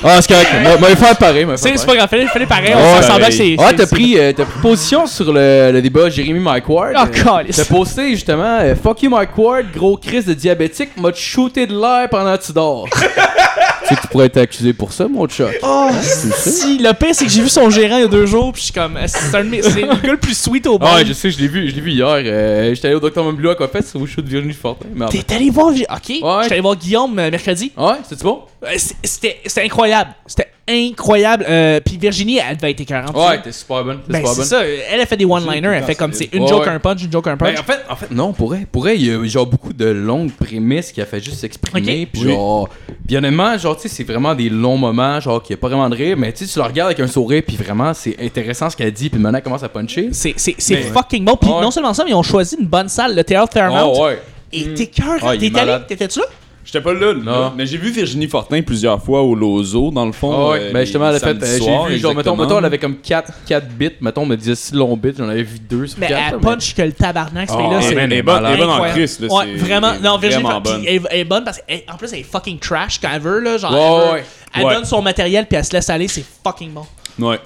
Ah, c'est correct. Moi, moi, il faut faire pareil, moi, il faut
C'est
faire
c'est pas grave, fallait, fallait pareil, on
Ouais,
s'en semblait,
pareil.
c'est.
Ouais,
c'est-
t'as
c'est-
pris, euh, t'as pris position sur le, le débat Jérémy Mike Ward.
Oh,
Euh,
calice.
T'as posté justement euh, Fuck you Mike Ward, gros crise de diabétique, m'a shooté de l'air pendant que tu dors. tu sais que tu pourrais être accusé pour ça, mon choc.
Oh, si, le pire, c'est que j'ai vu son gérant il y a deux jours, puis je suis comme, Ah, c'est un de mes- c'est le gars le plus sweet au
Ah
monde.
ouais, je sais, je l'ai vu, je l'ai vu hier. euh, J'étais allé au Docteur Mamblou à Coiffette sur vous shoot Virginie Fortin.
Ah,
Merde.
ben,
T'es allé voir, G- ok, j'étais allé voir Guillaume euh, mercredi.
Ah Ouais, c'est-tu bon?
Euh, c- C'était c'était incroyable, c'était incroyable. Euh, puis Virginie, elle devait être écœurante.
Ouais, t'es super bonne. T'es
Ben,
super
c'est
bonne.
ça, elle a fait des one-liners, elle fait comme c'est une
Ouais,
joke,
ouais.
un punch, une joke, un punch.
Ben, en fait, en fait, non, pour elle, pour elle, il y a genre beaucoup de longues prémices qui a fait juste s'exprimer.
Ok.
Puis genre, puis honnêtement, genre, tu sais, c'est vraiment des longs moments, genre, qu'il n'y a pas vraiment de rire, mais tu sais, tu la regardes avec un sourire, puis vraiment, c'est intéressant ce qu'elle dit, puis maintenant, elle commence à puncher.
C'est- C'est c'est
Mais-
fucking bon. Puis
Ouais.
non seulement ça, mais ils ont choisi une bonne salle, le Théâtre Fairmount.
Oh, ouais.
Et t'es cœur,
Ah, il est
t'es allé,
malade.
t'étais-tu là?
J'étais pas là, là,
Non.
mais j'ai vu Virginie Fortin plusieurs fois au Lozo, dans le fond.
Ah ouais,
euh,
ben justement, elle a
les
fait.
samedis
euh,
soirs,
J'ai vu, genre, mettons,
exactement.
mettons, elle avait comme 4, 4 bits, mettons, on me disait 6 longs bits, j'en avais vu 2 sur
Mais
4.
elle punch que le tabarnak, ce là
eh
c'est
ben, elle est bonne, elle est bonne en
incroyable.
Christ, là,
Ouais,
c'est-
vraiment.
elle est
Non, Virginie,
vraiment
fait-
bonne.
puis elle, elle est bonne parce qu'en plus, elle est fucking trash quand elle veut, là. Genre,
Ouais,
elle, veut-
ouais.
elle
Ouais.
donne son matériel puis elle se laisse aller, c'est fucking bon.
Ouais.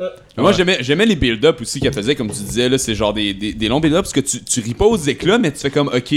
Euh,
Mais Moi, j'aimais, j'aimais les build-up aussi qu'elle faisait, comme tu disais, là, c'est genre des, des, des longs build-up parce que tu, tu ris pas aux éclats, mais tu fais comme, ok,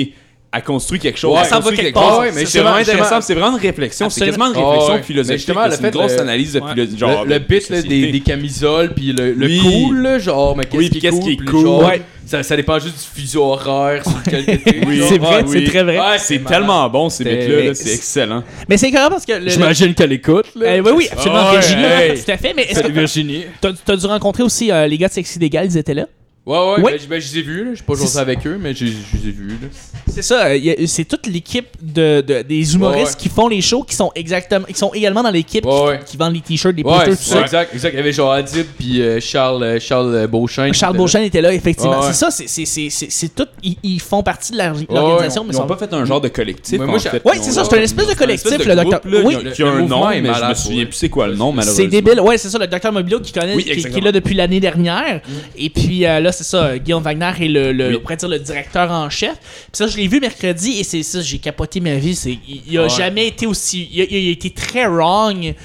elle construit quelque chose.
Ouais,
elle
ça va
construit
quelque
chose.
part.
Ouais, mais
c'est vraiment
justement-
intéressant, c'est vraiment une réflexion,
Absolument.
c'est quasiment une réflexion
Ah ouais. Mais
philosophique.
justement,
là,
elle a
c'est une
fait
grosse
le-
analyse de
ouais.
philo- genre,
le, le
de
bit là,
société.
des, des camisoles, puis le, le
Oui.
cool, là, genre, mais qu'est-ce
Oui,
qui est
qu'est-ce
cool?
qui est
puis
cool.
genre,
Ouais.
ça, ça dépend juste du fuseau horaire, sur lequel t'étais,
Oui.
genre.
C'est vrai,
oui.
c'est très vrai.
Ouais, c'est tellement bon, ces
C'était-
bits-là,
mais-
là, c'est excellent.
Mais c'est incroyable parce que. le- le-
J'imagine qu'elle écoute, là.
Eh, oui, oui, absolument.
Ah ouais,
Virginie,
hey.
ouais, tout à fait. Mais est-ce
Salut
que
Virginie.
t'as- t'as dû rencontrer aussi euh, les gars de Sexy Dégal, ils étaient là?
Ouais, ouais,
Ouais.
ben, j- ben, je les ai vus, là. J'ai pas joué
C'est-
avec eux, mais je je les ai vus, là.
C'est ça, euh, y a- c'est toute l'équipe de, de- des humoristes
Ouais, ouais.
qui font les shows qui sont exactement qui sont également dans l'équipe
Ouais,
qui,
ouais.
qui vendent les t-shirts, les posters,
Ouais,
tout
c'est
ça.
ça, exact, exact. Il y avait genre Adib, puis euh, Charles, euh, Charles euh, Beauchamp.
Charles
qui était là.
Beauchamp était là, effectivement.
Ouais, ouais.
C'est ça, c'est- c'est- c'est c'est- c'est tout. Ils, ils font partie de la-
ouais,
l'organisation, mais
Ils ont
sont-
pas fait un genre de collectif,
Ouais,
en
moi, j'ai-
fait.
Ouais,
Ils
c'est
ont
ça,
genre-
c'est un espèce de collectif,
espèce
le
de
docteur.
groupe, là,
oui,
il y a- Qui a
Le
un
mouvement
nom,
est
mais je me
malade,
souviens
ouais.
plus c'est quoi le nom, malheureusement.
c'est débile. Ouais, c'est ça, le docteur Mobilo qui connaît,
Oui,
qui, qui est
exactement. Mm.
là depuis l'année dernière. Et puis euh, là, c'est ça, Guillaume Wagner est le, le, on pourrait dire le directeur en chef. Puis ça, je l'ai vu mercredi et c'est ça, j'ai capoté ma vie. C'est, il, il a
Ouais.
jamais été aussi. Il a, il a été très wrong.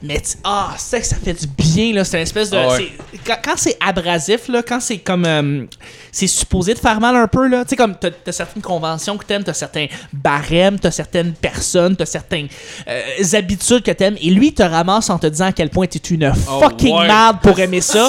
Mais tu- ah, c'est que ça fait du bien là, c'est une espèce de
Ah ouais.
c'est- quand, quand c'est abrasif là, quand c'est comme euh, c'est supposé de faire mal un peu là, tu sais comme t'as, t'as certaines conventions que t'aimes, t'as certains barèmes, t'as certaines personnes, t'as certaines euh, habitudes que t'aimes et lui il te ramasse en te disant à quel point t'es une fucking
Oh, ouais.
merde
<laughs>
pour aimer ça.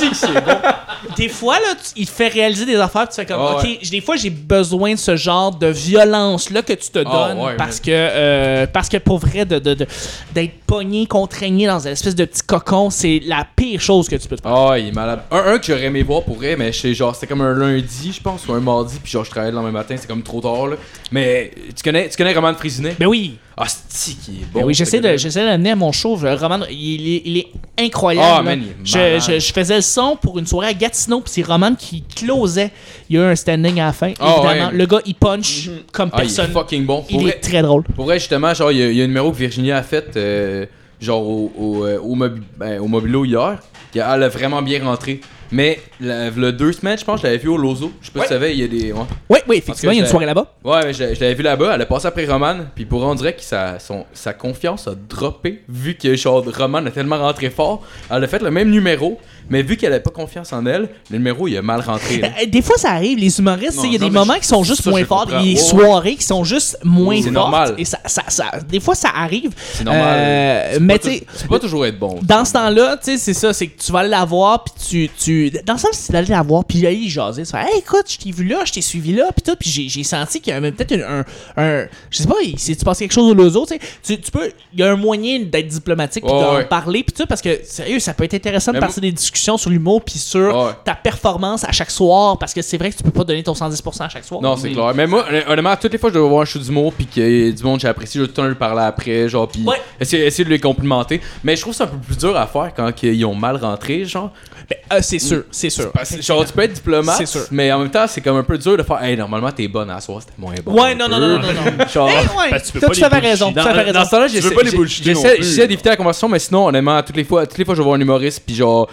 Des fois, là, tu- il te fait réaliser des affaires, tu fais comme,
Ah
ok,
ouais.
j- des fois, j'ai besoin de ce genre de violence-là que tu te
Ah
donnes
ouais,
parce que, euh, parce que pour vrai, de, de- de- d'être pogné, contraigné dans une espèce de petit cocon, c'est la pire chose que tu peux te faire.
Ah, ouais, il est malade. Un, un que j'aurais aimé voir pour vrai, mais c'est genre, c'était comme un lundi, je pense, ou un mardi, puis genre, je travaillais le lendemain matin, c'est comme trop tard, là. Mais tu connais, tu connais Roman Frisinet?
Ben oui,
Ah, c'est qui est bon.
ben oui,
ce
j'essaie de,
gars-là.
j'essaie de l'amener à mon show. je- Roman, il est, il est incroyable.
Ah,
là.
man, il est
je,
malade.
je- je faisais le son pour une soirée à Gatineau, puis c'est Roman qui closait. Il y a eu un standing à la fin,
Ah,
évidemment.
ouais.
Le gars, il punch comme
Ah, il est
personne.
fucking bon. Pour
Il
vrai,
est très drôle.
pour vrai, justement, genre, il y, a- il y a un numéro que Virginie a fait, euh, genre, au, au, euh, au, mobi- ben, au Mobilo hier, qui a- elle a vraiment bien rentré. Mais, le, le deux semaines, je pense, je l'avais vu au Lozo. Je sais pas si tu savais, il y a des. ouais.
Oui, oui, effectivement,
que
il y a une
j'ai-
soirée là-bas.
Ouais, mais je, l'ai- je l'avais vu là-bas, elle a passé après Roman, puis pour vrai, on dirait que sa, son- sa confiance a droppé, vu que genre Roman a tellement rentré fort, elle a fait le même numéro, mais vu qu'elle avait pas confiance en elle, le numéro il a mal rentré. là.
Euh, Des fois, ça arrive, les humoristes, tu sais, il y a
non,
des
mais
moments
je-
qui sont juste
ça,
moins
je
fortes,
comprends.
des
Ouais,
soirées qui sont juste moins
C'est
fortes.
normal.
Et ça, ça, ça- des fois, ça arrive.
C'est normal.
Euh,
C'est
mais
pas
<laughs> tu sais,
tou- c'est pas toujours être bon.
dans ce temps-là, tu sais, c'est ça, c'est que tu vas aller la voir, puis tu, tu. Dans le sens, c'est d'aller la voir, puis aller y jaser. Tu fais, hey, écoute, je t'ai vu là, je t'ai suivi là, puis tout, puis j'ai- j'ai senti qu'il y avait peut-être un, un, un- Je sais pas, il s'est-tu passé quelque chose au lozo, tu sais. Tu- Tu peux. Il y a un moyen d'être diplomatique, puis
Ouais,
d'en
ouais.
parler, puis tout, parce que, sérieux, ça peut être intéressant de
Mais
passer des discussions sur l'humour, puis sur
Ouais.
ta performance à chaque soir, parce que c'est vrai que tu peux pas donner ton 110% à chaque soir.
Non, c'est clair. Mais moi, honn- honnêtement, toutes les fois que je vais voir un show d'humour, puis qu'il y a du monde, j'ai apprécié, je vais tout le temps lui parler après, genre, puis
Ouais.
essayer, essayer de les complimenter. Mais je trouve ça un peu plus dur à faire quand ils ont mal rentré, genre.
Ben, euh, c'est sûr, c'est sûr.
Parce que, genre, tu peux être diplomate,
C'est sûr.
mais en même temps, c'est comme un peu dur de faire, hey, normalement, t'es bonne à soir, c'était moins bon.
Ouais,
un
non,
peu.
non, non, non, non, non.
Genre.
Eh, ouais,
Parce que tu peux
t'as
pas
tout
les
à fait raison, tout à fait raison.
Dans ce temps-là,
veux
j'essaie
pas les
j'ai-
bullshiter non
j'essaie-
plus,
j'essaie d'éviter la conversation, mais sinon, honnêtement, toutes les fois, toutes les fois, je vais voir un humoriste, puis genre,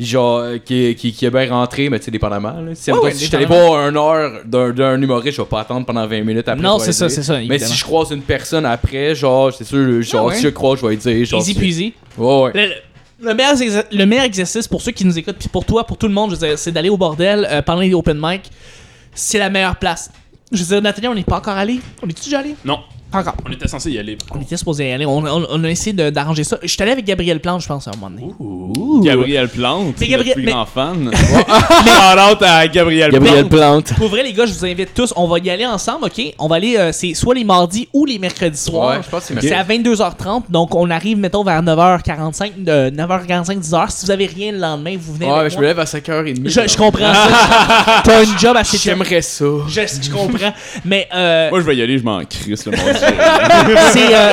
genre, euh, qui, qui, qui est bien rentré, mais tu sais, dépendamment. Là. Si, mettons,
ouais,
si je suis allé
dépendamment.
voir une heure d'un, d'un humoriste, je vais pas attendre pendant 20 minutes après.
Non,
pour aller
c'est ça,
dire.
c'est ça,
Mais
évidemment.
si je croise une personne après, genre, c'est sûr, genre,
ouais.
si je croise, je vais lui dire. Genre,
Easy
tu-
peasy.
Ouais, ouais.
Le, le meilleur exer- le meilleur exercice pour ceux qui nous écoutent, puis pour toi, pour tout le monde, je veux dire, c'est d'aller au bordel euh, pendant les open mic. C'est la meilleure place. Je veux dire, Nathalie, on n'est pas encore allé. On est-tu déjà allé?
Non,
Pas encore.
on était censé y aller. par
On
contre.
était supposé y aller. On, on- on a essayé de- d'arranger ça. Je suis allé avec Gabriel Plante, je pense, à un moment donné.
Gabriel Plante,
Mais Gabriel-
notre plus
mais- <laughs>
grand fan. Shout out à Gabriel,
Gabriel
Plante.
Plante.
Pour vrai, les gars, je vous invite tous. On va y aller ensemble, OK? On va aller, euh, c'est soit les mardis ou les mercredis soirs.
Ouais, je pense que c'est
C'est à 22h30, donc on arrive, mettons, vers 9h45, de 9h45, 10h. Si vous avez rien le lendemain, vous venez
Ouais, mais
avec
je me
moi.
lève à 5h30.
Je, je comprends
<laughs>
ça. T'as une job assez
J'aimerais ça.
Je, je comprends. Mais euh,
Moi, je vais y aller, je m'en crisse, le monde.
c'est, euh,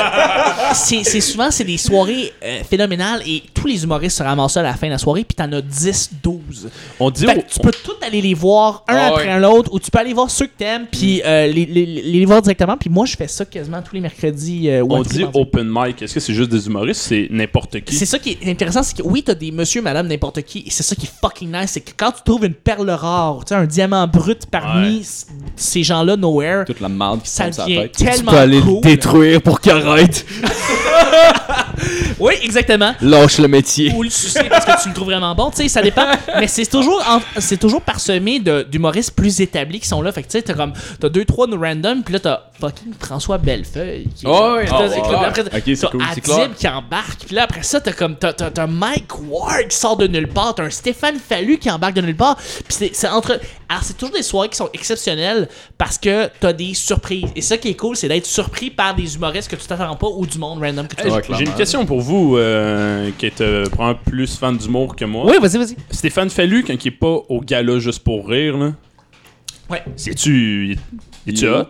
c'est, c'est souvent c'est des soirées euh, phénoménales et tous les humoristes se ramassent ça à la fin de la soirée, puis t'en as 10, 12.
On dit.
Fait que tu peux tous aller les voir
Ah
un
ouais.
après l'autre, ou tu peux aller voir ceux que t'aimes, puis euh, les, les, les voir directement. Puis moi, je fais ça quasiment tous les mercredis. euh, ou
On
à tous les
dit
mardis.
open mic. Est-ce que c'est juste des humoristes C'est n'importe qui.
C'est ça qui est intéressant, c'est que oui, t'as des monsieur, madame, n'importe qui, et c'est ça qui est fucking nice, c'est que quand tu trouves une perle rare, tu sais, un diamant brut parmi c- ces gens-là, nowhere,
Toute la merde qui
ça
tombe sur la
devient
tête.
tellement cool.
détruire pour qu'il arrête.
Oui, exactement.
Lâche le métier.
ou le sucer parce que tu le trouves vraiment bon, tu sais, ça dépend. Mais c'est toujours, en- c'est toujours parsemé de- d'humoristes plus établis qui sont là. Fait que tu sais, t'as comme, t'as deux, trois de random, puis là t'as fucking François Bellefeuille. Qui
Oh, ouais,
Putain,
oh,
c'est
wow.
clair. Après,
Ok, c'est
t'as
cool, c'est
Adib
clair.
qui embarque, puis là après ça, t'as comme, t'as, t'as- t'as Mike Ward qui sort de nulle part, t'as un Stéphane Fallu qui embarque de nulle part. Puis c'est, c'est entre. Alors c'est toujours des soirées qui sont exceptionnelles parce que t'as des surprises. Et ça qui est cool, c'est d'être surpris par des humoristes que tu t'attends pas ou du monde random que
Hey,
tu
Ouais,
j- J'ai
clairement.
une question pour vous euh, qui êtes euh, probablement plus fan d'humour que moi.
Oui, vas-y, vas-y.
Stéphane Fallu, quand il est pas au gala juste pour rire, là.
Ouais.
C'est-tu. Es-tu
Il-
hot?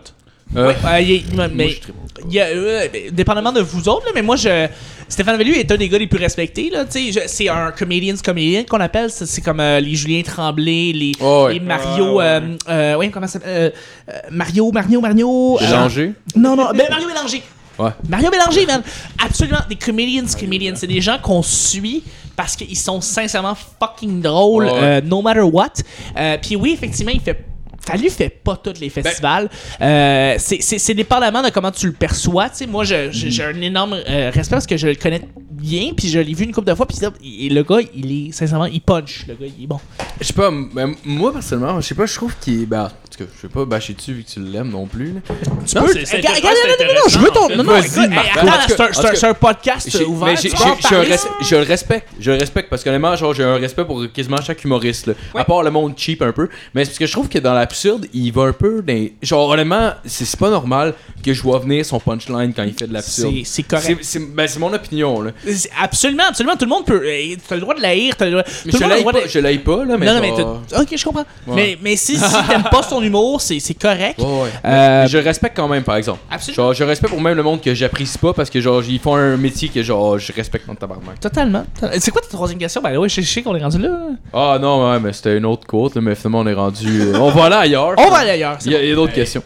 Euh,
Ouais, il est- mais,
je suis très
il y a, euh, ben, dépendamment de vous autres, là, mais moi, je, Stéphane Velu est un des gars les plus respectés. Là, tu sais, je- c'est un comedian's comedian qu'on appelle. C'est, c'est comme euh, les Julien Tremblay, les,
Oh, Ouais, ouais.
les Mario. euh, euh, ouais, comment ça s'appelle Euh, euh, Mario, Mario, Mario. euh,
Bélanger.
non, non, mais Mario Mélanger.
Ouais.
Mario Mélanger, man. Absolument, des comedians, comedians. C'est des gens qu'on suit parce qu'ils sont sincèrement fucking drôles,
Ouais, ouais.
euh, no matter what. Euh, Puis oui, effectivement, il fait. Fallu fait pas tous
Ben,
les festivals. Euh, c'est- c'est c'est dépendamment de comment tu le perçois. Tu sais, moi, je- je- j'ai un énorme euh, respect parce que je le connais bien, puis je l'ai vu une couple de fois, puis ça, il- le gars, il est sincèrement, il punch. Le gars, il est bon.
Je sais pas, m- ben, moi personnellement, je sais pas, je trouve qu'il. Ben, en tout cas, je sais pas bâcher dessus vu que tu l'aimes non plus. là.
Non,
peux-
c'est- c'est
Eh,
intéressant,
regarde, regarde,
c'est
non, non, non, je veux
intéressant,
ton.
en fait.
Non, non, écoute,
Vas-y,
eh,
Martin.
attends,
En tout
c'est
cas-
un-
en
c'est
tout
un-
cas-
c'est un podcast
J'ai-
euh, ouvert.
mais
tu
j'ai-
peux
j'ai-
en
je le
parler.
res- je le respecte. Je le respecte parce qu'honnêtement, genre, j'ai un respect pour quasiment chaque humoriste. là. À part le monde cheap un peu. Mais c'est parce que je trouve que dans l'absurde, il va un peu. dans- Genre, honnêtement, c'est c'est pas normal que je vois venir son punchline quand il fait de l'absurde.
C'est- C'est correct.
C'est- C'est ben, c'est mon opinion. Là.
C'est- Absolument, absolument. Tout le monde peut. euh, T'as le droit de la haïr. T'as le droit.
Mais je
tout le monde a le
l'haïs
droit
pas,
de.
je l'haïs pas, là, mais.
non, non, mais
genre-
t'as- ok, je comprends. Mais, mais si, si t'aimes pas son humour, c'est c'est correct.
Ouais, ouais.
Euh,
Mais je respecte quand même, par exemple.
Absolument.
Genre, je respecte pour même le monde que j'apprécie pas parce que, genre, ils font un métier que, genre, je respecte mon tabarnak.
Totalement. C'est quoi ta troisième question? Ben ouais, je sais qu'on est rendu là.
Ah non, ouais, mais c'était une autre côte, là, mais finalement on est rendu. euh, on va aller ailleurs.
On va aller ailleurs. c'est
Il y a, il y a d'autres questions.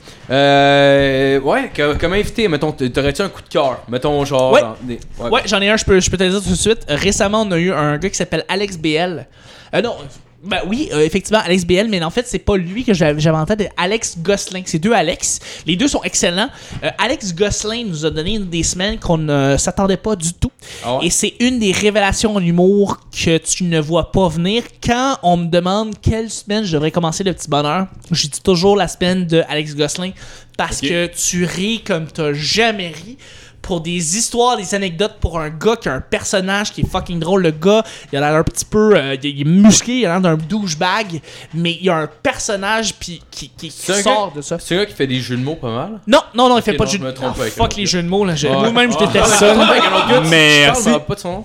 Euh, ouais, que- comme invité, mettons, t- t'aurais-tu un coup de cœur Mettons, genre.
Ouais.
dans des-
bon. Ouais, j'en ai un, je peux, je peux te le dire tout de suite. Euh, Récemment, on a eu un gars qui s'appelle Alex BL. Euh, non. Ben oui, euh, effectivement, Alex BL, mais en fait, c'est pas lui que j'avais j'avais en tête, Alex Gosselin. C'est deux Alex. Les deux sont excellents. Euh, Alex Gosselin nous a donné une des semaines qu'on ne s'attendait pas du tout.
Ah ouais?
Et c'est une des révélations en humour que tu ne vois pas venir. Quand on me demande quelle semaine je devrais commencer le petit bonheur, je dis toujours la semaine de Alex Gosselin parce que tu ris comme t'as jamais ri. Pour des histoires, des anecdotes, pour un gars qui a un personnage qui est fucking drôle. Le gars, il a l'air un petit peu. euh, il est musclé, il a l'air d'un douchebag, mais il a un personnage puis, qui, qui, qui
C'est un
sort
gars-
de ça.
C'est un gars qui fait des jeux de mots pas mal.
Non, non, non, il fait
Ok,
pas
non,
de jeu
je
de
me
mots.
trompe pas avec
fuck
un
les
autre
jeux de mots, là. j'ai-
Ouais.
Moi-même, je
Ah.
déteste
Ah.
ça.
Merci.
Merci.
pas de son nom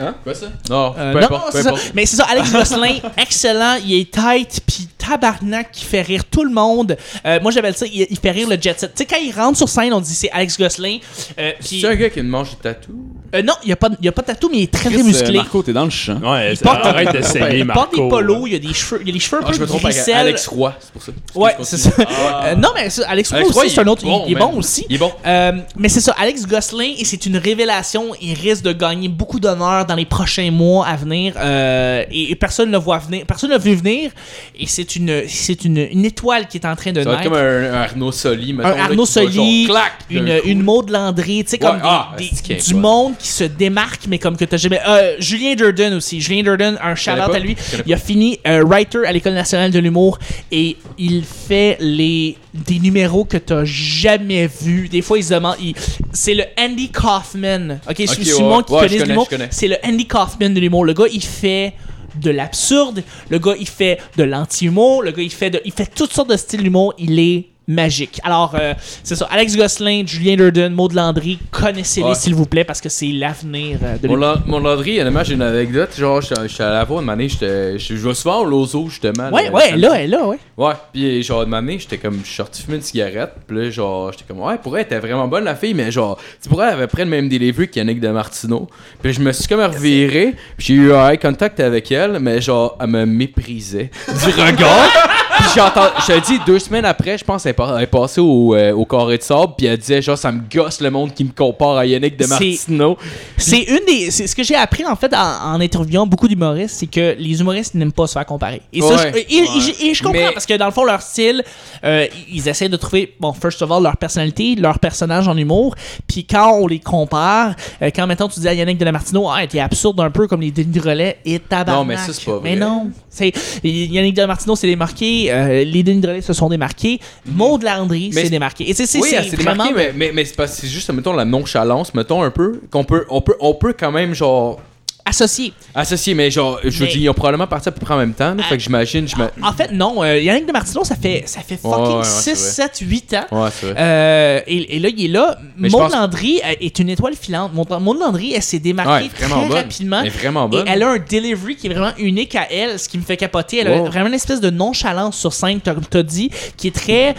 Hein Quoi ça Non,
Euh,
peu
non,
importe, peu
c'est ça.
importe.
Mais c'est ça, Alex Gosselin, <laughs> excellent, il est tight, puis tabarnak qui fait rire tout le monde. Euh, moi, j'appelle ça, il, il fait rire le jet set. Tu sais, quand il rentre sur scène, on dit c'est Alex Gosselin. euh, puis-
C'est un gars qui a une manche de tatou
Euh, non, il n'y a pas de il y a pas de tatou, mais il est très, très
Chris, euh,
musclé.
Marco, t'es dans le champ.
Ouais,
porte-
Ah, arrête d'essayer,
Il porte
Marco.
des polos, il y a des cheveux, il y a les cheveux un
Ah,
peu
je me trompe avec
grisels.
Alex Roy, c'est pour ça.
Ouais, c'est ça. Euh, non, mais ça, Alex Roy
Alex Roy,
aussi, c'est un
il est
autre. il-
bon,
il est
man.
bon aussi.
Il est bon.
Euh, mais c'est ça, Alex Gosselin, et c'est une révélation. Il risque de gagner beaucoup d'honneur dans les prochains mois à venir. euh, et, et personne ne le voit venir. Personne ne l'a vu venir. Et c'est une, c'est une, une étoile qui est en train de
Ça va être
naître.
comme un, un Arnaud Soli, mettons.
Un Arnaud Soli, une, une Maud Landry, tu sais, comme
Ouais, ah,
des- des-
c'est qui est
du
bonne.
monde qui se démarque, mais comme que t'as jamais. Euh, Julien Durden aussi. Julien Durden, un shout
pas,
à lui.
je connais
Il a fini euh, writer à l'École nationale de l'humour et il fait les des numéros que t'as jamais vus. Des fois, ils se demandent. il- C'est le Andy Kaufman. Ok, je suis
ouais,
Simon qui
ouais, je
connaît
connais,
l'humour.
je connais.
C'est le Andy Kaufman de l'humour. Le gars, il fait de l'absurde. Le gars, il fait de l'anti-humour. Le gars, il fait, de, il fait toutes sortes de styles d'humour. Il est magique. Alors, euh, c'est ça. Alex Gosselin, Julien Durden, Maud Landry, connaissez-les,
Ouais.
s'il vous plaît, parce que c'est l'avenir euh, de
Mon,
l'humour.
lan- mon Landry, honnêtement, j'ai une anecdote. Genre, je je suis allé la voir une année, j'étais- je je vais souvent au Lozo, justement.
Ouais,
le
ouais, elle
samedi.
est là, elle est là, ouais.
Ouais, puis genre, une année, j'étais comme, je suis sorti fumer une cigarette, puis là, genre, j'étais comme, ouais, pour elle, elle était vraiment bonne, la fille, mais genre, tu pourrais, elle avait près le même delivery qu'Yannick de Martino. Puis je me suis comme reviré, puis j'ai eu un eye contact avec elle, mais genre, elle me méprisait du regard. Puis j'entends, je te dis, deux semaines après, je pense, elle est pa- elle est passée au, euh, au carré de sable, puis elle disait, genre, ça me gosse le monde qui me compare à Yannick de
C'est-
Martino.
C'est une des. C'est ce que j'ai appris en fait en, en interviewant beaucoup d'humoristes, c'est que les humoristes n'aiment pas se faire comparer. Et ça,
Ouais.
je, et- et- et- et je comprends
Mais-
parce que dans le fond leur style, euh, ils essaient de trouver bon first of all leur personnalité, leur personnage en humour. Puis quand on les compare, euh, quand maintenant tu dis à Yannick Delamartino, ah t'es absurde un peu comme les Denis Drolet et tabarnak.
Non, mais ça, c'est pas vrai.
Mais non, c'est Yannick Delamartino s'est démarqué, euh, les Denis Drolet se sont démarqués, Maud Landry
Mm-hmm. Mais-
s'est démarqué. Et c'est c'est
Oui, elle
c'est
s'est
vraiment
démarquée, mais, mais, mais c'est pas- c'est juste, mettons, la nonchalance, mettons, un peu, qu'on peut, on peut, on peut quand même, genre,
associé.
Associé, mais genre, je veux
Mais-
dire, ils ont probablement parti à peu près en même temps. là,
Ah.
fait que j'imagine. Je me...
En fait, non. euh, Yannick de Martino, ça fait, ça fait
Ouais, ouais,
fucking
ouais,
6,
c'est
7, 8 ans.
Ouais, c'est vrai.
Euh, et, et là, il est là.
Mais je
Maud
pense-
Landry euh, est une étoile filante. Maud Maud Landry, elle s'est démarquée
Ouais,
très
vraiment bonne.
rapidement.
Elle est vraiment
Et
bonne.
elle a un delivery qui est vraiment unique à elle, ce qui me fait capoter. Elle
Wow.
a vraiment une espèce de nonchalance sur scène, t'as- comme t'as dit, qui est très.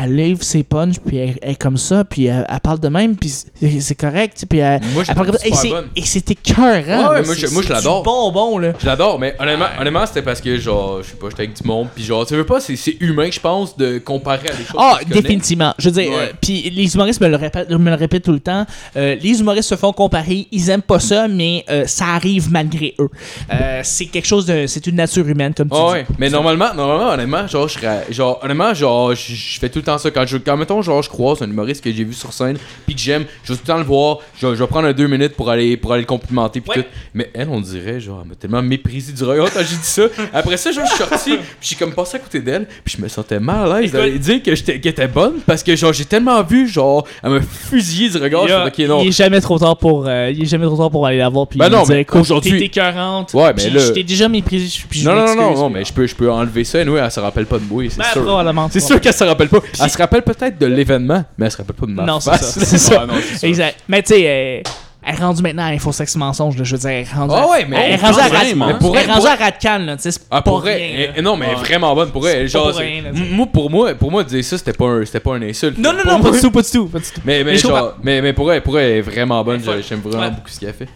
Elle lève ses punches, puis elle elle est comme ça, puis elle, elle parle de même, puis c'est c'est correct. tu sais, Puis elle,
Moi, je
elle
la
parle comme
trouve
ça. Et
super
c'est-
bonne.
Et c'était cœur,
Ouais, ouais, moi, je- moi, je l'adore.
bonbon, là.
Je l'adore, mais honnêtement, honnêtement c'était parce que, genre, je sais pas, j'étais avec du monde. Puis, genre, tu veux pas, c'est- c'est humain, je pense, de comparer à des choses.
Ah,
que tu connais.
définitivement. Je veux dire,
Ouais.
euh, puis les humoristes me le, répètent, me le répètent tout le temps. euh, les humoristes se font comparer. Ils aiment pas ça, mais euh, ça arrive malgré eux. Euh, c'est quelque chose de. C'est une nature humaine, comme tu
Ah
dis.
ouais, mais normalement, normalement, honnêtement, genre, je serais- genre, honnêtement, genre, je- je fais tout le temps ça. Quand, je, quand mettons, genre, je croise un humoriste que j'ai vu sur scène, puis que j'aime, je vais tout le temps le voir, je, je vais prendre un deux minutes pour aller, pour aller le complimenter, puis
Ouais.
tout. Mais elle, on dirait, genre, elle m'a tellement méprisé du regard quand j'ai dit ça. Après ça, genre, je suis sorti,
<laughs>
puis j'ai comme passé à côté d'elle, puis je me sentais mal à l'aise d'aller dire que j'étais, qu'elle était bonne, parce que, genre, j'ai tellement vu, genre, elle m'a fusillé du regard,
Il, y a-
je suis ok, non.
il est jamais trop tard pour euh, il est jamais trop tard pour aller la voir puis
Ben
lui
non,
dire,
mais
Écoute,
aujourd'hui-
t'es écœurante
Ouais, mais
puis
là-
je t'ai déjà méprisé puis je
Non, non, non, non,
m'excuse.
non, mais je peux, je peux enlever ça, nous, elle se rappelle pas de moi, c'est
Ben,
sûr.
probablement
C'est sûr qu'elle se rappelle pas. Elle se rappelle peut-être de l'événement, mais elle se rappelle pas de ma
non c'est ça
face.
c'est ça
Ah,
Ouais, non, c'est sûr.
exact mais tu sais elle, elle est rendue maintenant à l'infosex mensonge là, je veux dire elle est rendue
Ah
à-
ouais, mais-
elle est
Oh,
rendue à
quand
Rad-
même, hein.
elle
Pour
est
elle-
rendue
pour-
à Radcan là tu sais c'est
Ah, pour
pas
vrai,
rien, là.
elle- non, mais elle est vraiment bonne pour elle.
pas
Genre,
pour
c'est-
rien, là,
m- moi, pour moi, pour moi, dire ça, c'était pas, un- c'était pas une insulte.
Non, non,
Pour
non,
moi-
pas du tout, pas du tout. Pas du tout.
Mais, mais,
Mais je
genre, mais, mais pour elle, pour elle, elle est vraiment bonne.
Elle est
J'aime vraiment
Ouais.
beaucoup ce qu'elle fait.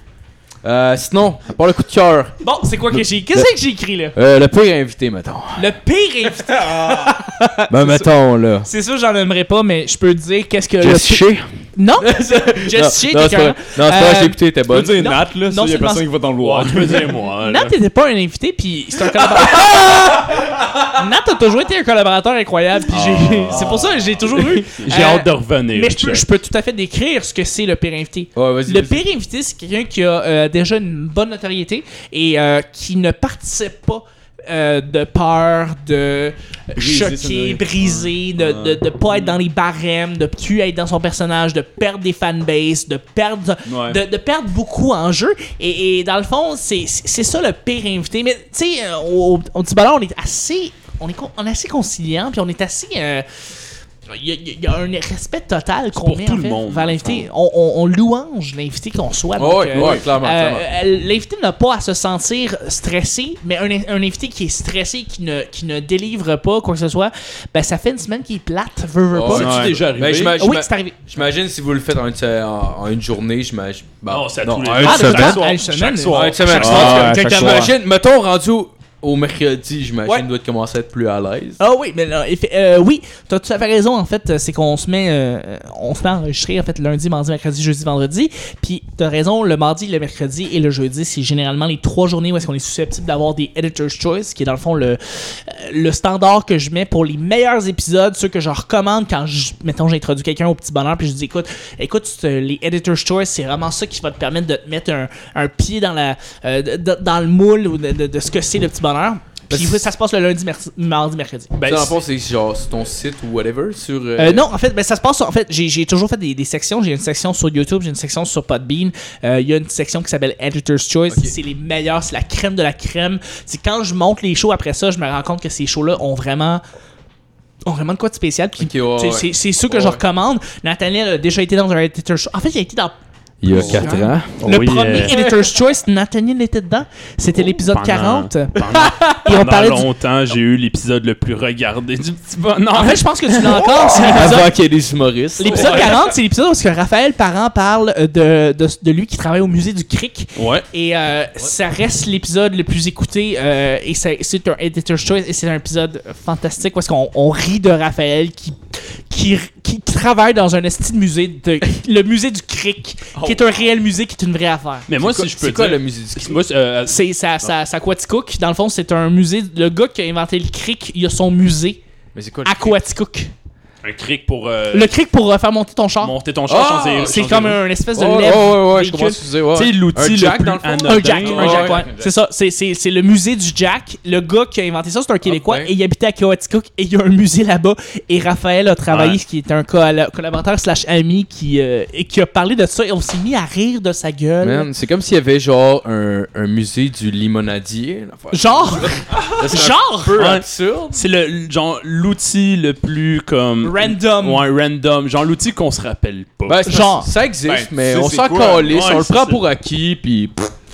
Euh, sinon, à part le coup de cœur,
Bon, c'est quoi que j'ai Qu'est-ce que j'ai écrit là
euh, le pire invité, mettons.
Le pire invité. Ah,
Ben, mettons, là.
<laughs> C'est sûr, j'en aimerais pas, mais je peux dire qu'est-ce que.
Jess
le...
Shea.
<laughs> Non
Non,
Jess Shea,
non, c'est pas
quelqu'un.
vrai. Non, c'est pas vrai,
Euh,
j'ai écouté, t'es
Je veux
bonne.
dire,
Non,
Nat, là, ça,
non,
il y a
c'est
personne
dans-
qui va dans le
Ouais,
voir.
je peux dire, moi.
Nat
là.
n'était pas un invité, puis c'est un collaborateur. <laughs> Nat a toujours été un collaborateur incroyable, puis j'ai. C'est pour ça que j'ai toujours eu.
J'ai
Euh,
hâte de revenir.
Mais je peux,
Chuck.
je peux tout à fait décrire ce que c'est le pire invité.
Ouais, vas-y.
Le
vas-y.
pire invité, c'est quelqu'un qui a euh, déjà une bonne notoriété et euh, qui ne participe pas euh, de peur, de choquer, briser, de ne pas être dans les barèmes, de plus être dans son personnage, de perdre des fanbases, de perdre,
Ouais.
de, de perdre beaucoup en jeu. Et, et dans le fond, c'est c'est ça le pire invité. Mais tu sais, euh, au, au petit ballon, on est assez, on est, con- on est assez conciliant, puis on est assez. euh, il y, a- il y a un respect total qu'on
pour
met
tout
en
le
fait,
monde,
vers
dans le
l'invité. On, on- on louange l'invité qu'on soit.
Ouais,
donc,
ouais,
euh,
ouais, clairement,
euh,
clairement.
euh, l'invité n'a pas à se sentir stressé, mais un, un invité qui est stressé, qui ne, qui ne délivre pas quoi que ce soit, ben ça fait une semaine qu'il est plate, veut, veut pas.
Ouais.
C'est-tu déjà arrivé?
Ben, j'ima-
Ah oui,
j'ima-
c'est arrivé.
J'imagine si vous le faites en une, se- en, en une journée, j'imagine. bah,
Oh,
Non, c'est à
non.
tous les
Ah, une
jours.
semaine.
Chaque soir.
Ah,
En une semaine.
Chaque soir.
une semaine.
Chaque soir.
Ah,
Exactement.
chaque soir.
J'imagine, mettons rendu au, au mercredi, j'imagine,
Ouais.
doit être commencer à être plus à l'aise.
Ah oui, mais là, effe- euh, oui, t'as tout à fait raison en fait, euh, c'est qu'on se met euh, on se met à enregistrer en fait lundi, mardi, mercredi, jeudi, vendredi, puis t'as raison, le mardi, le mercredi et le jeudi, c'est généralement les trois journées où est-ce qu'on est susceptible d'avoir des editor's choice qui est dans le fond le euh, le standard que je mets pour les meilleurs épisodes, ceux que je recommande quand je, mettons j'introduis quelqu'un au petit bonheur puis je dis écoute, écoute ce- les editor's choice, c'est vraiment ça qui va te permettre de te mettre un, un pied dans la euh, d- d- dans le moule ou de, de- de ce que c'est le petit bonheur. Puis
Parce-
ça se passe le lundi, merc- mardi, mercredi.
Ça,
Ben,
dans le fond, c'est genre sur ton site ou whatever, sur... euh,
Euh, non, en fait, ben, ça se passe. sur- En fait, j'ai j'ai toujours fait des, des sections. J'ai une section sur YouTube, j'ai une section sur Podbean. Euh, Il y a une section qui s'appelle Editor's Choice.
Ok.
C'est les meilleurs, c'est la crème de la crème. C'est quand je monte les shows après ça, je me rends compte que ces shows-là ont vraiment ont vraiment de quoi de spécial. Puis
Ok, ouais,
c'est-
ouais.
c'est- c'est ceux que
Ouais.
je recommande. Nathalie elle a déjà été dans un Editor's Choice. En fait, il a été dans
Il y a 4 ans.
le premier Editor's Choice. Nathalie était dedans. C'était l'épisode
euh. Oh, pendant-
40.
pendant-
<laughs> Et on
Pendant
parlait du.
longtemps, j'ai eu l'épisode le plus regardé du petit bonheur.
En fait, je pense
<laughs>
que tu l'as encore.
Ah,
C'est
bah,
l'épisode
Avant qu'il y ait des humoristes.
L'épisode 40, c'est l'épisode où ce que Raphaël Parent parle euh, de, de, de lui qui travaille au musée du Cric.
Ouais.
Et euh, ça reste l'épisode le plus écouté. euh, et c'est c'est un Editor's Choice. Et c'est un épisode fantastique parce qu'on on rit de Raphaël qui, qui, qui travaille dans un esti de musée, de, le musée du Cric, qui est un réel musée qui est une vraie affaire.
Mais moi, si je peux
C'est quoi
dire...
la musique du
Moi, c'est, euh,
C'est sa, sa, sa Quaticook. Dans le fond, c'est un musée. Le gars qui a inventé le Cric, il a son musée
Mais c'est quoi
à Quaticook.
un cric pour euh,
Le Cric pour euh, faire monter ton char.
monter ton
Ah,
char, changer-
C'est
changer
comme
de-
un espèce de
Oh,
lèvre
ouais, ouais, ouais, je
véhicule.
comprends ce que tu dis, ouais.
Tu sais, l'outil
Un
le
jack,
plus
dans le fond?
anodin.
Un jack, un jack,
ouais.
ouais. C'est ça, c'est- c'est c'est le musée du jack. Le gars qui a inventé ça, c'est un Québécois
ben.
et il habitait à Coaticook et il y a un musée là-bas. Et Raphaël a travaillé,
Ouais.
ce qui est un colla- collaborateur slash ami qui, euh, et qui a parlé de ça et on s'est mis à rire de sa gueule.
Man, c'est comme s'il y avait genre un, un musée du limonadier. l'affaire.
Genre,
Là, c'est un
genre,
peu
Ouais.
absurde.
C'est le le- genre l'outil le plus comme
random.
Ouais, random, genre l'outil qu'on se rappelle pas.
Ben, c'est parce
Genre.
que ça existe,
Ben,
mais
tu sais
on
c'est
s'en
quoi.
calisse,
Ouais,
on le
c'est
prend
ça.
pour acquis, puis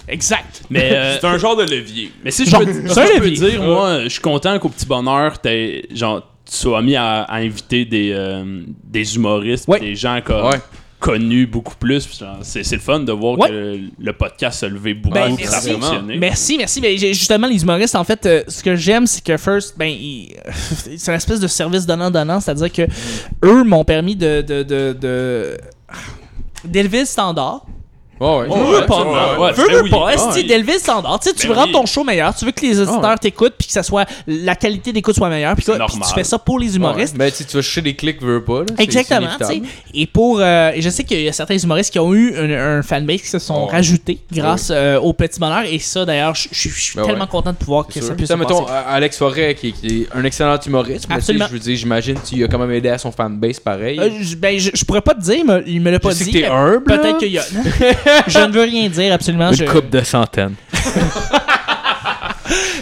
Exact.
mais euh,
<laughs>
C'est un genre de levier.
mais si je
Genre, <laughs>
peux, si
c'est un
je peux
levier.
dire moi, je suis content qu'au petit bonheur t'aies genre tu sois mis à, à inviter des euh, des humoristes, pis
Ouais.
des gens comme
Ouais.
connus beaucoup plus, pis genre, c'est c'est le fun de voir
Ouais.
que le podcast se lever beaucoup,
Ben,
pis ça a
merci.
fonctionné.
Merci, merci. Mais j'ai- justement, les humoristes, en fait, euh, ce que j'aime, c'est que First, ben, ils- <laughs> c'est une espèce de service donnant-donnant. C'est-à-dire que eux m'ont permis de. de, de, de- d'élever le standard.
Ouais, ouais.
Veux pas, non. Ouais,
veux,
ben
veux
oui.
pas,
Ah,
esti,
oui.
d'élever le standard. Tu sais, tu veux
Ben
rendre
oui.
ton show meilleur, tu veux que les auditeurs
Ah ouais.
t'écoutent puis que ça soit la qualité d'écoute soit meilleure, puis,
C'est
que- puis
normal.
tu fais ça pour les humoristes.
Mais tu tu vas chercher des clics, veux pas. là, ben, c'est- c'est
Exactement, tu sais.
inévitable.
Et pour, euh, et je sais qu'il y a certains humoristes qui ont eu un, un fanbase qui se sont
Ouais.
rajoutés grâce euh, au petit bonheur. Et ça, d'ailleurs, je je- je suis
Ben
tellement
ouais.
content de pouvoir
C'est
que
sûr.
ça puisse
Ça,
se
mettons,
passer.
euh, Alex Forêt, qui, qui est un excellent humoriste, mais tu sais,
Absolument.
je veux dire, j'imagine tu as quand même aidé à son fanbase pareil.
Euh, je- ben, je, je pourrais pas te dire, mais il me l'a pas
sais
dit.
que t'es
mais
humble, là.
Peut-être qu'il y a. <laughs> je ne veux rien dire, absolument. Je,
de centaines.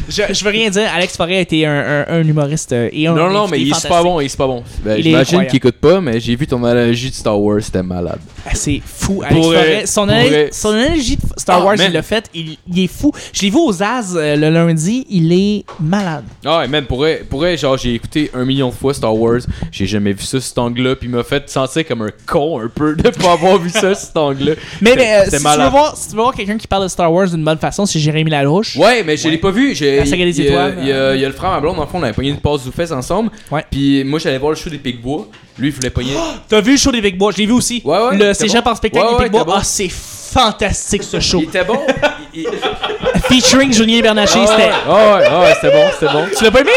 je, je veux rien dire. Alex Forêt a été un, un- un humoriste euh, et un.
Non, non, mais
invité
il est super
fantastique.
bon, il est super bon. Ben,
Il est
J'imagine
incroyable.
qu'il écoute pas, mais j'ai vu ton analogie de Star Wars, c'était malade.
Ah, C'est fou, Alex
Pour, euh,
Forêt. Son,
pour,
anal-
euh,
son analogie de Star
Ah,
Wars,
man.
il l'a fait. Il, il est fou. Je l'ai vu aux Az euh, le lundi. Il est malade.
Ah ouais, man, pour vrai, pour vrai, genre, j'ai écouté un million de fois Star Wars, j'ai jamais vu ça, cet angle-là, puis il m'a fait sentir comme un con un peu de pas avoir vu ça, cet angle-là.
Mais,
C'était-
mais, euh,
c'était
si, tu veux
malade.
voir, si tu veux voir quelqu'un qui parle de Star Wars d'une bonne façon, c'est Jérémy Larouche.
Ouais, mais je l'ai pas vu. J'ai-
La saga des
il y a-
étoiles,
Il y, a,
euh.
il y a le frère à ma blonde, en fond, on avait pogné une passe du fesse ensemble.
Ouais. Oh!
Puis moi, j'allais voir le show des Pigbois. Lui, il voulait pogner.
T'as vu le show des Big Bois Je l'ai vu aussi.
Ouais, ouais,
le
c'était
Cégep
bon.
en spectacle
Ouais,
des
ouais,
Big Bois.
c'était bon.
Ah, c'est fantastique ce show.
il était
<laughs>
bon. il- il-
Featuring Julien Bernatchez,
Ah ouais,
c'était.
ah ouais, ah ouais, c'était bon, c'était bon.
Tu l'as pas aimé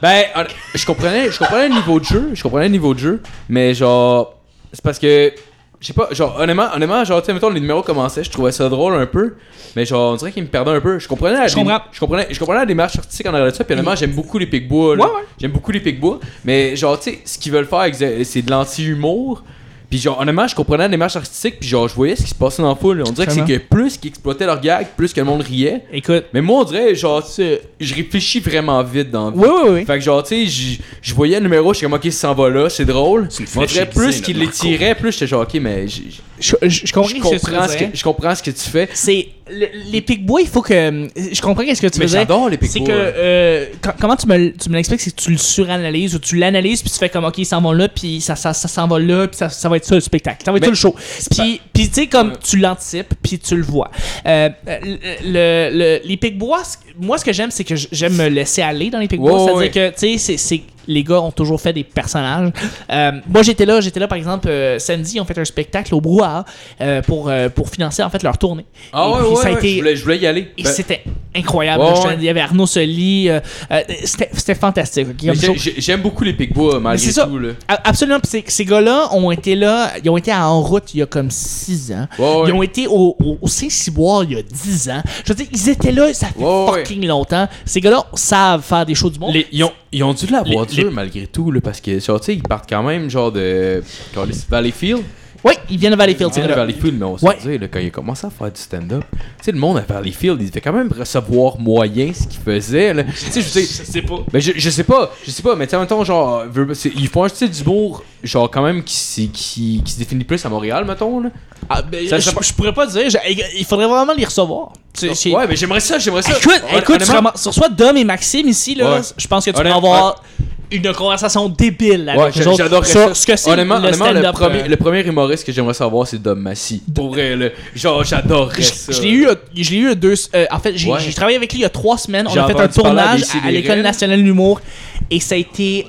Ben, hon- je comprenais, je comprenais le niveau de jeu, je comprenais le niveau de jeu, mais genre, c'est parce que, je sais pas, genre, honnêtement, honnêtement, genre, tu sais, mettons, les numéros commençaient, je trouvais ça drôle un peu, mais genre, on dirait qu'ils me perdaient un peu. Je comprenais la,
Je comprends.
je comprenais, je comprenais la démarche artistique en arrière de ça, puis honnêtement, j'aime beaucoup les Picbois, là.
Ouais, ouais.
J'aime beaucoup les Picbois, mais genre, tu sais, ce qu'ils veulent faire, exa- c'est de l'anti-humour. Puis genre, honnêtement, je comprenais la démarche artistique, puis genre, je voyais ce qui se passait dans la foule. On dirait que c'est que
Vraiment.
plus qu'ils exploitaient leur gag, plus que le monde riait.
Écoute,
Mais moi, on dirait, genre, tu sais, je réfléchis vraiment vite dans la vie.
oui, oui, oui.
Fait que genre, tu sais, j- je voyais le numéro, je suis comme, ok, il s'en va là, c'est drôle. On dirait plus qu'il l'étirait, plus j'étais genre, ok, mais j- j-
Je, je- je comprends,
je
ce que tu
comprends ce
faisais.
que- je comprends ce que tu fais.
C'est le- les pics bois, il faut que je comprends qu'est-ce que tu
Mais
faisais.
j'adore les
C'est
picos.
que euh, quand- comment tu me, l- tu me l'expliques, c'est que tu le suranalyses ou tu l'analyses puis tu fais comme ok ils s'en vont là puis ça ça, ça s'en va là puis ça, ça va être ça le spectacle, ça va être
Mais
ça le show. Puis puis tu sais comme tu l'anticipes puis tu le vois. Euh, euh, le, le- les pics bois, ce- moi ce que j'aime c'est que j- j'aime me laisser aller dans les pics bois,
Ouais,
c'est-à-dire
ouais.
que tu sais c'est- c'est les gars ont toujours fait des personnages. Euh, moi j'étais là, j'étais là par exemple euh, samedi, ils ont fait un spectacle au Brouhaha euh, pour euh, pour financer en fait leur tournée.
Ah
Et
ouais,
puis,
ouais,
ça a
ouais,
été-
je, voulais, je voulais y aller.
et
Ben,
c'était incroyable.
Ouais,
Je te
ouais.
dis, Il y avait Arnaud Soli. euh, euh, c'était c'était fantastique. ok,
mais
comme show.
j'ai- j'ai- J'aime beaucoup les Picbois, malgré
c'est ça.
tout. Là.
A- Absolument. Puis c'est- ces gars-là ont été là, ils ont été à En route il y a comme 6 ans.
Ouais, ouais.
Ils ont été au, au, au Saint-Cyboire il y a 10 ans. Je veux dire, ils étaient là, ça fait
Ouais, ouais.
fucking longtemps. Ces gars-là savent faire des shows du monde.
Les- ils, ont, ils ont dû l'avoir
Les-
dur malgré tout, là, parce que, genre, tu sais, ils partent quand même, genre, de. Genre, les Valleyfield.
Oui, ils viennent de Valleyfield. ces
Tu sais, le
gars-là.
Valleyfield, mais on
Ouais.
s'est dit, là, quand il a commencé à faire du stand-up, tu sais, le monde à Valleyfield, il devait quand même recevoir moyen ce qu'il faisait, là. Tu sais, je veux dire,
Je sais pas.
ben, je, je sais pas, je sais pas, mais tu sais, mettons, genre, veux- c'est- ils font un style d'humour, genre, quand même, qui, s'est- qui, qui se définit plus à Montréal, mettons, là.
Ah, ben,
Ça,
je,
ça-
je pourrais pas dire. je- il faudrait vraiment les recevoir. Tu sais, c'est-
Ouais, mais j'aimerais ça, j'aimerais ça.
Écoute,
Hon-
écoute, tu
honnêtement-
remarques- sur soi, Dom et Maxime ici, là,
Ouais.
je pense que tu peux
Honnêtement-
avoir une conversation débile avec
Ouais,
eux autres
j'adore
sur
ça.
ce que c'est
honnêtement,
le
honnêtement, le,
stand-up,
premier,
euh,
le premier humoriste que j'aimerais savoir, c'est Dom Massy. Pour vrai, là, genre, j'adorerais ça.
Je l'ai eu, euh, je l'ai eu euh, deux. euh, en fait, j'ai
Ouais.
j'ai travaillé avec lui il y a trois semaines. On
J'ai
a fait un
entendu parler à
tournage
BC
à, à l'école
Lirel.
nationale de l'humour et ça a été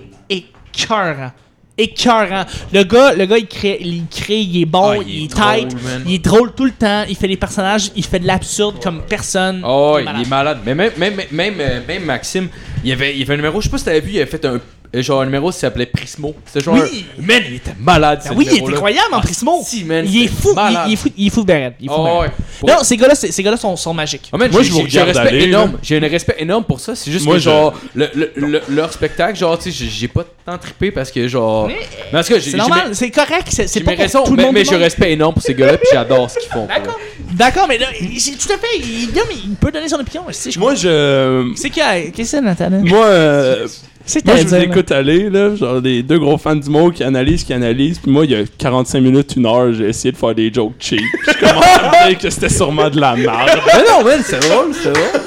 écœurant. Écœurant. Le gars, le gars il, crée, il crée, il est bon,
Ah,
il,
il
est
est drôle,
tight,
man.
il est drôle tout le temps, il fait des personnages, il fait de l'absurde comme personne.
Oh,
Malade.
il est malade. Mais même, même, même, euh, même Maxime, il y avait, il y avait un numéro, je sais pas si t'avais vu, il avait fait un. euh, Genre, un numéro qui s'appelait Prismo. C'était genre.
Oui.
un- Man, il était malade.
Ben
ce
oui, il est
numéro-là. Ah,
incroyable en Prismo.
si, man,
il est
c'était
fou, il,
malade.
il est fou, il est fou, Barrett. Il est fou,
Oh,
Barrett.
ouais. Pour-
Non, ces gars-là, c'est- ces gars-là sont, sont magiques.
Ah, man,
Moi,
j'ai-
je vous
j'ai- j'ai un
regarde
respect
aller, là.
énorme. J'ai un respect énorme pour ça. C'est juste
Moi,
que,
je-
genre, le, le- le- leur spectacle, genre, tu sais, j'ai- j'ai pas tant trippé parce que, genre. Mais, en tout cas, j'ai-
C'est
j'ai mes-
normal, c'est correct, c'est c'est
j'ai
pas
mes
pour
raisons,
tout le
mais,
monde.
mais
du
j'ai un
monde.
respect énorme pour ces gars-là, puis j'adore ce qu'ils font. pour
D'accord. D'accord, mais là, il- c'est tout à fait, il, Guillaume, il peut donner son opinion. Si, je
Moi, je.
C'est qui, euh, qu'est-ce que c'est, Nathan?
Moi, euh,
C'est que
moi,
t'allais
je vous
dire, là?
écoute aller, là. Genre, des deux gros fans du mot qui analysent, qui analysent. Puis moi, il y a 45 minutes, une heure, j'ai essayé de faire des jokes cheap. Puis je commence à me dire que c'était sûrement de la <laughs> merde.
vrai. Mais non, man, c'est drôle, c'est drôle.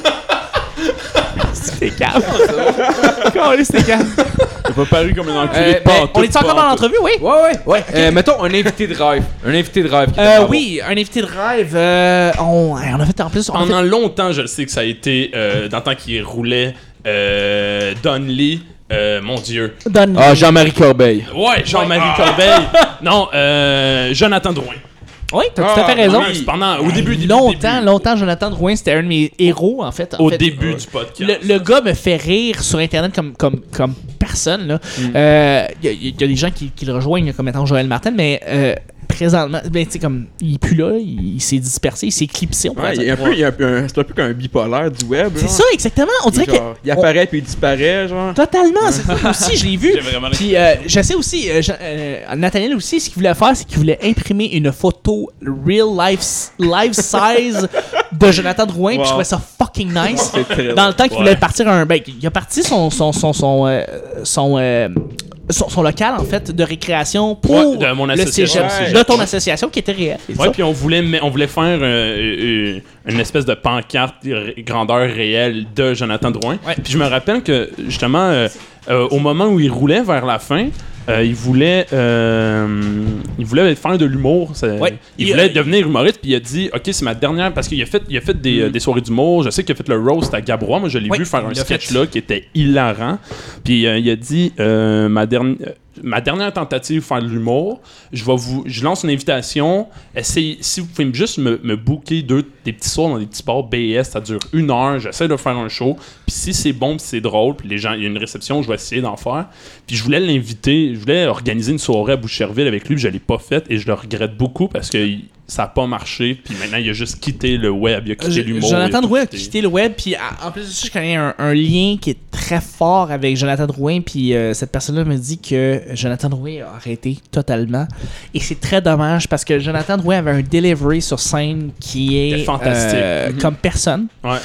T'es calme. Calme, t'es calme.
T'as pas paru comme un enculé
Euh,
de
mais
pantoute,
On est encore dans
pantoute.
l'entrevue, oui?
Ouais, ouais, ouais. Euh, mettons un invité de rêve. Un invité de rêve. qui
Euh,
t'en
oui, un invité de rêve. euh, on, on a fait en plus. On a fait-
Pendant longtemps, je le sais que ça a été, euh, dans le temps qu'il roulait, euh, Don Lee, euh, mon Dieu.
Donne-
va. Ah, Jean-Marie Corbeil.
Ouais, Jean-Marie <laughs> Corbeil. non, euh, Jonathan Drouin.
Oui, t'as
Ah,
tout à fait raison.
Oui, pendant, au début du
Longtemps, longtemps, Jonathan Drouin, c'était un de mes héros, en fait. en
Au
fait. Euh,
début du podcast.
Le, le gars me fait rire sur Internet comme, comme, comme personne.
Mm.
Il y, a- y a des gens qui, qui le rejoignent, comme étant Joël Martin, mais euh, présentement, ben, tu sais, comme, il est plus là, il, il s'est dispersé, il s'est éclipsé. on
Ouais,
pourrait
Ah, il
dire.
y a un peu, il y a un peu un- c'est un peu comme un bipolaire du web.
C'est ça, exactement. On dirait que.
Il apparaît puis il disparaît, genre.
<laughs>
Totalement, c'est ça aussi, je l'ai vu. Puis euh, je sais aussi, euh, Jean- euh, Nathaniel aussi, ce qu'il voulait faire, c'est qu'il voulait imprimer une photo real life,
<laughs>
life size de Jonathan Drouin, puis je trouvais ça fucking nice. Dans le temps qu'il voulait partir à un. Ben, il a parti son. son. son. son. euh, son, euh, son- son local en fait de récréation pour
Ouais, de mon
le
association.
cégep
Ouais.
de ton association qui était réelle et
Ouais,
ça.
puis on voulait, mais on voulait faire euh, euh, une espèce de pancarte ré- grandeur réelle de Jonathan Drouin.
Ouais.
Puis je me rappelle que justement, euh, euh, au moment où il roulait vers la fin, euh, il voulait, euh, il voulait faire de l'humour. ça-
Ouais.
Il,
Il-
voulait devenir humoriste. Puis il a dit, ok, c'est ma dernière, parce qu'il a fait, il a fait des, euh, des soirées d'humour. Je sais qu'il a fait le roast à Gabrois. Moi, je l'ai
Ouais,
vu faire un
il l'a
sketch
fait.
là qui était hilarant. Puis euh, il a dit, euh, ma dernière. Ma dernière tentative pour faire de l'humour, je vais vous, je lance une invitation. Essayez, si vous pouvez me- juste me, me booker deux des petits soirs dans des petits bars BS, ça dure une heure. J'essaie de faire un show. Puis si c'est bon, puis c'est drôle, puis les gens, il y a une réception, je vais essayer d'en faire. Puis je voulais l'inviter, je voulais organiser une soirée à Boucherville avec lui, puis je l'ai pas faite et je le regrette beaucoup parce que il- ça a pas marché, puis maintenant il a juste quitté le web, il a quitté
Je-
l'humour.
Euh, Jonathan
il a
Drouin a
tout
quitté le web, puis à- en plus de ça, je connais un, un lien qui est très fort avec Jonathan Drouin, puis euh, cette personne-là me dit que Jonathan Drouin a arrêté totalement. Et c'est très dommage parce que Jonathan Drouin avait un delivery sur scène qui est
C'était fantastique. Mm-hmm.
euh, comme personne.
Ouais.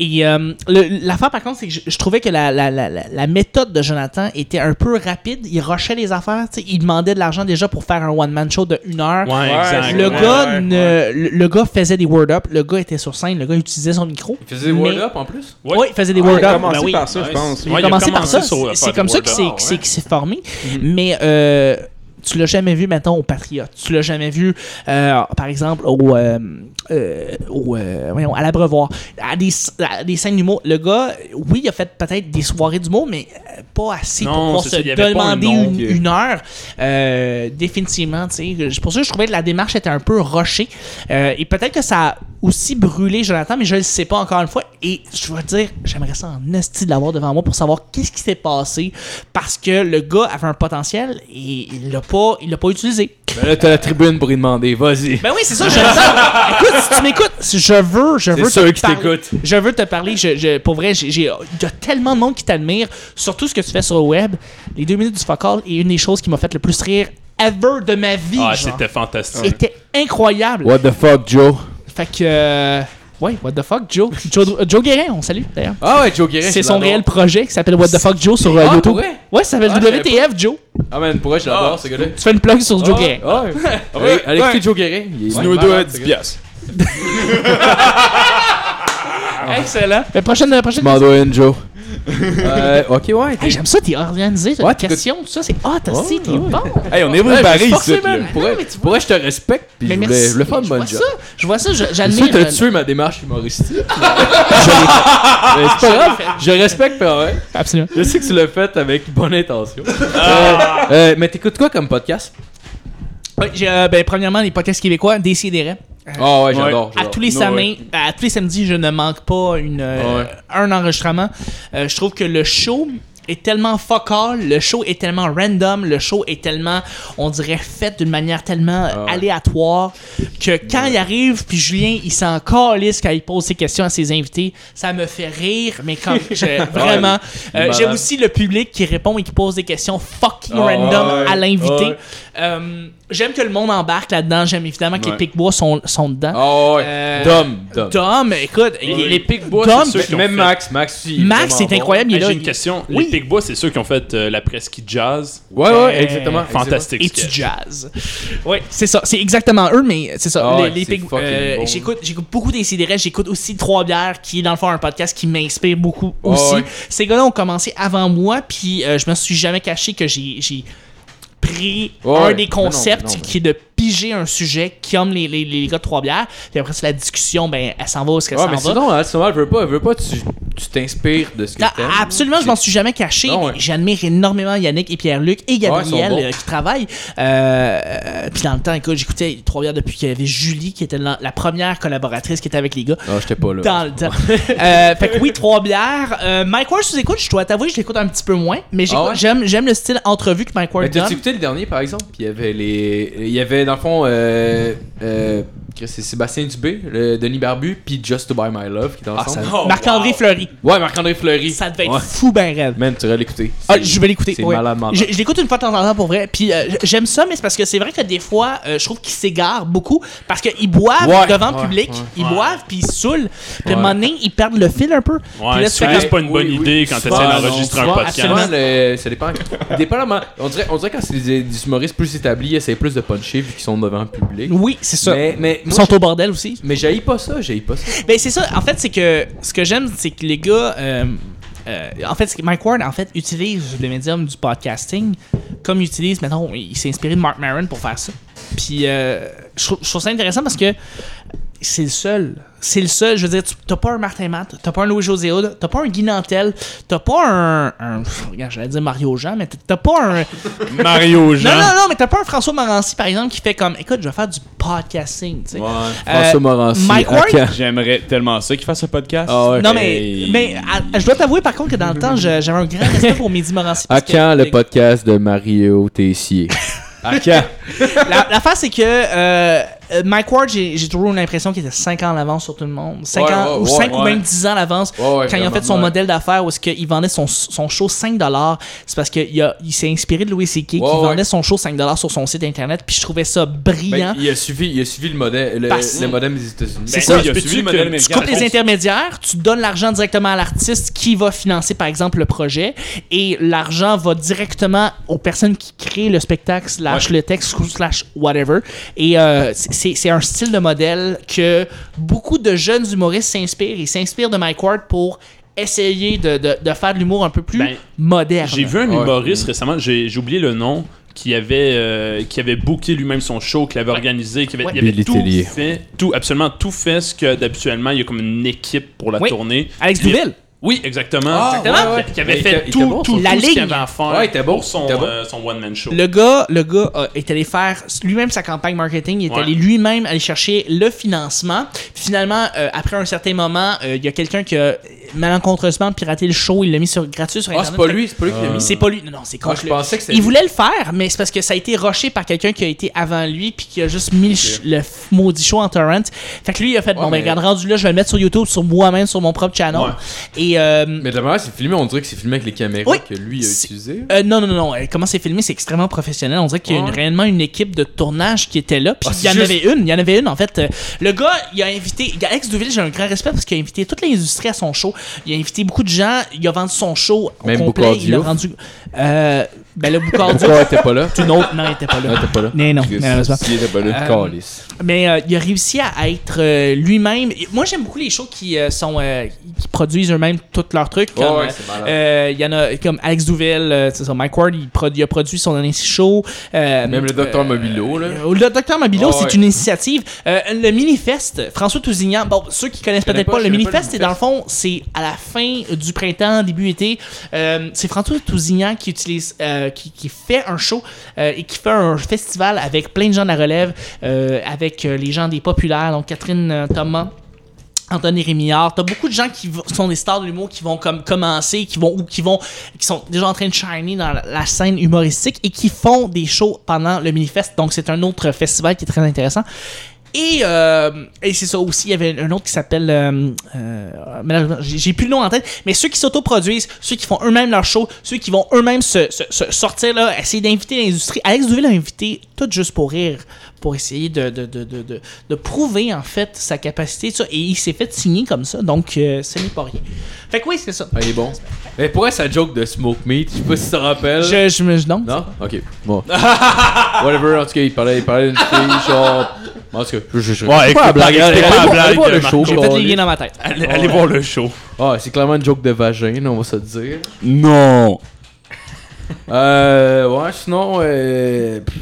Et euh, le- l'affaire, par contre, c'est que je, je trouvais que la, la- la- la- la méthode de Jonathan était un peu rapide. Il rushait les affaires. tu sais. Il demandait de l'argent déjà pour faire un one-man show de une heure.
Ouais, exact.
Le,
ouais.
gars ne- le, le gars faisait des word-up, le gars était sur scène, le gars utilisait son micro.
Il faisait des
Mais-
word-up en plus.
Ouais.
Oui, il faisait des
On Ah, a
word-up.
commencé
ben oui.
Ah,
par ça, je pense.
Il
Ouais,
a
il a
commencé par
commencé
ça.
sur-
C'est
à
c'est
faire
comme
du
ça que c'est
word-up,
c'est- que c'est formé.
Mhm.
Mais euh, tu l'as jamais vu, mettons, au Patriote. Tu l'as jamais vu, euh, par exemple, au, euh, euh, au, euh, voyons, à l'Abreuvoir. À des, à des scènes d'humour. Le gars, oui, il a fait peut-être des soirées d'humour, mais euh, pas assez
Non,
pour pouvoir
c'est
se
ça, il y avait pas un
demander
nom
une,
qui-
une heure. Euh, définitivement, tu sais. C'est pour ça que je trouvais que la démarche était un peu rushée. Euh, et peut-être que ça a aussi brûlé Jonathan, mais je ne le sais pas encore une fois. Et je vais te dire, j'aimerais ça en esti de l'avoir devant moi pour savoir qu'est-ce qui s'est passé. Parce que le gars avait un potentiel et il l'a pas, il l'a pas utilisé.
Ben là, t'as la tribune pour lui demander, vas-y.
Ben oui, c'est ça, Jonathan. Écoute, si tu m'écoutes, si je veux, je veux
ceux
te
qui
parler.
t'écoutent.
Je veux te parler. Je, je- pour vrai, j'ai, j'ai- il y a tellement de monde qui t'admire, surtout ce que tu fais sur le web. Les deux minutes du focal est une des choses qui m'a fait le plus rire ever de ma vie.
Ah,
genre.
c'était fantastique.
C'était incroyable.
What the fuck, Joe?
Fait que. euh, ouais, What the fuck, Joe. Joe, Joe Guérin, on salue d'ailleurs.
Ah ouais, Joe Guérin.
C'est
je
son
l'adore.
réel projet qui s'appelle What the fuck, Joe sur euh,
Ah,
YouTube.
pour vrai?
Ouais, ça s'appelle
Ah, j'avais
WTF, Joe.
Ah man, pour vrai, je l'adore, ce gars-là.
Tu fais une plug sur Joe Guérin.
Ah ouais. Allez, allez écouter Joe Guérin. Il
Tu nous dois 10
bien.
piastres.
ah,
Excellent. Mais Euh, prochaine. prochaine
Tu m'en dois une, Joe. Euh, ok, ouais.
<laughs> Hey, j'aime ça, t'es organisé, t'as
Ouais,
une question, tout ça, c'est hot, t'as si, t'es bon.
Hey, on est vraiment barré ici. là.
euh, Pour
mais tu vois-
vrai, je te respecte, puis je
Mais
voulais
merci.
le faire de
je vois
bonne
ça,
job.
je vois ça, je- j'admire.
Tu t'as
euh,
tué ma démarche
<laughs>
humoristique. <laughs> Mais c'est pas grave, je respecte, pas ouais.
Absolument.
Je sais que tu l'as fait avec bonne <laughs> intention. Euh, euh, mais t'écoutes quoi comme podcast?
Ouais, j'ai, euh, ben, premièrement, les podcasts québécois, Décideret.
Ah ouais, j'adore.
À
j'adore.
tous les
Non,
samedis, à tous les samedis, je ne manque pas une, euh,
Ouais.
un enregistrement. Euh, je trouve que le show est tellement focal, le show est tellement random, le show est tellement, on dirait, fait d'une manière tellement euh,
Ah ouais.
aléatoire que quand il arrive, puis Julien, il s'en calisse quand il pose ses questions à ses invités, ça me fait rire, mais comme,
<laughs>
je- vraiment,
il est
euh,
malade.
j'ai aussi le public qui répond et qui pose des questions fucking
Ah,
random
ouais,
à l'invité.
ouais.
Euh, J'aime que le monde embarque là-dedans, j'aime évidemment que les
Ouais.
Picbois sont, sont dedans.
Ah ouais,
Euh,
Dom, Dom.
Tom, écoute, il est-
Les Picbois,
Dom,
c'est ceux qui ont
Même
fait-
Max, Max, il est
Max,
vraiment
c'est
bon.
incroyable, il est
Hey,
là.
Ah, J'ai une question.
Oui.
Les Picbois, c'est ceux qui ont fait euh, la presqu'île jazz.
Ouais, ouais, Ah, exactement.
Fantastique.
Et tu
sketch.
jazz. Oui, c'est ça. C'est exactement eux, mais c'est ça.
Ah
les
ouais,
les
c'est
Pig-
fucking
euh,
bon.
J'écoute j'écoute beaucoup des CDRS. J'écoute aussi Trois Bières, qui est dans le fond un podcast qui m'inspire beaucoup aussi.
Ah ouais.
Ces gars-là ont commencé avant moi, puis euh, je me suis jamais caché que j'ai. j'ai pris
Ah Ouais,
un
ouais. Mais
des
non, mais
concepts
non, mais-
qui est de piger un sujet comme les, les, les gars de Trois Bières. Puis après, c'est la discussion, ben, elle s'en va où est-ce qu'elle
Ouais,
s'en
Ah, mais hein,
va.
sinon, à ce moment, elle veut pas, elle veut pas, tu tu t'inspires de ce que
Ah,
t'aimes.
absolument, je m'en suis jamais caché.
Non, Ah ouais.
J'admire énormément Yannick et Pierre-Luc et
Ouais, ils
Gabriel
sont bons.
euh, qui travaillent. Euh, euh, Puis dans le temps, écoute, j'écoutais Trois Bières depuis qu'il y avait Julie qui était la, la première collaboratrice qui était avec les gars.
Non, Ah, j'étais pas là.
Dans le temps. <laughs> Euh, fait que oui, Trois Bières. Euh, Mike Ward, je vous écoute, je dois t'avouer, je l'écoute un petit peu moins, mais j'écoute-
Ah ouais?
j'aime j'aime le style entrevue que Mike
Mais
Ward
t'as
donne.
écouté le dernier par exemple Puis il y avait les, il y avait dans le fond, euh, euh, Chris, c'est Sébastien Dubé, le Denis Barbu, puis Just to Buy My Love qui étaient ensemble.
Marc-André Fleury.
Ouais, Marc-André Ah, Fleury.
Ça devait être
Ouais.
fou ben raide.
Man, tu devrais l'écouter.
Ah,
C'est-
je vais l'écouter.
C'est
ouais.
malade mental.
Je, je l'écoute une fois de temps en temps pour vrai. Puis euh, j'aime ça, mais c'est parce que c'est vrai que des fois, euh, je trouve qu'ils s'égarent beaucoup parce qu'ils boivent
Ouais,
devant le
ouais,
public,
ouais.
ils boivent puis ils saoulent. Puis à un
Ouais.
moment donné, ils perdent le fil un peu. puis
Ouais,
là, tu
c'est
fais
juste pas une bonne
Oui, oui.
idée quand t'essaies
Souvent,
d'enregistrer un
souvent,
podcast.
Absolument, le- ça dépend. Dépendamment, on dirait, on dirait quand c'est des, des humoristes plus établis, ils essaient plus de puncher vu qu'ils sont devant le public.
Oui, c'est ça.
Mais, mais,
ils
moi,
sont au bordel aussi.
je- mais j'haïs pas ça, j'haïs pas ça.
Ben c'est ça. En fait, c'est que ce que j'aime, c'est que les gars. euh, euh, en fait, c'est que Mike Ward en fait, utilise le médium du podcasting comme il utilise, maintenant, il s'est inspiré de Mark Maron pour faire ça. Puis euh, je, trouve, je trouve ça intéressant parce que c'est le seul. C'est le seul. Je veux dire, tu- t'as pas un Martin Matt, t'as pas un Louis-José Hood, t'as pas un Guy Nantel, t'as pas un. un- pff, regarde, j'allais dire Mario Jean, mais t'as- t'as pas un.
Mario
Non,
Jean.
non, non, mais t'as pas un François Morancy, par exemple, qui fait comme écoute, je vais faire du podcasting, tu sais.
François Morancy,
Euh, Mike Ward,
Aka.
J'aimerais tellement ça qu'il fasse ce podcast.
Ah ouais.
non, mais,
Hey.
mais à- je dois t'avouer par contre que dans le temps, je- j'avais un grand respect pour Mehdi Morancy.
À
parce que-
Ah, quand le podcast de Mario Tessier? à quand?
La- L'affaire, c'est que euh, euh, Mike Ward, j'ai j'ai toujours eu l'impression qu'il était 5 ans à l'avance sur tout le monde. 5
Ouais,
ans,
ouais,
ou
ouais,
5 ou
ouais.
même 10 ans à l'avance.
Ouais, ouais,
quand ils ont
vraiment,
fait son
ouais.
modèle d'affaires où est-ce qu'il vendait son, son show 5$, c'est parce qu'il a- il s'est inspiré de Louis C.K. qui
Ouais, ouais.
vendait son show 5$ sur son site internet. Puis je trouvais ça brillant.
Ben, il a suivi, il a suivi le modèle, le,
Parce-
le modem des États-Unis.
C'est
Ben
ça,
oui, il a
peux-tu
suivi le
que
modèle
tu
tu
américain.
coupes les intermédiaires, tu donnes l'argent directement à l'artiste qui va financer, par exemple, le projet, et l'argent va directement aux personnes qui créent le spectacle, slash le texte, slash whatever. Et euh, c'est c'est un style de modèle que beaucoup de jeunes humoristes s'inspirent. Ils s'inspirent de Mike Ward pour essayer de, de- de faire de l'humour un peu plus
Ben,
moderne.
J'ai vu un
Ah, Ouais.
humoriste récemment, j'ai j'ai oublié le nom, qui avait, euh, qui avait booké lui-même son show, qui l'avait organisé, qui avait, il avait
Billy
tout
Tellier.
fait, tout, absolument tout fait ce que d'habituellement il y a comme une équipe pour la
Oui.
tournée.
Alex
Il-
Douville.
Oui, exactement.
Ah,
Exactement.
ouais, ouais.
Qui avait
Il
fait
était- il
tout,
était bon,
tout,
ça. La
tout ce qu'il
ligne.
avait à faire
Ouais, il était bon,
pour son,
il était bon.
euh, son one-man show.
Le gars, le gars euh, est allé faire lui-même sa campagne marketing. Il est
Ouais.
allé lui-même aller chercher le financement. Finalement, euh, après un certain moment, euh, il y a quelqu'un qui a malencontreusement piraté le show. Il l'a mis sur gratuit sur
Ah,
Internet.
c'est pas
Fait-
lui, c'est pas lui qui l'a mis.
C'est pas lui. Non, non, c'est
Ah,
con.
je pensais que c'était.
Il voulait le faire, mais c'est parce que ça a été rushé par quelqu'un qui a été avant lui puis qui a juste mis le ch- le, f- maudit show en torrent. Fait que lui, il a fait
Ouais,
Bon, ben,
mais-
regarde, rendu là, je vais le mettre sur YouTube, sur moi-même, sur mon propre channel. Et. euh,
Mais de la manière c'est filmé, on dirait que c'est filmé avec les caméras
Oui.
que lui a
C'est-
utilisées.
Euh, non, non, non. euh, Comment c'est filmé, c'est extrêmement professionnel. On dirait qu'il y a une-
Ouais.
réellement une équipe de tournage qui était là. Puis
Ah,
il y en
c'est juste-
avait une. Il y en avait une, en fait. Euh, Le gars, il a invité. Alex Douville, j'ai un grand respect parce qu'il a invité toute l'industrie à son show. Il a invité beaucoup de gens. Il a vendu son show au
Même
complet.
Boucardio.
Il a rendu. Euh, ben,
<laughs>
le Boucardio,
Pourquoi elle était pas là
c'est une autre. Non, il était pas là.
Elle était pas là.
Mais non, malheureusement.
S'il était pas là.
Euh,
Calice.
Mais euh, il a réussi à être euh, lui-même. Moi, j'aime beaucoup les shows qui euh, sont euh, qui produisent eux-mêmes tous leurs trucs.
Ouais,
comme,
ouais,
euh,
c'est malade.
euh, Il y en a comme Alex Douville, euh, c'est ça, Mike Ward, il, produ- il a produit son dernier show. euh,
Même le docteur
euh,
Mobilo, là.
euh, le Docteur Mobilo,
Ouais,
c'est
ouais.
une initiative. Euh, le Minifest, François Tousignan, bon, ceux qui connaissent
connais
peut-être
pas,
pas,
je
le
connais pas le
Minifest, c'est dans le fond, c'est à la fin du printemps, début été. Euh, c'est François Tousignan qui utilise, euh, qui, qui fait un show euh, et qui fait un festival avec plein de gens de la relève, euh, avec euh, les gens des populaires, donc Catherine euh, Thomas. Anthony Rémillard, t'as beaucoup de gens qui v- sont des stars de l'humour qui vont comme commencer, qui vont ou qui vont qui sont déjà en train de shiner dans la, la scène humoristique et qui font des shows pendant le Minifest. Donc c'est un autre festival qui est très intéressant. Et, euh, et c'est ça aussi, il y avait un autre qui s'appelle... euh, euh, malheureusement, j'ai j'ai plus le nom en tête, mais ceux qui s'autoproduisent, ceux qui font eux-mêmes leur show, ceux qui vont eux-mêmes se, se- se sortir, là, essayer d'inviter l'industrie. Alex Duville a invité tout juste pour rire, pour essayer de, de, de, de, de- de prouver en fait sa capacité, tout ça, et il s'est fait signer comme ça, donc euh, ce n'est pas rien. Fait que oui, c'est ça.
Ah, il est bon. Mais pourquoi sa joke de Smoke Meat Je sais pas si tu te rappelles.
Je, je me... Non?
Non? Ok. Bon. <laughs> Whatever, en tout cas, il parlait, il parlait d'une fille, genre. En tout cas, je- je- je-
Ouais, écoute,
Allez
pas
voir-
la
allez
blague,
voir le
Marco.
show,
J'ai fait
genre.
les liens dans ma tête.
Allez, allez voir le show.
Ah, c'est clairement une joke de vagin, là, on va se le dire.
Non!
Euh, ouais, sinon, euh. pff,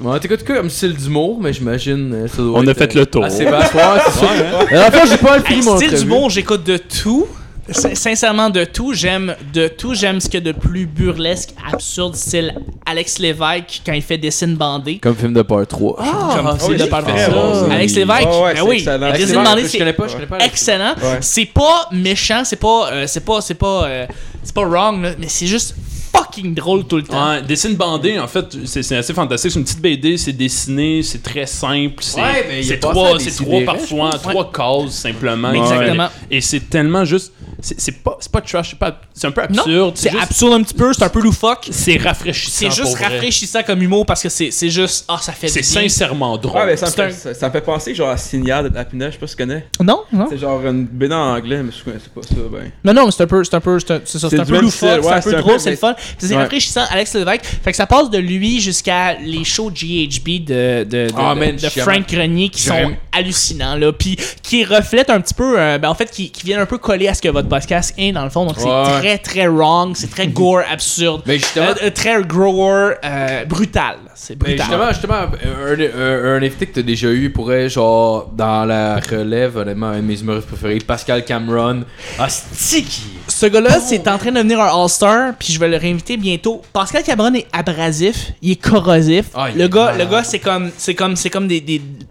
Ouais, t'écoutes quoi comme style d'humour, mais j'imagine euh, ça doit
On a
être,
fait le tour.
Ah, c'est vaste, ouais, hein. c'est ça. Alors, enfin, j'ai pas le
Hey,
film,
style d'humour, j'écoute de tout. Sin- Sincèrement, de tout. J'aime de tout. J'aime ce que de plus burlesque, absurde, style Alex Lévesque quand il fait des scènes bandées.
Comme film de part 3.
Comme c'est
oui,
de
c'est
par-
vrai,
Ah,
bon,
Alex Lévesque,
Ah ouais,
ben
c'est
oui,
excellent.
des
Alex
scènes
Lévesque,
bandées,
je
c'est
connais pas, je connais pas.
excellent.
Ouais.
C'est pas méchant, c'est pas, euh, c'est pas, c'est pas, euh, c'est pas wrong, là, mais c'est juste fucking drôle tout le temps.
Ouais, dessine bandé, en fait, c'est c'est assez fantastique. C'est une petite BD, c'est dessiné, c'est très simple. C'est
Ouais, mais il y a
c'est
pas ça à
trois, c'est
décider,
trois
je
parfois, trois cases simplement.
Exactement.
Et c'est tellement juste. C'est c'est pas, c'est pas trash, c'est pas- c'est un peu
Non,
absurde.
c'est
juste-
absurde un petit peu, c'est un peu loufoque.
C'est rafraîchissant.
C'est juste
pour vrai.
rafraîchissant comme humour parce que c'est c'est juste, ah, ça fait
C'est
du bien.
sincèrement
Ah,
drôle.
mais ça me,
C'est
fait, ça,
un-
ça me fait penser genre à Signal de Happiness, je sais pas si tu connais.
Non, non.
C'est genre une BD en anglais, mais je connaissais pas ça. Ben.
Non, non, mais c'est un peu, c'est un peu, c'est un- c'est ça, c'est
C'est
un
du
peu
même
loufoque,
style,
c'est
ouais,
un peu
c'est un
drôle,
peu-
c'est le fun. Puis C'est
Ouais.
rafraîchissant, Alex Lévesque. Fait que ça passe de lui jusqu'à les shows GHB de, de, de,
Ah,
de-
man,
de
chiant.
Frank Grenier qui sont
J'aime.
hallucinants, là. Puis qui reflètent un petit peu, euh, ben, en fait, qui, qui viennent un peu coller à ce que votre podcast est, dans le fond. Donc c'est
Ouais.
très, très wrong, c'est très gore, absurde.
Mais justement-
Euh, euh, très grower, euh, brutal. C'est
Mais
brutal.
justement, justement, un, un, un invité que t'as déjà eu pourrait, genre, dans la relève, honnêtement, un de mes humoristes préférés, Pascal Cameron. Ah, sticky!
Ce gars-là, c'est en train de devenir un All-Star, puis je vais le réinviter bientôt. Pascal Cabron est abrasif, il est corrosif.
Ah, il
le,
est
gars,
malade.
le gars, c'est comme, c'est comme, c'est comme des, des, du-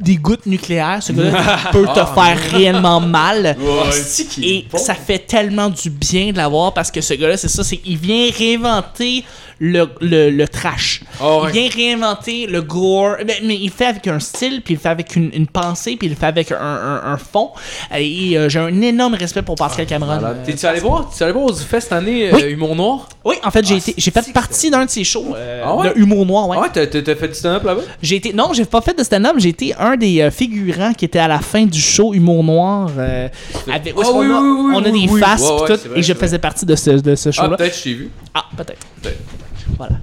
des gouttes nucléaires. Ce gars-là peut
<laughs>
te
Ah.
faire réellement mal. Et ça fait tellement du bien de l'avoir parce que ce gars-là, c'est ça, c'est il vient réinventer le, le, le trash.
Ah ouais.
Il vient réinventer le gore, mais, mais il le fait avec un style, puis il le fait avec une, une pensée, puis il le fait avec un, un- un fond. Et euh, j'ai un énorme respect pour Pascal Cameron.
Ah, Voilà.
Euh,
T'es-tu allé voir? T'es allé voir au Zufest cette année, euh,
Oui.
Humour Noir?
Oui, en fait, j'ai été- j'ai fait partie d'un de ses shows, euh,
Ah ouais?
de Humour Noir. ouais.
Ah ouais, t'as- t'as t'as fait du stand-up là-bas?
J'ai été non, j'ai pas fait de stand-up, j'ai été un des euh, figurants qui était à la fin du show Humour Noir euh, avec où est-ce
Ah
qu'on
oui,
a-
oui, oui,
on a
oui,
des
oui.
faces
Ouais,
pis
ouais,
tout,
c'est vrai,
et je
c'est vrai.
faisais partie de ce de ce
Ah,
show-là.
peut-être je t'ai vu.
Ah, peut-être.
Peut-être.
Voilà.
Moi,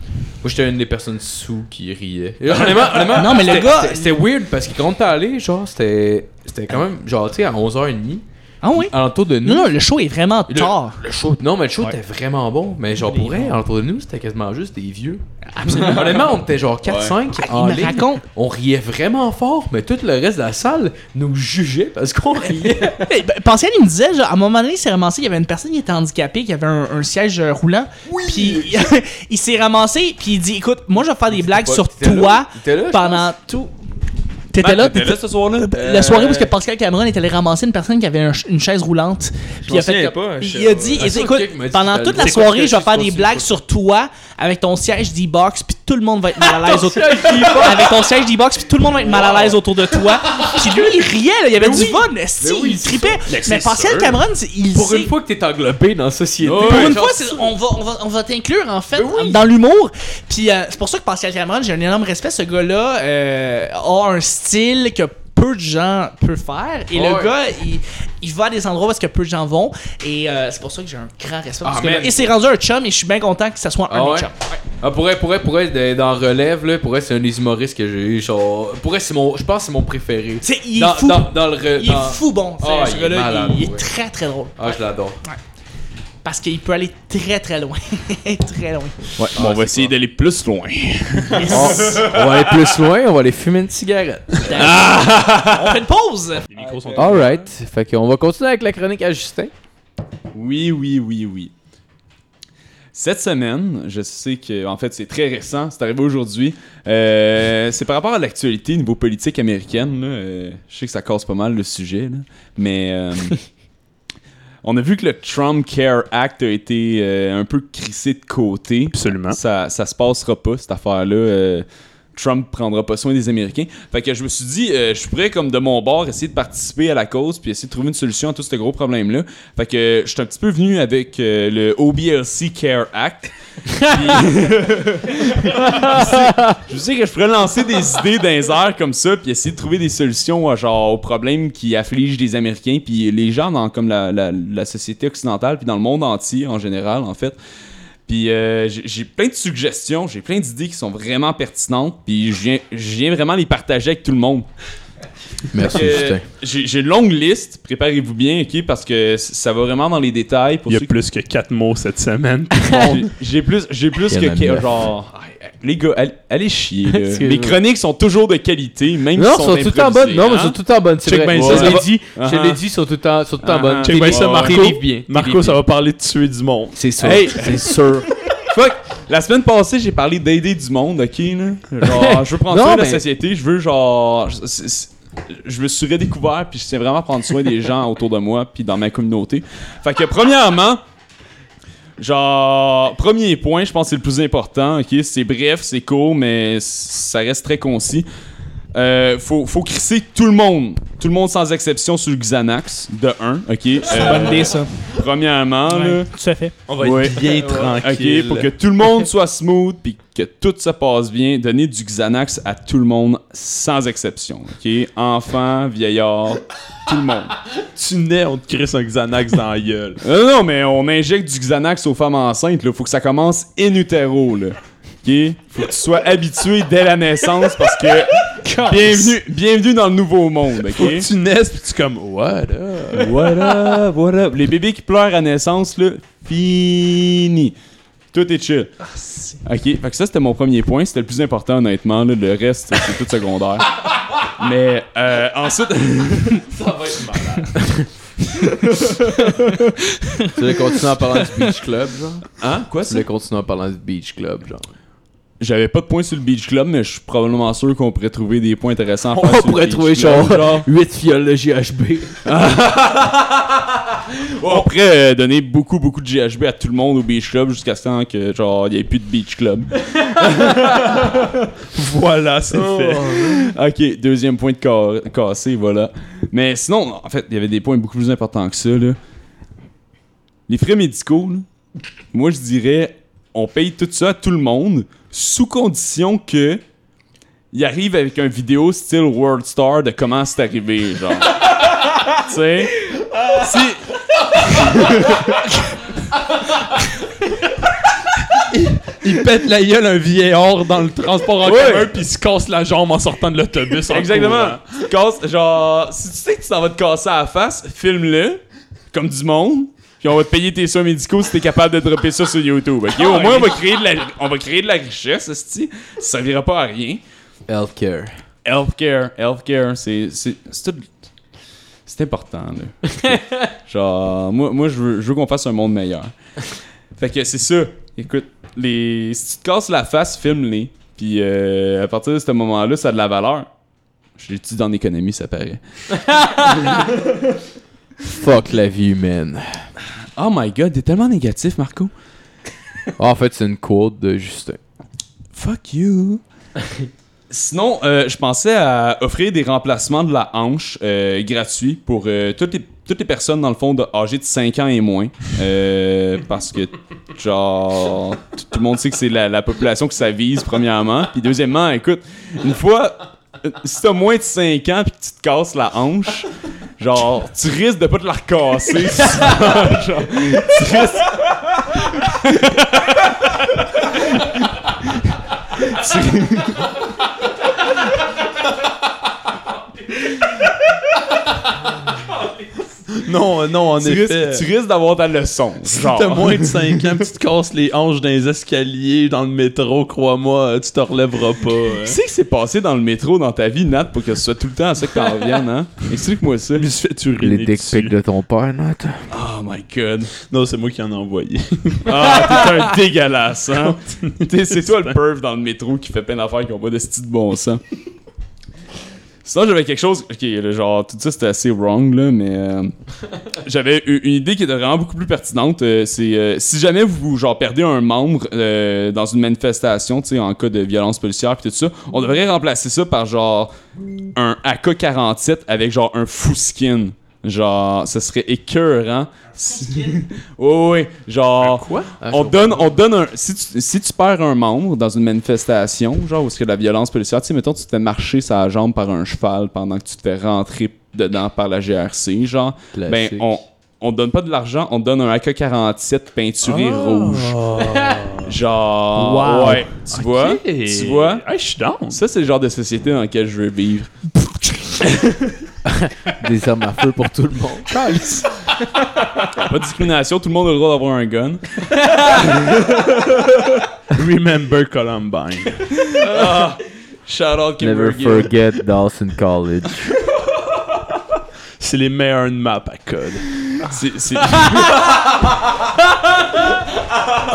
j'étais une des personnes sous qui riait. Et honnêtement,
<laughs>
honnêtement,
Non, mais le
c'était-
gars-
c'était- C'était weird parce que quand t'es allé, genre, c'était. C'était quand même, genre, tu sais, à 11h30,
Ah oui.
à l'entour de nous.
Non non, le show est vraiment
Le-
tard.
Le show, non, mais le show était vraiment bon. Mais genre, pour vrai, autour de nous, c'était quasiment juste des vieux. Absolument. Honnêtement, on était genre 4-5 en
Il me
ligne.
raconte
On riait vraiment fort, mais tout le reste de la salle nous jugeait parce <laughs> qu'on riait.
Eh ben, Pascal, il me disait, genre, à un moment donné, il s'est ramassé, il y avait une personne qui était handicapée, qui avait un, un siège euh, roulant. Puis <laughs> il s'est ramassé, puis il dit Écoute, moi, je vais faire des blagues
pas-
sur
t'étais là?
toi
T'étais là, je
pendant tout.
Ben,
T'étais là, t'étais-
ce soir-là?
La soirée où
Euh.
est-ce que Pascal Cameron est allé ramasser une personne qui avait un ch- une chaise roulante. Puis il a, fait
souviens
comme-
pas, je-
il a dit, il a dit,
sûr,
écoute,
quelqu'un m'a dit
pendant
que
toute
t'as-
la
c'est quoi
soirée,
que
je vais
je
faire
suis
des
pas
blagues
sûr.
sur toi avec ton siège D-Box, puis tout le monde va être mal à l'aise autour <laughs> Avec ton siège D-Box, puis tout le monde va être mal à l'aise autour de toi. Puis lui, il riait, là, il y avait du fun, si,
oui,
il
c'est
tripait.
Mais
Mais
c'est
Pascal
sûr.
Cameron, c'est- il
Pour
sait-
une fois que t'es englobé dans la société.
pour une
genre,
fois, c'est- on va, on va, on va t'inclure en fait dans l'humour. Puis euh, c'est pour ça que Pascal Cameron, j'ai un énorme respect. Ce gars-là euh, a un style que peu de gens peuvent faire. Et
Ouais.
le gars, il, il va à des endroits parce que peu de gens vont. Et euh, c'est pour ça que j'ai un grand respect. pour ce gars-là.
man.
et c'est rendu un chum et je suis bien content que ça soit un
Ah
des
ouais?
chums.
Ah, pour vrai, pour vrai, pour vrai, de- dans Relève, là, pour vrai, c'est un des humoristes que j'ai eu, genre... Pour vrai, c'est mon... Je pense que c'est mon préféré.
Tu sais, il est
dans,
fou.
Dans, dans le... re-
Il
dans-
est fou bon. tu sais,
Ah,
ce
il est
gars-là,
malade,
il, il
ouais.
est très très drôle.
Ah, je l'adore.
Parce qu'il peut aller très très loin. <laughs> très loin.
Ouais, bon, on va essayer d'aller plus loin.
Yes.
on va aller plus loin, on va aller fumer une cigarette.
On fait une pause.
Ah,
Les micros sont
Alright, fait qu'on va continuer avec la chronique à Justin.
Oui, oui, oui, oui. Cette semaine, je sais que, en fait, c'est très récent, c'est arrivé aujourd'hui. Euh, c'est par rapport à l'actualité niveau politique américaine. là. Euh, je sais que ça casse pas mal le sujet, là. mais euh, <laughs> on a vu que le Trump Care Act a été euh, un peu crissé de côté.
Absolument.
Ça, ça se passera pas, cette affaire-là. Euh, Trump prendra pas soin des Américains. Fait que je me suis dit, euh, je pourrais, comme de mon bord, essayer de participer à la cause puis essayer de trouver une solution à tout ce gros problème-là. Fait que euh, je suis un petit peu venu avec euh, le OBLC Care Act. Puis- <laughs> je sais que je pourrais lancer des idées dans les airs comme ça puis essayer de trouver des solutions euh, genre aux problèmes qui affligent les Américains puis les gens dans comme la, la- la société occidentale puis dans le monde entier en général en fait. Puis euh, j'ai j'ai plein de suggestions, j'ai plein d'idées qui sont vraiment pertinentes, puis je viens, je viens vraiment les partager avec tout le monde.
Merci,
Euh, j'ai j'ai une longue liste, préparez-vous bien, ok, parce que c- ça va vraiment dans les détails. Pour
Il y a
ceux qui-
plus que 4 mots cette
<laughs>
semaine.
Bon, <laughs> j'ai plus, j'ai plus
Il y
que
en a
que-
neuf.
genre. aïe, Les gars, allez, allez chier. là.
Excuse-moi.
Mes chroniques sont toujours de qualité, même
Non,
si
ils sont tout le temps bonnes.
improvisées,
Non, mais
hein.
ils sont tout le temps bonnes, c'est
Check
vrai.
bien
je
ça,
l'ai
ça
dit,
va.
je
Ah.
l'ai dit, ils sont tout le temps, sont tout le temps
Ah.
bonnes.
Check bien ça,
T'es-
Marco.
t'es libre bien. t'es libre
Marco, ça
bien.
va parler de tuer du monde.
C'est sûr.
Hey!
C'est sûr.
Fuck! La semaine passée, j'ai parlé d'aider du monde, ok? Là. Genre, je
<laughs>
veux prendre
Non,
soin de
mais-
la société, je veux genre. je- c'est- c'est- Je me suis redécouvert, puis je sais vraiment prendre soin des gens autour de moi, puis dans ma communauté. Fait que, premièrement, genre, premier point, je pense que c'est le plus important, ok? C'est bref, c'est court, mais ça reste très concis. Euh, faut, faut crisser tout le monde, tout le monde sans exception sur le Xanax, de 1, ok? Euh,
Bonne idée, ça.
premièrement, là,
Ouais, tout à fait.
On va être bien tranquille.
Ok, pour que tout le monde soit smooth puis que tout se passe bien, donnez du Xanax à tout le monde sans exception. Ok, enfants, vieillards, tout le monde.
tu nais, on te crisse un Xanax dans la
<laughs>
gueule.
Non, non, mais on injecte du Xanax aux femmes enceintes. Là, faut que ça commence in utero. Là. Ok, faut que tu sois habitué dès la naissance parce que
<laughs>
bienvenue, bienvenue dans le nouveau monde.
Faut
Ok.
que tu naisses, puis tu comme, what up?
Voilà, voilà. Les bébés qui pleurent à naissance, là, fini. Tout est chill.
Ah,
ok, fait que ça, c'était mon premier point. C'était le plus important, honnêtement. là. Le reste, c'est tout
<laughs>
secondaire. Mais euh, ensuite,
Tu voulais continuer en parlant du Beach Club, genre?
hein, quoi
Hein? Tu voulais continuer en parlant du Beach Club, genre?
J'avais pas de points sur le Beach Club, mais je suis probablement sûr qu'on pourrait trouver des points intéressants. à faire
On
sur le
pourrait
Beach
trouver
Club,
genre, 8 fioles de GHB.
On pourrait euh, donner beaucoup, beaucoup de GHB à tout le monde au Beach Club jusqu'à ce temps que, genre, il n'y ait plus de Beach Club. <laughs> voilà, c'est fait. Oh. Ok, deuxième point de ca- cassé, voilà. Mais sinon, non, en fait, il y avait des points beaucoup plus importants que ça, là. Les frais médicaux, là, moi, je dirais, on paye tout ça à tout le monde, sous condition que il arrive avec un vidéo style World Star de comment c'est arrivé, genre. <laughs> tu sais? Si,
Il pète la gueule un vieillard dans le transport en
Ouais.
commun, puis il se casse la jambe en sortant de l'autobus. en
Exactement.
courant.
Tu te casses, genre, si tu sais que tu t'en vas te casser à la face, filme-le, comme du monde, puis on va te payer tes soins médicaux si t'es capable de dropper ça sur YouTube. ok? Au moins, on va créer de la, on va créer de la richesse, esti. Ça servira pas à rien.
Healthcare.
Healthcare, healthcare, c'est. C'est c'est tout- c'est important, là. Genre, moi, moi je veux, je veux qu'on fasse un monde meilleur. Fait que c'est ça. Écoute, les, si tu te casses la face, filme-les. Puis euh, à partir de ce moment-là, ça a de la valeur. Je l'étudie dans l'économie, ça paraît.
Fuck la vie humaine.
Oh my god, t'es tellement négatif, Marco.
Ah, en fait, c'est une quote de Justin.
Fuck you. Sinon, euh, je pensais à offrir des remplacements de la hanche euh, gratuits pour euh, toutes, les, toutes les personnes, dans le fond, de, âgées de 5 ans et moins. Euh, parce que, genre, tout tout le monde sait que c'est la, la population que ça vise, premièrement. Puis, deuxièmement, écoute, une fois, euh, si t'as moins de 5 ans puis que tu te casses la hanche, genre, tu risques de pas te la <laughs> recasser. souvent, genre, tu risques-
Non, non, en
tu risques, tu risques d'avoir ta leçon. Genre.
T'as moins de 5 ans, pis tu te casses les hanches dans les escaliers, dans le métro, crois-moi, euh, tu te relèveras pas. hein.
Qu'est-ce qui s'est passé dans le métro dans ta vie, Nat, pour que ce soit tout le temps à ça que t'en reviennes, hein? Explique-moi ça.
Je me suis fait uriner
Les dick
dessus.
pics de ton père, non?
Oh my god.
Non, c'est moi qui en ai envoyé.
Ah, t'es
<laughs>
un dégueulasse, hein? T'es- c'est toi le perv dans le métro qui fait plein d'affaires qui ont pas de style de bon sens. Sinon, j'avais quelque chose. Ok, là, genre, tout ça c'était assez wrong, là, mais. euh, j'avais eu- une idée qui était vraiment beaucoup plus pertinente. euh, c'est euh, si jamais vous, genre, perdez un membre euh, dans une manifestation, tu sais, en cas de violence policière, pis tout ça, on devrait remplacer ça par, genre, un AK-47 avec, genre, un fouskin. Genre, ce serait écœurant. Oui, oui, genre.
Quoi? Ah,
On donne, on donne un. Si tu, si tu perds un membre dans une manifestation, genre où est-ce que la violence policière, tu sais, mettons, tu te fais marcher sa jambe par un cheval pendant que tu te fais rentrer dedans par la GRC, genre, ben,
Classique.
on, on donne pas de l'argent, on donne un AK-47 peinturé
Oh. <laughs>
rouge. Genre.
Wow.
Ouais. Tu vois? Tu vois?
Hey, je suis down.
Ça, c'est le genre de société dans laquelle je veux vivre.
Des armes à feu pour tout le monde.
Pas de discrimination, tout le monde a le droit d'avoir un gun.
Remember Columbine.
Shout
<laughs>
out
Never
Kimberly.
forget Dawson College.
C'est les meilleurs maps à code.
C'est- c'est-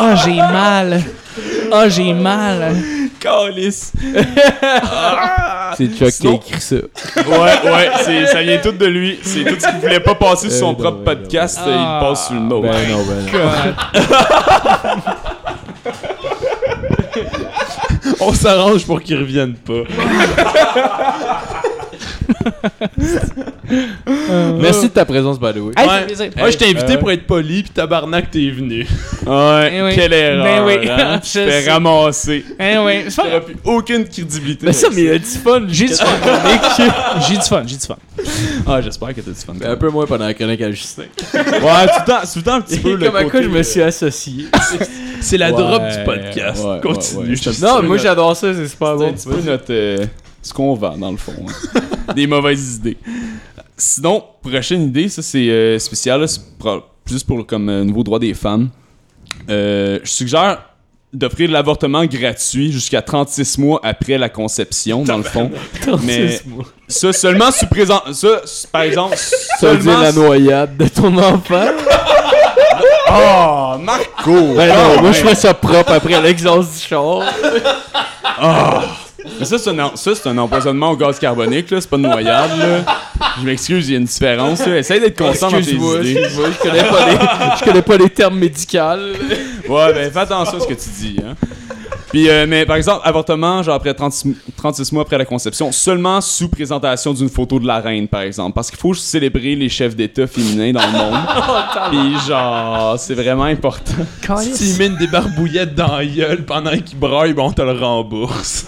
Oh, j'ai mal. Oh, j'ai mal.
Calice.
C'est Chuck qui a
Sinon-
écrit ça.
Ouais, ouais, c'est- ça vient tout de lui. C'est tout ce qu'il voulait pas passer sur son
Euh, non,
propre
ouais,
podcast, euh, il le passe sur le nôtre.
Ben non, ben non.
On s'arrange pour qu'ils reviennent pas.
Merci de ta présence, by the way.
Hey,
Ouais.
ça fait plaisir.
Moi, je t'ai invité pour être poli, pis tabarnak, t'es venu.
Ouais,
Eh oui.
quelle
Ben
erreur.
oui, <laughs>
hein. Tu
je
te fais
sais.
ramasser.
Eh ouais, <laughs> c'est pas-
T'aurais plus aucune crédibilité.
Mais ça,
avec
mais il a du fun. J'ai du fun. Nick. J'ai du fun, j'ai du fun.
Ah, j'espère que t'as du fun.
Ben, un peu moins pendant la chronique à Justin.
Ouais, tout le temps, tout le temps un petit peu. le
Comme à quoi
côté-
je me suis associé.
C'est la
Ouais,
drop du podcast.
ouais, ouais,
Continue.
ouais, je te-
Non, moi j'adore ça, c'est super
C'est un
bon.
petit peu notre. euh, ce qu'on vend, dans le fond. hein. Des mauvaises idées. Sinon, prochaine idée, ça c'est euh, spécial, là, c'est pro- plus pour comme euh, nouveau droit des femmes. Euh, je suggère d'offrir l'avortement gratuit jusqu'à 36 mois après la conception, dans le fond. Mais ça seulement sous présent. Ça, s- par exemple,
Ça veut dire
seulement
la noyade de ton enfant.
Oh, Marco!
Ben non, moi je fais ça propre après l'exhaust du char.
Mais ça, c'est un, en- ça, c'est un empoisonnement au gaz carbonique, là. C'est pas une noyade, là. Je m'excuse, il y a une différence, là. Essaye d'être constant dans tes
Excuse-moi,
idées.
excuse-moi, je connais pas les, je connais pas les termes médicaux.
Ouais, ben fais attention à ce que tu dis, hein. Puis, euh, mais par exemple, avortement, genre après 36, 36 mois après la conception, seulement sous présentation d'une photo de la reine, par exemple. Parce qu'il faut célébrer les chefs d'État féminins dans le monde. Puis, genre, c'est vraiment important.
S'il met une débarbouillette dans la gueule pendant qu'il braille, bon, on te le rembourse.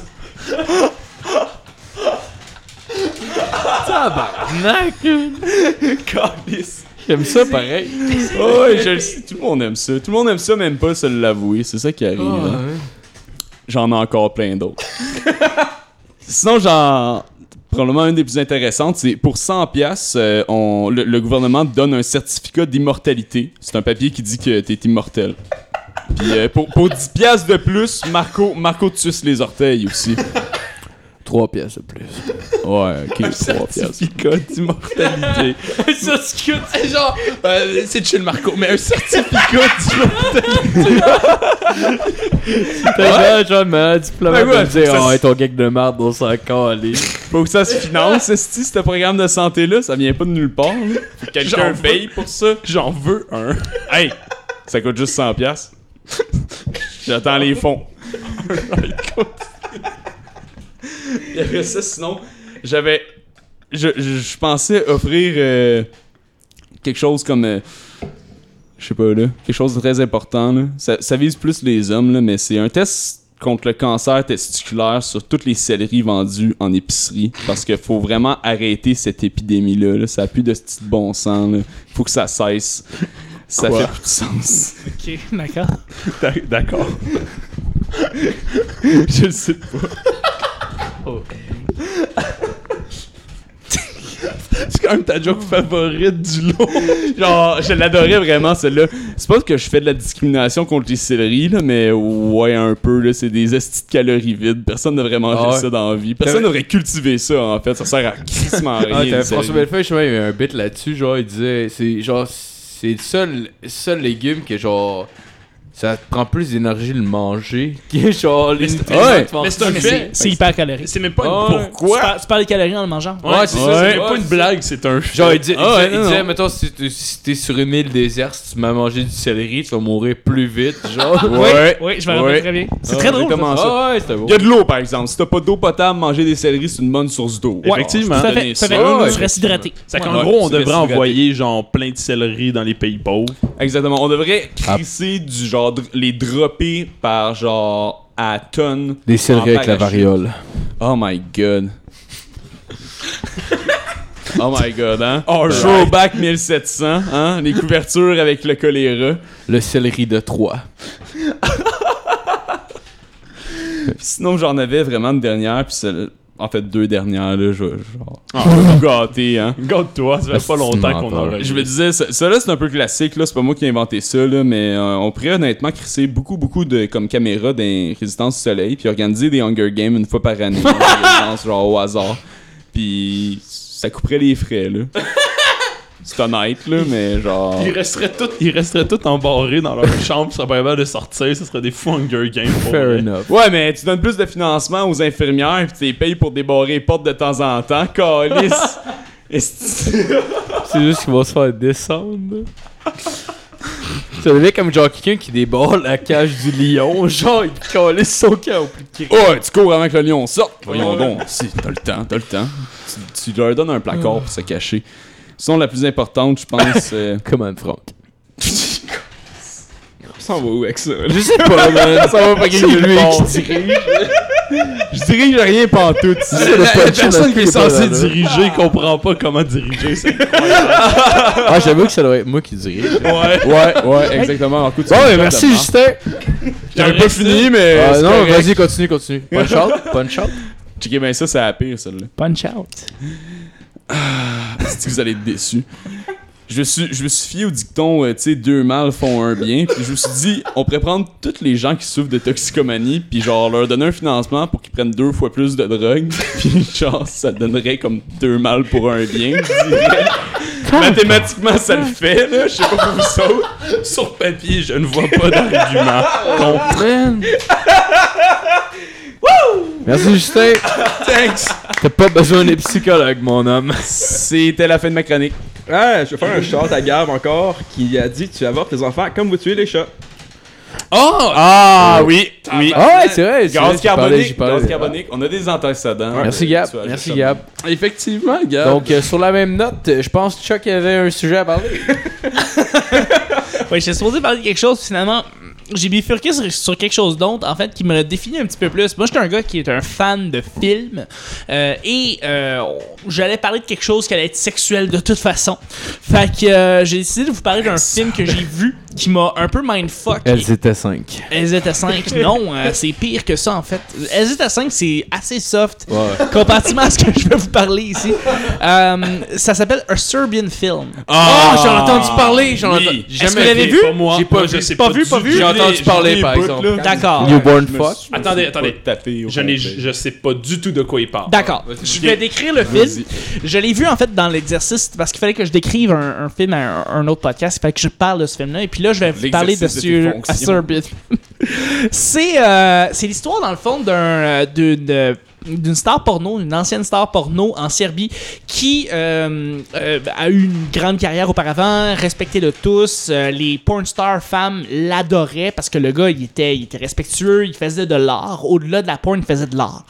Calice.
J'aime ça pareil.
Oh, ouais, je le sais, tout le monde aime ça. Tout le monde aime ça, même pas se l'avouer. C'est ça qui arrive.
Ah,
hein. J'en ai encore plein d'autres. Sinon, genre, probablement une des plus intéressantes, c'est pour 100 pièces, le, le gouvernement te donne un certificat d'immortalité. C'est un papier qui dit que t'es immortel. Puis euh, pour, pour 10 pièces de plus, Marco, Marco te suce les orteils aussi.
3 pièces de plus.
Ouais, ok, 3 pièces.
Certificat d'immortalité.
ça, c'est genre. euh, c'est chill, Marco, mais un
Certificat d'immortalité. T'as ouais. genre, mais un diplomate
Ben ouais,
va me dire,
ça,
oh,
c'est-
hey, ton gag de merde, on s'en calait.
Faut que ça se finance, esti, ce programme de santé-là, ça vient pas de nulle part. hein? là. Faut que Quelqu'un paye pour ça.
J'en veux un.
Hey, ça coûte juste 100 pièces. J'attends les fonds. Il y avait ça sinon, j'avais je, je, je pensais offrir euh, quelque chose comme euh, je sais pas là, quelque chose de très important là. Ça, ça vise plus les hommes là, mais c'est un test contre le cancer testiculaire sur toutes les céleries vendues en épicerie parce qu'il faut vraiment arrêter cette épidémie là, ça a plus de ce petit bon sens là. Faut que ça cesse. Ça
Quoi?
fait plus de sens.
Ok, d'accord.
D'ac- D'accord.
je le sais pas. Oh.
C'est quand même ta joke favorite du lot.
Genre, je l'adorais vraiment, celle-là. C'est pas que je fais de la discrimination contre les céleris, là, mais ouais, un peu, là. C'est des estis de calories vides. Personne n'a vraiment
Ah ouais.
ça dans la vie. Personne n'aurait cultivé ça, en fait. Ça sert à crissement rien.
Ah, t'avais
une céleri.
François
François Bellefeuille, je sais pas, il y a un bit là-dessus, genre, il disait, c'est genre,
C'est le seul, seul légume que genre. Ça te prend plus d'énergie de le manger que genre les
c'est-
nutriments
Ouais.
que tu manges.
Mais c'est un
Mais
fait.
c'est- C'est hyper calorique.
C'est même pas une
Ouais.
Tu
pourquoi.
perds- Tu parles des calories en le mangeant.
Ouais, c'est ça.
Ouais.
C'est même pas une blague, c'est un fait.
Genre, il disait,
Ah ouais,
il disait-
non,
il disait,
non.
mettons, si tu- si t'es sur une île déserte, si tu m'as mangé du céleri, tu vas mourir plus vite, <laughs> genre.
Ouais.
Oui, je me
Ouais.
rappelle très bien. C'est
Ah,
très drôle.
exactement ça.
Ah ouais, c'était beau.
Il y a de l'eau, par exemple. Si t'as pas d'eau potable, manger des céleris, c'est une bonne source d'eau.
Ouais.
Effectivement.
Ça Ça
Donner
fait, ça
ça.
fait
Ouais, ouais,
tu restes hydraté.
C'est
Ouais.
qu'en
en
Ouais.
gros, on
c'est
devrait
resté
envoyer, genre, plein de céleri dans les pays pauvres.
Exactement. On devrait crisser du genre, dr- les dropper par genre à tonnes.
Des
céleris avec la
variole.
Oh my god. oh my god, hein?
Oh,
Showback 1700, hein? Les couvertures avec le choléra.
Le céleri de Troyes.
Sinon, j'en avais vraiment une dernière, puis celle- en fait deux dernières, là, je je- genre... je vais gâté, hein?
Garde-toi, ça fait pas longtemps qu'on
menteur.
aurait.
Je me disais, ça, ça, là, c'est un peu classique, là, c'est pas moi qui ai inventé ça, là, mais euh, on pourrait honnêtement crisser beaucoup, beaucoup de comme caméras dans Résistance du Soleil, puis organiser des Hunger Games une fois par année, dans les résidences, genre au hasard. Puis ça couperait les frais, là. C'est honnête, là, mais genre...
Ils resteraient tous, ils resteraient tous embarrés dans leur chambre, ça serait pas de sortir, ce serait des fous Hunger Games pour
Fair
vrai.
enough.
Ouais, mais tu donnes plus de financement aux infirmières pis tu les payes pour débarrer les portes de temps en temps. <laughs> Calice! Esti.
C'est juste qu'ils vont se faire descendre. Ça devient comme genre quelqu'un qui déballe la cage du lion, <laughs> genre il calait son camp au plus de cri.
ouais, tu cours avant que le lion sorte! Voyons donc, si, t'as le temps, t'as le temps. Tu, tu leur donnes un placard pour se cacher. Sinon, la plus importante, je pense. euh,
Come on, Franck.
<laughs> On s'en va où avec ça? là?
Je sais pas, man. <laughs> Ça va pas qu'il lui qui
Je dirige rien pantoute.
C'est le punch
Personne
de
qui est
pied
censé
par là, là.
diriger
Ah.
comprend pas comment diriger. c'est-
Ah, j'avoue que ça doit être moi qui dirige.
Ouais.
Ouais, ouais, exactement. Écoute, tu
Bon,
me
mais
fais
merci
de la marque.
Justin.
J'avais pas fini, mais.
Ah,
c'est
Euh, non,
correct.
vas-y, continue, continue. Punch out, punch out.
Checkez bien ça, c'est la pire, celle-là.
Punch out.
Si vous allez être déçus. Je me suis, je me suis fié au dicton, euh, tu sais, deux mâles font un bien. Puis je me suis dit, on pourrait prendre tous les gens qui souffrent de toxicomanie, puis genre leur donner un financement pour qu'ils prennent deux fois <laughs> plus de drogue. Puis genre, ça donnerait comme deux mâles pour un bien. je dirais.
Mathématiquement, ça le fait, là. Je sais pas pour vous autres. Sur papier, je ne vois pas <laughs> d'argument. contre.
<laughs> Merci, Justin.
Thanks!
T'as pas besoin d'un psychologue, mon homme.
C'était la fin de ma chronique.
Ah, je vais faire un shout à Gab encore qui a dit Tu avortes les enfants comme vous tuez les chats.
Oh!
Ah oui, oui.
Ah, ouais, c'est vrai. c'est vrai,
Gaz
j'y parlais, j'y
carbonique,
parlais.
gaz carbonique, on a des antécédents.
Merci,
Euh,
Gab.
tu vois,
Merci,
juste
Gab.
Effectivement, gars.
Donc, euh, sur la même note, euh, je pense que Chuck avait un sujet à parler.
Ouais, j'étais supposé parler de quelque chose, puis finalement, j'ai bifurqué sur, sur quelque chose d'autre, en fait, qui me définit un petit peu plus. Moi, j'étais un gars qui est un fan de films, euh, et euh, j'allais parler de quelque chose qui allait être sexuel de toute façon. Fait que euh, j'ai décidé de vous parler d'un film que j'ai vu qui m'a un peu mindfuck. Et-
étaient cinq.
Elles étaient 5, non, euh, c'est pire que ça en fait. Elles étaient 5, c'est assez soft
Ouais.
comparativement à ce que je vais vous parler ici. Euh, ça s'appelle A Serbian Film.
Ah,
j'en ai entendu parler, j'en ai
oui.
entendu-
Est-ce
jamais
que vous l'avez
vu?
Pas moi.
J'ai pas
Moi,
vu.
je sais
Pas vu,
du
pas
tout.
vu.
J'ai entendu parler,
les
par
bouts,
exemple.
là.
D'accord.
Newborn
me
fuck.
suis-
Attendez, attendez.
tapé au
Je n'ai,
complet.
je sais pas du tout de quoi il parle.
D'accord. Je vais décrire le film. Je l'ai vu en fait dans l'exercice parce qu'il fallait que je décrive un, un film à un, un autre podcast. Il fallait que je parle de ce film-là. Et puis là, je vais vous parler de,
L'exercice de tes
sur
fonctions.
Acerbian. <laughs> c'est euh, c'est l'histoire dans le fond d'un euh, d'une d'une star porno, une ancienne star porno en Serbie qui euh, euh, a eu une grande carrière auparavant, respectée de tous. Euh, les porn stars femmes l'adoraient parce que le gars, il était, il était respectueux, il faisait de l'art. Au-delà de la porn, il faisait de l'art.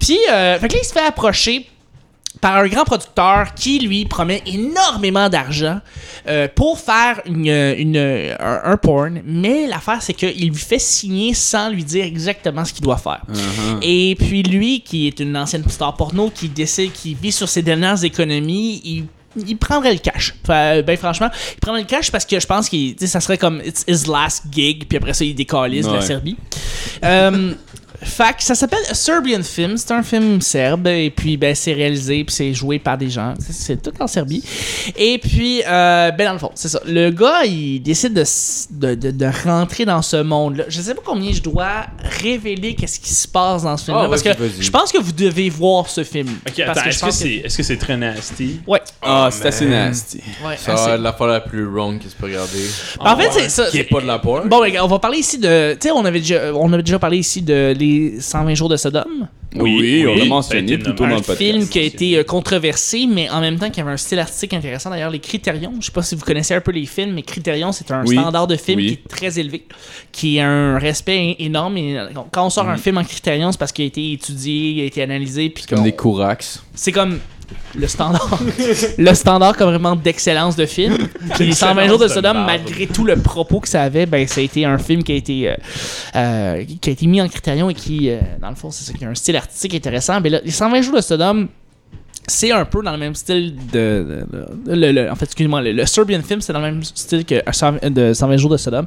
Puis, euh, fait que là, il se fait approcher par un grand producteur qui lui promet énormément d'argent euh, pour faire une, une- un, un porn. Mais l'affaire, c'est qu'il lui fait signer sans lui dire exactement ce qu'il doit faire. Et puis lui, qui est une ancienne star porno, qui décide, qui vit sur ses dernières économies, il il prendrait le cash. Fait, ben franchement, il prendrait le cash parce que je pense que ça serait comme it's his last gig, puis après ça il décalise de la
Ouais.
Serbie. Euh, fait que ça s'appelle A Serbian Film. C'est un film serbe. Et puis, ben, c'est réalisé. Puis, c'est joué par des gens. C'est- C'est tout en Serbie. Et puis, euh, ben, dans le fond, c'est ça. Le gars, il décide de, s- de, de- de rentrer dans ce monde-là. Je sais pas combien je dois révéler qu'est-ce qui se passe dans ce film-là.
Ah,
parce
vas-y,
que je pense que vous devez voir ce film.
Ok,
parce
attends,
que je
est-ce que
pense
c'est, est-ce que c'est très nasty?
Ouais.
Ah, c'est assez nasty.
ouais
Ça
assez.
va être l'affaire la plus wrong qui se peut regarder.
En fait, c'est ça.
Qui est pas de la poire.
Bon, les gars, on va parler ici de. Tu sais, on, avait déjà- on avait déjà parlé ici de Les 120 jours de Sodome.
Oui, on l'a
ça a
mentionné
été
plus tôt dans le
nommé.
podcast.
film qui a été euh, controversé, mais en même temps qui avait un style artistique intéressant. D'ailleurs, les Criterion, je sais pas si vous connaissez un peu les films, mais Criterion, c'est un
Oui.
standard de film
Oui.
qui est très élevé, qui a un respect é- énorme. Et euh, quand on sort
Mhm.
un film en Criterion, c'est parce qu'il a été étudié, il a été analysé. Puis
Comme
qu'on-
des courax.
c'est comme le
<laughs>
standard. le standard comme vraiment d'excellence
<laughs>
de film. Puis les 120 jours de
D'excellence de
Sodome,
marbre.
malgré tout le propos que ça avait, ben ça a été un film qui a été euh, euh, qui a été mis en critérion et qui, euh, dans le fond, c'est ça qui a un style artistique intéressant. Mais là, les 120 jours de Sodome. C'est un peu dans le même style de. de- de- le- le- en fait, excusez-moi, le, le Serbian film, c'est dans le même style que euh, 100 de 120 jours de Sodome.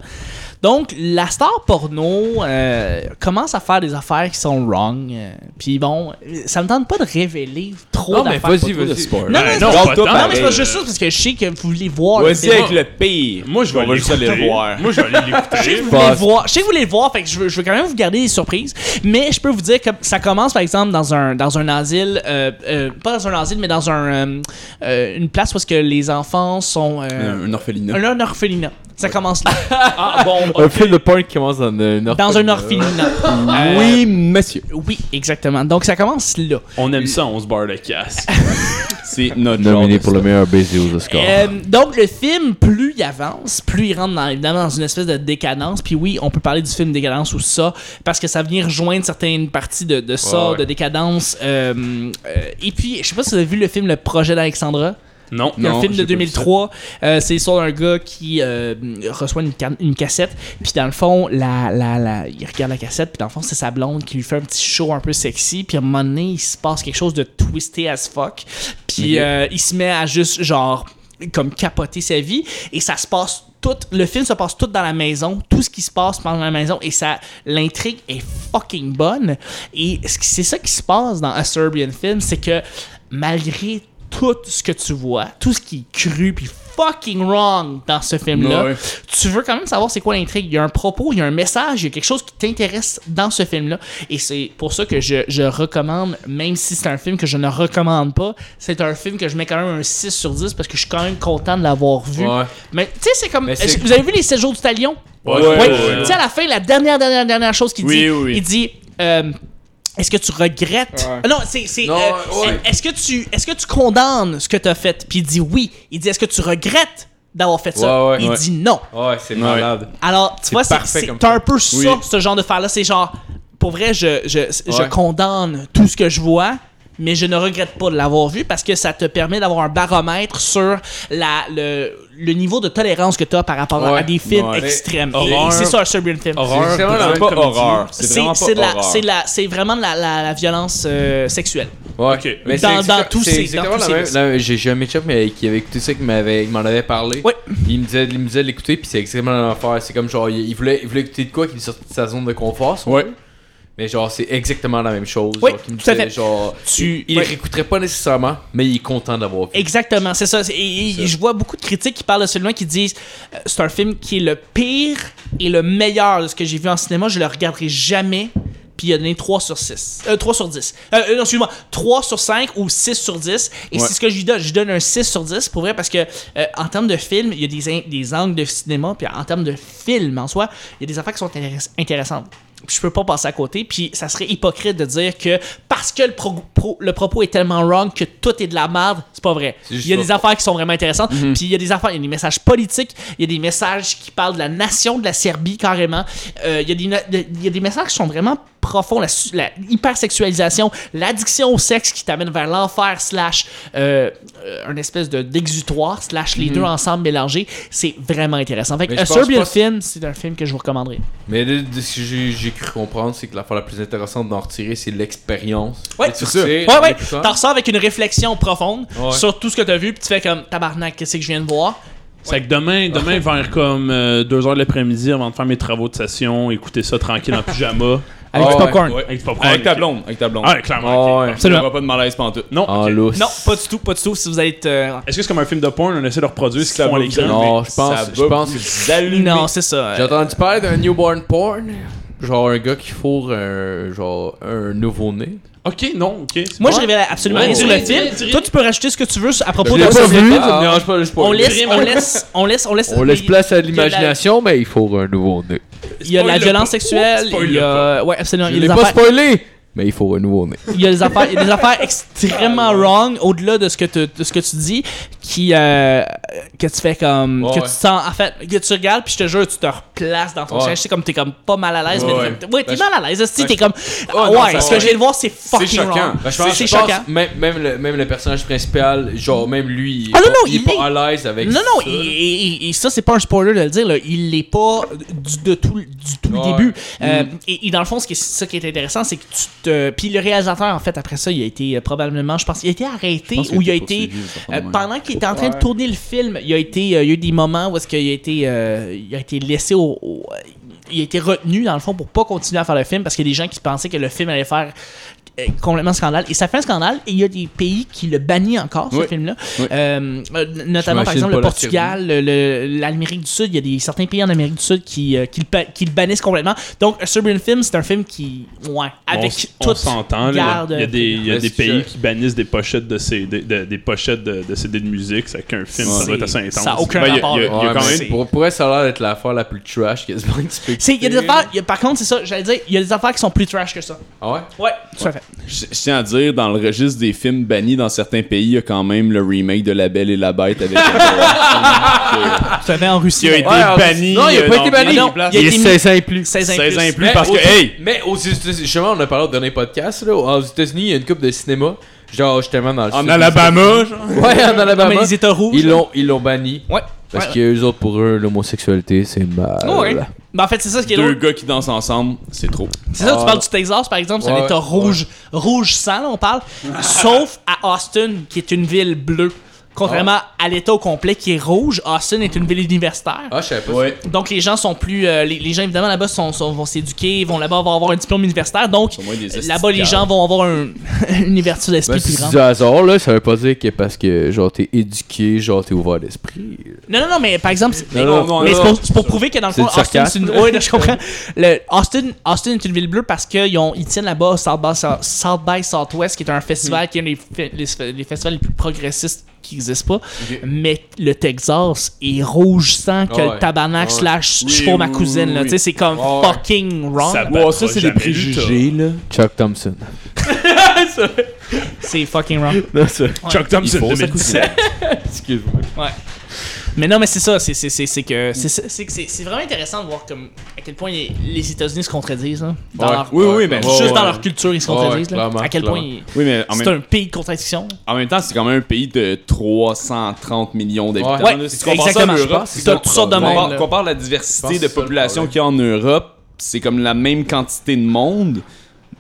Donc, la star porno euh, commence à faire des affaires qui sont wrong. euh, Puis bon, ça me tente pas de révéler trop
Non, mais
d'affaires.
vas-y,
pas trop de
vas-y.
Non, non,
Ben
c'est
non,
pas-
pas tant,
non, mais c'est pas
mais-
juste ça, parce que je sais que vous voulez voir. le
Vas-y
film.
avec le pire.
Moi, je vais
On va juste aller
l'écouter.
le voir.
Moi, je vais aller
Je sais que
l'écouter.
vous voulez voir. Je sais que vous voulez voir, fait que je veux, je veux quand même vous garder des surprises. Mais je peux vous dire que ça commence par exemple dans un dans un asile, euh, euh, pas dans un asile, mais dans un euh, euh, une place où est-ce que les enfants sont euh,
Un un orphelinat.
un, un orphelinat. Ça commence là,
Ah, bon,
Un film de porn qui commence dans un orphelinat.
dans un orphelinat. Euh,
Oui, monsieur.
Oui, exactement. Donc ça commence là.
on aime ça, on se barre le casse.
C'est notre genre.
Nominé pour le meilleur baiser aux Oscars.
Euh, donc le film, plus il avance, plus il rentre dans, évidemment dans une espèce de décadence. Puis oui, on peut parler du film décadence ou ça, parce que ça vient rejoindre certaines parties de, de ça,
Ouais, ouais.
de décadence. Euh, euh, et puis, je sais pas si vous avez vu le film Le Projet d'Alexandra.
Non.
un film de 2003. Euh, c'est l'histoire d'un gars qui euh, reçoit une, can- une cassette. Puis dans le fond, la, la, la- il regarde la cassette. Puis dans le fond, c'est sa blonde qui lui fait un petit show un peu sexy. Puis à un moment donné, il se passe quelque chose de twisté as fuck. Puis euh, il se met à juste genre comme capoter sa vie et ça se passe tout le film se passe tout dans la maison tout ce qui se passe pendant la maison et ça l'intrigue est fucking bonne et ce qui- c'est ça qui se passe dans A Serbian Film c'est que malgré tout ce que tu vois, tout ce qui est cru puis fucking wrong dans ce film-là,
Ouais.
tu veux quand même savoir c'est quoi l'intrigue. Il y a un propos, il y a un message, il y a quelque chose qui t'intéresse dans ce film-là. Et c'est pour ça que je, je recommande, même si c'est un film que je ne recommande pas, c'est un film que je mets quand même un 6 sur 10 parce que je suis quand même content de l'avoir vu.
Ouais.
Mais tu sais, c'est comme.
Mais c'est-
Vous avez vu les séjours du talion?
Ouais,
Ouais.
ouais.
Tu sais, à la fin, la dernière, dernière, dernière chose qu'il
Oui,
dit,
oui, oui.
il dit. euh, est-ce que tu regrettes Ah Non, c'est c'est,
Non,
euh,
ouais.
est-ce que tu est-ce que tu condamnes ce que tu as fait Puis il dit oui. Il dit est-ce que tu regrettes d'avoir fait ça
Ouais, ouais,
Il
ouais.
dit non.
Ouais, c'est malade.
Alors, tu vois, c'est
parfait
c'est
comme
un peu ça, ce genre de faire-là. C'est genre, pour vrai, je, je, je
Ouais.
condamne tout ce que je vois, mais je ne regrette pas de l'avoir vu parce que ça te permet d'avoir un baromètre sur la, le, le niveau de tolérance que tu as par rapport à-
Ouais.
à des films
Ouais.
extrêmes.
Horreur.
C'est ça, un suburban film.
Horreur,
C'est vraiment la
drame,
même
comédie.
C'est c'est de la- c'est de la- c'est vraiment de la, la- la violence euh, sexuelle.
Ouais.
Ok.
Mais
Dans-
c'est
dans
exact-
tous
c'est
ces-
exactement
dans tous
la
ces-
même- la- J'ai j'ai un match-up mais qui avait écouté ça, qui m'avait- qui m'en avait parlé.
Ouais.
Il me disait, il me disait de l'écouter, puis c'est exactement la même affaire. C'est comme genre, il, il voulait, il voulait écouter de quoi qui sortait de sa zone de confort. si on
Ouais.
veut. Mais genre, c'est exactement la même chose.
Ouais,
genre, qu'il me
tout à
disait,
fait.
Genre,
Tu-
il
ouais.
réécouterait pas nécessairement, mais il est content d'avoir vu.
Exactement, c'est ça. C'est- Et, et je vois beaucoup de critiques qui parlent de celui-là qui disent euh, c'est un film qui est le pire et le meilleur de ce que j'ai vu en cinéma, je le regarderai jamais. Puis il a donné 3 sur 6. Euh, 3 sur 10. Euh, euh, non, excuse-moi. 3 sur 5 ou 6 sur 10. Et c'est ce que je lui donne. Je lui donne un 6 sur 10 pour vrai parce que euh, en termes de film, il y a des, in- des angles de cinéma. Puis en termes de film en soi, il y a des affaires qui sont intéress- intéressantes. Puis je peux pas passer à côté. Puis ça serait hypocrite de dire que parce que le, pro- pro- le propos est tellement wrong que tout est de la merde, c'est pas vrai.
juste Mhm.
Il y a
ça.
des affaires qui sont vraiment intéressantes. Puis il y a des affaires, il y a des messages politiques, il y a des messages qui parlent de la nation de la Serbie carrément. Euh, il, y a des, na- de- il y a des messages qui sont vraiment profonds, la, su- la hypersexualisation, l'addiction au sexe qui t'amène vers l'enfer slash euh, euh, un espèce de d'exutoire slash les deux ensemble mélangés. C'est vraiment intéressant. Fait
Mhm.
que
Mais je
A
pense
Serbian
pas-
Film, c'est un film que je vous recommanderais.
Mais de, de ce que j'ai j'ai cru comprendre, c'est que l'affaire la plus intéressante d'en retirer, c'est l'expérience.
Ouais,
Tu
c'est ça.
retires
Ouais, ouais.
l'écouteur.
T'en ressors avec une réflexion profonde
Ouais.
sur tout ce que t'as vu, puis tu fais comme tabarnak, qu'est-ce que je viens de voir.
C'est que demain, <laughs> demain vers comme 2h de l'après-midi, avant de faire mes travaux de session, écouter ça tranquille en pyjama.
Avec
Ah
du
ouais.
popcorn.
<laughs> Avec du popcorn.
Avec ta blonde, avec ta blonde.
Ah, clairement. ok.
ouais.
Il y aura pas de malaise pantoute.
Non.
En
ok.
lousse.
Non, pas du tout, pas du tout. Si vous êtes. euh,
Est-ce que c'est comme un film de porn, on essaie de reproduire ce qu'ils
Ça
font à
va
l'écran?
Non,
mais
je pense,
ça
je
va
pense que
Non, c'est ça.
J'ai entendu parler d'un newborn porn. Genre un gars qui fourre un, genre, un nouveau-né.
Ok, non, ok. c'est
Moi,
bon.
je révèle absolument
Ouais,
rien sur le
dirais,
film.
dirais,
Toi, tu peux rajouter ce que tu veux à propos
Je
de
l'ai
ça.
vu, ça me dérange Ah, pas, le spoil.
On laisse, on laisse, on laisse, on laisse.
On laisse
il-
place à
il y a de la-
l'imagination, mais il faut un nouveau-né.
Il y a de la
Spoil-le
violence
pas.
sexuelle.
Spoil-le
Il y a, ouais, absolument.
Je
Il y a
l'ai
des
pas
affaires,
spoilé, mais il faut un nouveau-né.
il y a des affaires, il y a des affaires extrêmement
Ah,
wrong au-delà de ce que tu, de ce que tu dis, qui euh, que tu fais comme,
Ouais,
que
ouais.
tu sens, en fait, que tu regardes puis je te jure, tu te replaces dans ton
Ouais.
siège. C'est comme t'es comme pas mal à l'aise, mais
Ouais,
t'es comme- ouais, t'es
Ben,
mal à l'aise. Si
ben,
t'es comme, ah
non,
ouais,
ça-
ce que
ouais.
je viens de voir, c'est fucking
choquant.
wrong.
Ben, je pense-
C'est
je pense
choquant.
Même, même, le, même le personnage principal, genre, même lui, il,
Ah non, non,
il est
il
pas à l'aise avec
Non, non,
ça.
et, et- et ça, c'est pas un spoiler de le dire, là. il l'est pas du, de tout, le- du tout
Ouais.
le début. Euh, et, et dans le fond, ce qui est, ça qui est intéressant, c'est que tu te. Puis le réalisateur, en fait, après ça, il a été euh, probablement, je pense, il a été arrêté ou il a été. euh, pendant qu'il était en train de tourner le film, il, a été, euh, il y a eu des moments où est-ce qu'il a été, euh, il a été laissé au, au- Il a été retenu, dans le fond, pour pas continuer à faire le film parce qu'il y a des gens qui pensaient que le film allait faire euh, complètement scandale. Et ça fait un scandale et il y a des pays qui le bannissent encore, ce
Oui.
film-là. Euh, euh, notamment,
J'imagine
par exemple,
pas la
le Portugal, le- le- l'Amérique du Sud. Il y a des, certains pays en Amérique du Sud qui, euh, qui, le, pa- qui le bannissent complètement. Donc, un Serbian Film, c'est un film qui. Ouais,
On
avec
s-
tout.
on s'entend, là,
garde-
il y a des, il y a
Mais
des
c'est
pays
ça.
qui bannissent des pochettes de CD, de- des pochettes de, de CD de musique, c'est qu'un film, ça doit être assez intense.
Ça n'a aucun
Ben, il y a-
rapport.
il y a- il y a
Ouais,
quand
mais
même-
pour, pour elle, ça a l'air d'être l'affaire la plus trash quasiment que tu peux
C'est- il y a des
écouter.
affaires, il y a- par contre, c'est ça, j'allais dire, il y a des affaires qui sont plus trash que ça.
Ah ouais?
Ouais, tout à fait.
Je, je tiens à dire, dans le registre des films bannis dans certains pays, il y a quand même le remake de La Belle et la Bête avec.
Tout à fait en Russie.
qui a été
Ouais, alors,
banni.
non, il a
euh,
pas
dans
été banni.
bien
Ah. Non,
des places.
il a été mis
16 ans et plus.
16 ans et
16 ans et
plus.
plus parce que,
aux-
hey!
Mais aux États-Unis, justement, on a parlé au dernier podcast, là, aux États-Unis, il y a une coupe de cinéma, genre, justement, dans le
En
sud.
Alabama, genre.
Ouais, en Alabama.
Mais les États rouges.
Ils l'ont, ils l'ont banni.
Ouais.
Parce
Ouais.
que eux autres, pour eux, l'homosexualité, c'est mal.
Ouais. Ben, en fait, c'est ça ce qui est
Deux
drôle.
gars qui dansent ensemble, c'est trop.
C'est ça,
Ah.
tu parles du Texas, par exemple, c'est un
Ouais,
état
ouais.
rouge, rouge sang, là, on parle, sauf à Austin, qui est une ville bleue. Contrairement à l'État au complet qui est rouge, Austin est une ville universitaire.
Ah, je savais pas.
Ouais.
Donc les gens sont plus. euh, les, les gens évidemment là-bas sont, sont- vont s'éduquer, vont là-bas vont avoir un diplôme universitaire. Donc
Au moins des
là-bas les
esticards.
gens vont avoir un, <laughs> une ouverture d'esprit
Ben,
plus
si c'est
grande.
du hasard, là, ça veut pas dire que parce que genre t'es éduqué, genre t'es ouvert d'esprit.
Non, non, non, mais par exemple, c'est- mais,
non, non,
mais
non,
c'est
non,
pour, c'est pour prouver que dans le
C'est
fond,
du
Austin, c'est
sarcasme.
une. Ouais, non, je comprends. Le, Austin, Austin est une ville bleue parce qu'ils ils tiennent là-bas au South by, South- South by Southwest, qui est un
Mm.
festival qui est un des fe- les, les festivals les plus progressistes qui n'existent pas. Mais le Texas est rouge sang que
Ah ouais.
le tabarnak
Ah ouais.
slash je
Oui,
pour ma
oui,
cousine.
oui,
là.
oui.
Tu sais, c'est comme
Ah ouais.
fucking wrong.
Ça
Ouais, ça, c'est des
battra jamais
préjugés, là.
Chuck Thompson.
C'est fucking wrong.
l'Utah. Chuck Thompson, 2017.
Excuse-moi.
Mais non, mais c'est ça, c'est, c'est, c'est, c'est que. C'est, c'est, c'est, que c'est- c'est vraiment intéressant de voir comme, à quel point les, les États-Unis se contredisent. Là, dans
Ouais.
leur-
Oui, oui, mais
juste
ouais.
dans leur culture, ils se
Ouais,
contredisent. là.
clairement,
à quel
clairement.
point. ils-
Oui, mais en
C'est
même,
un pays de contradiction.
en même temps, c'est quand même un pays de 330 millions d'habitants.
Ouais,
là. Si tu
ouais,
compares ça à
exactement, je
l'Europe,
pense.
c'est
T'as
ça le
toutes sortes de
problème.
monde,
Compare-
là.
Compare la
Je pense
diversité
que
de
c'est ça, le
population
problème.
qu'il y a en Europe, c'est comme la même quantité de monde.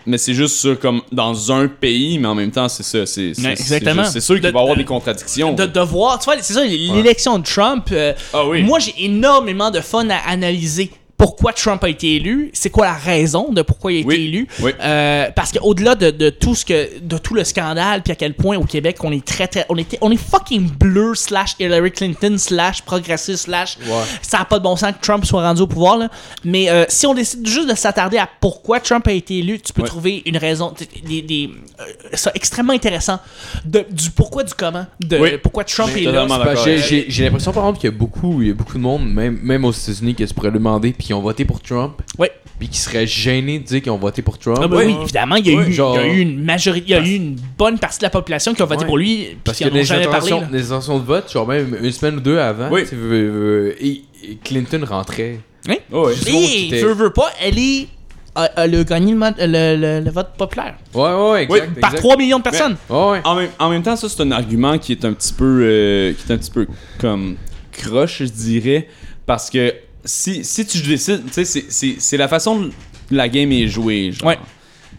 Mais c'est juste sur, comme dans un pays, mais en même temps, c'est ça. C'est, c'est,
Ouais,
c'est
exactement.
juste- C'est sûr qu'il
De-
va y avoir des contradictions.
De, de voir, tu vois, c'est ça, l'élection de Trump. euh,
Oh, Ah oui.
Moi, j'ai énormément de fun à analyser. Pourquoi Trump a été élu C'est quoi la raison de pourquoi il a été
Oui.
élu
Oui.
Euh, Parce qu'au-delà de, de tout ce que, de tout le scandale, puis à quel point au Québec on est très, très, on était, on est fucking bleu slash Hillary Clinton slash progressiste slash, ça a pas de bon sens que Trump soit rendu au pouvoir là. Mais euh, si on décide juste de s'attarder à pourquoi Trump a été élu, tu peux trouver une raison, t- des, des, euh, ça extrêmement intéressant de, du pourquoi du comment, de
Oui.
pourquoi Trump est là.
Totalement
Parce que
d'accord.
j'ai- J'ai j'ai l'impression par exemple qu'il y a beaucoup, il y a beaucoup de monde, même, même aux États-Unis, que tu pourrais demander, puis qui ont voté pour Trump,
Ouais.
puis qui seraient gênés de dire qu'ils ont voté pour Trump.
Ah bah oui, évidemment, il y a,
Ouais,
eu,
genre-
il y a eu une majorité, il y a eu une bonne partie de la population qui a voté
Ouais.
pour lui,
Parce
parce qu'ils
qu'il y a
en ont
des
jamais parlé.
intentions,
là.
des intentions de vote, genre même une semaine ou deux avant,
Oui.
tu sais, veux- veux- et, et Clinton rentrait.
Hein?
Oh, ouais.
Juste monde qui
Et
était-
veux, veux pas, elle est. a- Elle a gagné le, mode- le- le- le vote populaire.
Ouais, ouais, ouais, exact,
Par
exact.
3 millions de personnes.
Ouais, ouais.
En même, en même temps, ça, c'est un argument qui est un petit peu, euh, qui est un petit peu comme croche, je dirais, parce que si, si tu décides, tu sais, c'est- c'est c'est la façon dont la game est jouée. Genre.
Ouais.
Tu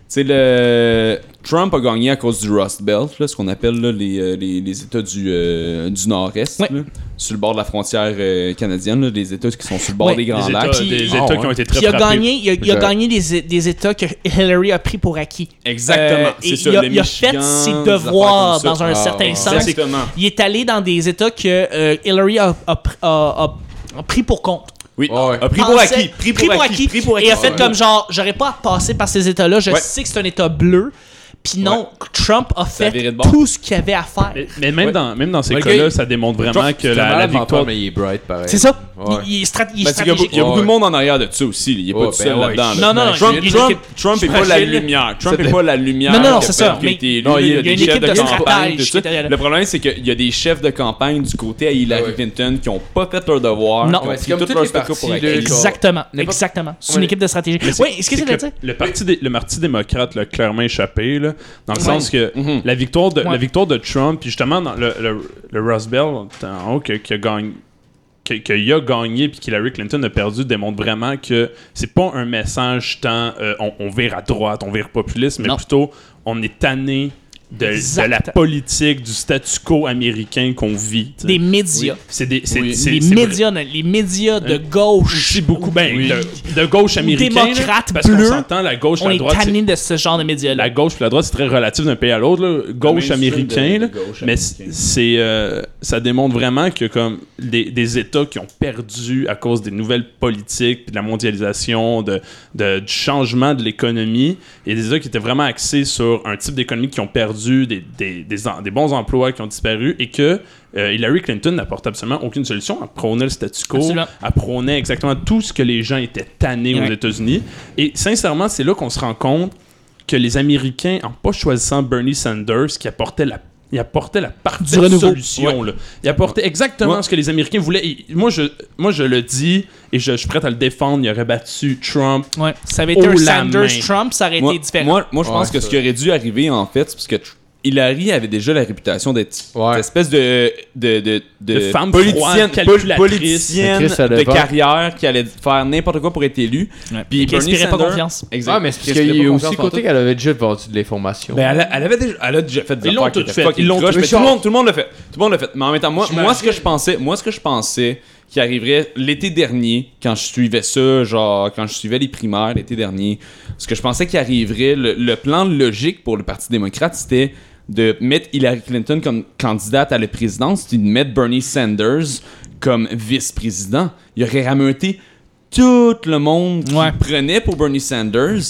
sais, le Trump a gagné à cause du Rust Belt, là, ce qu'on appelle là, les, euh, les, les États du, euh, du Nord-Est,
Ouais.
là, sur le bord de la frontière euh, canadienne, là, les États qui sont sur le bord
Ouais.
des Grands
Des États,
Lacs.
des
Ah,
États
ouais.
qui ont été très
Puis il a
frappés.
gagné, il a, il a
Je-
gagné des, des États que Hillary a pris pour acquis.
Exactement.
Euh, et
c'est ça,
il a,
le
il a fait
Michigan,
ses
des
devoirs
affaires comme
dans
ça.
un
Ah,
certain
ouais.
sens.
Exactement.
Il est allé dans des États que euh, Hillary a- a pr- a- a- a pris pour compte.
Oui.
Ouais,
Ah,
ouais.
A Ah, pris pour
pensait-
acquis. Pris pour acquis. pris pour acquis.
Et a fait
Ouais.
comme genre, j'aurais pas à passer par ces états-là, je
Ouais.
sais que c'est un état bleu. Puis non, Trump a fait
virait de bord.
tout ce qu'il avait à faire.
Mais, mais même, dans, même dans ces
Ouais, le gars,
cas-là,
il-
ça démontre vraiment
Trump,
que
c'est un
la, la
malade mental,
victoire.
mais il est bright pareil.
euh, C'est ça?
Ouais. Ah,
Il, il est, strat- il est
Parce Ben, qu'il y a beau-
stratégique.
il y a beaucoup
Ouais.
de monde en arrière de ça aussi. Il est
Ouais,
pas tout seul
ben ouais,
là-dedans.
je-
là.
Non, non, non.
Trump,
il y a une
Trump,
équipe-
Trump est
je
pas
suis
la
fragile.
lumière. Trump est
fait-
pas la lumière.
Non, non, non,
qui a
c'est
fait-
ça.
qui a
Mais
été élue.
non, il y a-
des
il y a une
chefs
équipe de
campagne,
stratèges
tout
qui
ça.
est derrière.
Le problème, c'est qu'il y a des chefs de campagne du côté à Hillary
Ah ouais.
Clinton qui ont pas fait leur devoir.
Non.
qui ont
Ouais, c'est
pris
comme
tout
toutes
leur
les
stock up
parties
pour
de-
acquis.
Exactement.
N'importe-
Exactement. C'est une
Ouais.
équipe de stratégie. Oui, est-ce que tu
C'est
voulais
que
dire?
le, parti dé- le parti démocrate l'a clairement échappé, là, dans le
Ouais.
sens que
Mhm.
la, victoire de,
Ouais.
la victoire de Trump, puis justement dans le, le, le Rust Belt, en haut, que- que gagne- que- qu'il a gagné puis qu'Hillary Clinton a perdu démontre vraiment que c'est pas un message tant euh, on, on vire à droite, on vire populiste, mais
Non.
plutôt on est tanné de, de
Exact.
la politique, du statu quo américain qu'on vit. tu sais.
Des médias.
C'est des c'est- c'est-
Les
c'est-
médias, les médias
Hein?
de gauche.
aussi beaucoup ben,
Oui.
de, de gauche américaine. là,
démocrate
parce qu'on
bleu.
s'entend, la gauche,
On
la
est
droite, c'est-
tanné de ce genre de médias-là.
la gauche et la droite, c'est très relatif d'un pays à l'autre. là. Gauche
Le mainstream
américain,
Ah, de-
là.
de gauche
mais
américaine.
c'est euh, ça démontre vraiment que comme des, des États qui ont perdu à cause des nouvelles politiques, puis de la mondialisation, de, de- du changement de l'économie, et des États qui étaient vraiment axés sur un type d'économie qui ont perdu, des, des, des en- des bons emplois qui ont disparu, et que euh, Hillary Clinton n'apporte absolument aucune solution. Elle prônait le statu quo,
Absolument.
elle prônait exactement tout ce que les gens étaient tannés aux
Ouais.
États-Unis. Et sincèrement, c'est là qu'on se rend compte que les Américains, en pas choisissant Bernie Sanders, qui apportait la il apportait la
Du
parfaite
renouveau.
solution. Là. Il apportait exactement
Ouais.
ce que les Américains voulaient. Et moi, je, moi, je le dis et je, je suis prêt à le défendre. Il aurait battu Trump.
Ouais. Ça avait été
Oh,
un
la main.
Sanders-Trump, ça aurait
Moi,
été différent.
moi, moi, je pense
Ouais,
que
ça.
ce qui aurait dû arriver, en fait, c'est parce que Tr- Hillary avait déjà la réputation d'être
Ouais.
une espèce de de de, de,
De femme
politicienne,
froide, calculatrice.
politicienne
Chris, elle
de
vote.
carrière qui allait faire n'importe quoi pour être élue. Puis
Qui
Bernie
inspirait pas
Sanders-
confiance.
Exact.
Ah, mais c'est parce
Qui inspirait
qu'il y a
pas
aussi
confiance en
côté
tout.
qu'elle avait déjà vendu de l'information.
Ben, elle, a- elle avait déjà, elle a déjà fait des
Ils l'ont
affaires qui
toutes
étaient
faites,
fucking
ils l'ont
croches,
toutes
mais tout
faites.
le monde, tout le monde l'a fait. Tout le monde l'a fait. Mais en même temps, moi, moi, ce que je pensais, moi, ce que je pensais qui arriverait l'été dernier, quand je suivais ça, genre, quand je suivais les primaires l'été dernier, ce que je pensais qui arriverait, le, le plan logique pour le Parti démocrate, c'était de mettre Hillary Clinton comme candidate à la présidence, puis de mettre Bernie Sanders comme vice-président. Il aurait rameuté tout le monde qui
Ouais.
prenait pour Bernie Sanders.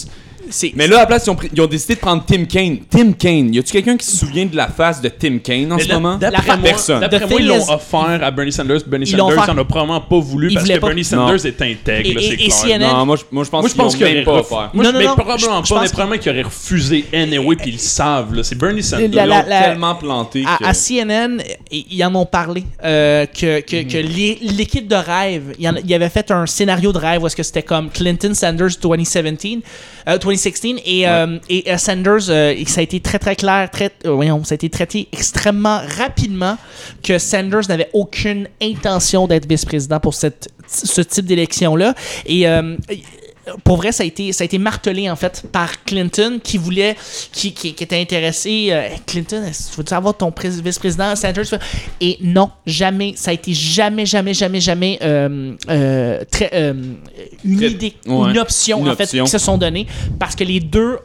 C'est-
Mais là, à la place, ils ont, pris- ils ont décidé de prendre Tim Kaine. Tim Kaine. Y a-tu quelqu'un qui se souvient de la face de Tim Kaine en ce
là,
moment?
d'après
Personne.
moi-
Personne.
D'après
The
moi,
thing
ils l'ont
is-
offert à Bernie Sanders. Bernie
Ils l'ont
Sanders, il
offert-
en a probablement pas voulu
Ils
parce
voulaient
que
pas.
Bernie Sanders est intègre, là,
Et-
c'est
et- et
clair.
CNN
Non, moi, je, moi, je pense
Moi, je pense
qu'ils
qu'il
ont même pas
aurait
offert.
Moi,
Non,
je-
non,
mais
non,
probablement
je- je
pas, mais
pense que-
probablement qu'il aurait refusé anyway, puis ils le savent, là. C'est Bernie Sanders.
Ils
La- la-
l'ont
la-
tellement planté
à,
que...
à CNN, i- ils en ont parlé. euh, que que, que l'é- l'équipe de rêve, il y en- il avait fait un scénario de rêve où est-ce que c'était comme Clinton Sanders 2017, euh, 2016 et, euh, et euh, Sanders, euh, et ça a été très très clair, très, euh, voyons, ça a été traité extrêmement rapidement que Sanders n'avait aucune intention d'être vice-président pour cette, ce type d'élection-là. Et. euh, pour vrai, ça a été, ça a été martelé en fait par Clinton qui voulait, qui, qui, qui était intéressé. euh, Hey, Clinton, est-ce que tu veux savoir ton pré- vice-président Sanders Et non, jamais, ça a été jamais, jamais, jamais, jamais euh, euh, très, euh, une
Très-
idée,
ouais.
une option
Une
en fait
option.
qui se sont données parce que les deux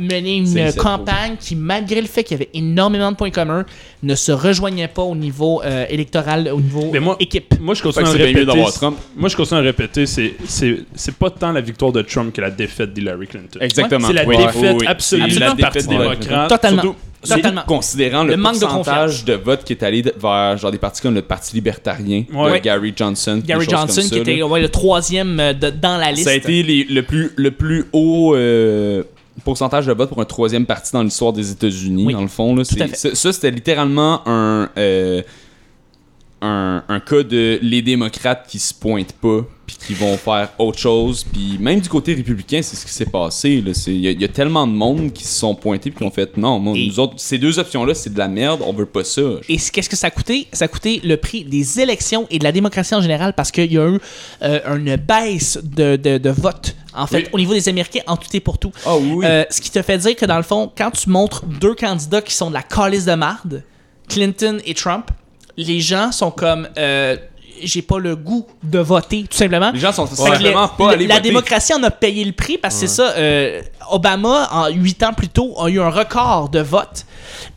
menaient une
C'est- c'est
campagne qui, malgré le fait qu'il y avait énormément de points communs, ne se rejoignaient pas au niveau euh, électoral, au niveau
Mais moi-
équipe.
Moi, je
Fait
continue
que
à
c'est bien mieux
répéter.
d'avoir Trump.
Moi, je continue à répéter, c'est- c'est c'est pas tant la victoire de Trump que la défaite d'Hillary Clinton.
Exactement.
C'est la
Oui, oui,
défaite
oui.
absolue
C'est
du
la
Parti
défaite, ouais.
démocrate.
Totalement.
Surtout- surtout
Totalement.
considérant le,
Le manque de
pourcentage de, vote qui est allé de- vers genre des partis comme le Parti libertarien de
Ouais.
Gary Johnson.
Gary
des choses comme
Johnson,
ça,
qui était
là.
ouais, le troisième euh, de- dans la liste.
Ça a été les- le, plus, le plus haut euh, pourcentage de vote pour un troisième parti dans l'histoire des États-Unis,
Oui.
dans le fond. Là,
Tout à
C'est-
fait.
ça, ça, c'était littéralement un, euh, un, un cas de les démocrates qui se pointent pas, puis qui vont faire autre chose. Puis même du côté républicain, c'est ce qui s'est passé. là. C'est- Il y, a- il y a tellement de monde qui se sont pointés, puis qui ont fait non, moi,
Et-
nous autres, ces deux options-là, c'est de la merde, on veut pas ça.
Et c- qu'est-ce que ça a coûté? Ça a coûté le prix des élections et de la démocratie en général parce qu'il y a eu euh, une baisse de, de- de vote, en fait, au niveau des Américains en tout et pour tout.
Ah oui.
Euh, ce qui te fait dire que dans le fond, quand tu montres deux candidats qui sont de la calice de marde, Clinton et Trump, les gens sont comme euh, j'ai pas le goût de voter, tout simplement.
Les gens sont
Fait que
simplement
le-
pas
le-
allés
la
voter.
démocratie en a payé le prix parce que c'est ça. euh, Obama, en 8 ans plus tôt, a eu un record de votes.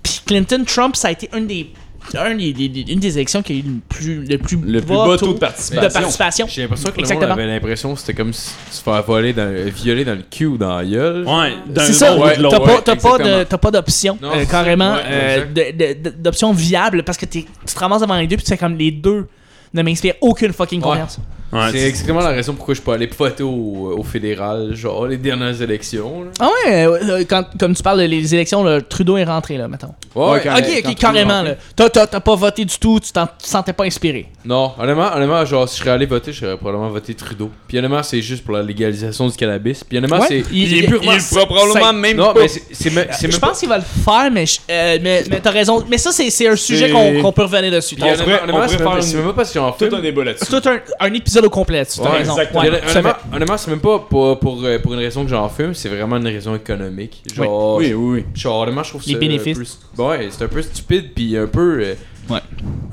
Puis Clinton, Trump, ça a été une des, un des- des- des- une des élections qui a eu le plus, le plus,
Le plus bas taux de participation.
de participation.
J'ai l'impression que le
Exactement.
monde avait l'impression que c'était comme si tu te fais voler dans, violer dans le cul ou dans la gueule.
Ouais, d'un
C'est ça,
bon ou de
t'as
l'autre.
pas, t'as pas
exactement.
de- t'as pas d'option,
Non,
euh,
c'est ça,
carrément,
ouais,
euh, de- de- de- d'option viable parce que t'es- tu te ramasses devant les deux puis tu fais comme les deux ne m'inspirent aucune fucking
Ouais.
confiance.
Ouais,
C'est exactement la raison pourquoi je peux aller voter au, au fédéral, genre les dernières élections. là.
Ah ouais, euh, euh, quand, comme tu parles des élections, là, Trudeau est rentré là, mettons.
Ouais,
ok, ok, carrément là. T'as- T'as t'as pas voté du tout, tu t'en tu te sentais pas inspiré.
Non, honnêtement, honnêtement, genre si je serais allé voter, je serais probablement voté Trudeau. Puis honnêtement, c'est juste pour la légalisation du cannabis. Puis honnêtement,
Ouais,
c'est
il- il-
purement
il fera probablement
même Non, mais c'est c'est me- c'est
Je
même
pense qu'il va le faire, mais, je- euh, mais, mais t'as raison. Mais ça, c'est c'est un sujet
C'est-
qu'on qu'on peut revenir dessus.
Puis
T'as raison.
honnêtement,
on
honnêtement,
pourrait
c'est même
faire
pas-
une-
c'est même pas si j'en fais.
Tout un débat là-dessus.
C'est tout un, un épisode au complet, tu as
Ouais,
raison.
exactement.
Ouais,
Puis,
tout à fait.
honnêtement, honnêtement, c'est même pas pour, pour, euh, pour une raison que j'en fume, c'est vraiment une raison économique. Genre,
Oui, oui, oui.
genre honnêtement, je trouve
Les
ça
bénéfices.
un peu stu- ouais, c'est un peu stupide puis un peu euh,
Ouais.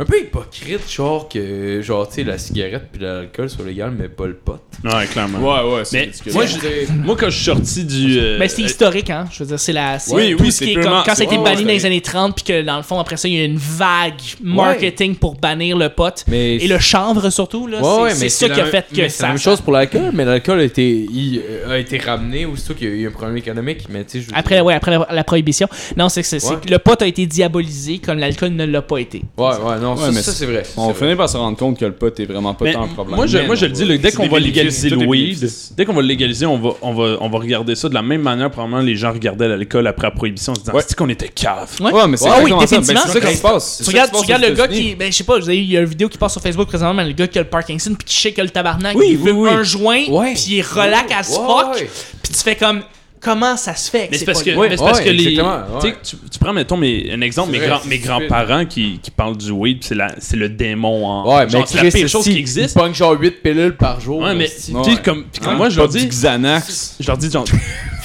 un peu hypocrite genre que genre tu sais la cigarette puis l'alcool sont légal mais pas le pot.
Ouais, clairement.
Ouais, ouais,
Mais
c'est ridicule.
moi, je- moi, quand je suis sorti du. euh,
Mais c'est historique, hein. Je veux dire, c'est la. c'est
Oui,
tout
oui,
ce
c'est
qui est
purement-
comme- Quand ça a été
ouais,
banni
ouais,
dans les
c'est-
années 30, puis que dans le fond, après ça, il y a eu une vague marketing pour bannir le pot.
Mais
Et le chanvre surtout, là.
Ouais,
c'est-
ouais,
c'est
mais
ça
la
qui a
même-
fait que
mais c'est
ça.
la même chose pour l'alcool, mais l'alcool a été il, euh, a été ramené aussitôt qu'il y a eu un problème économique, mais tu sais je veux
Après,
dire-
ouais, après la, la prohibition. Non, c'est que c'est- c'est
Ouais.
que le pot a été diabolisé comme l'alcool ne l'a pas été.
Ouais, ouais, non,
Ouais,
ça,
mais
ça, c'est vrai. ça,
On
c'est vrai.
finit par se rendre compte que le pot est vraiment pas
mais
tant un problème.
moi, je, moi, je le dis, là, dès
C'est
qu'on
des
va
bénéfices,
légaliser
tout
le
est
weed,
bénéfice.
dès qu'on va le légaliser, on va, on, va, on va regarder ça de la même manière. Probablement, les gens regardaient l'alcool après la prohibition en se disant Ah,
Ouais.
C'est qu'on était cave.
Ouais.
Ouais, mais c'est
Ah oui,
exactement ça. Ben,
définitivement.
c'est ça qui se passe.
Tu
C'est ça
regardes, tu
qui se passe
regardes le
aux
gars
États-Unis.
qui. Ben, je sais pas, vous avez- il y a une vidéo qui passe sur Facebook présentement, mais le gars qui a le Parkinson, puis qui shake le tabarnak,
Oui,
il
oui,
veut
oui.
un joint,
Ouais.
puis il est relax as
Ouais,
fuck,
ouais.
puis tu fais comme. comment ça se fait que
Mais
c'est
c'est parce
pas
que,
lui?
mais c'est parce
ouais,
que les.
exactement,
tu
ouais.
sais, Tu, tu prends, mettons, mes, un exemple, mes,
vrai,
grands,
c'est
mes
stupide.
grands-parents qui, qui parlent du weed, c'est la- c'est le démon en.
Ouais,
genre,
mais
c'est la pire chose qui
Il
existe.
pogne genre 8 pilules par jour.
Ouais, mais.
<laughs>
esti.
tu sais, comme,
Hein?
puis comme moi, je leur dis.
Xanax.
Je leur dis, genre.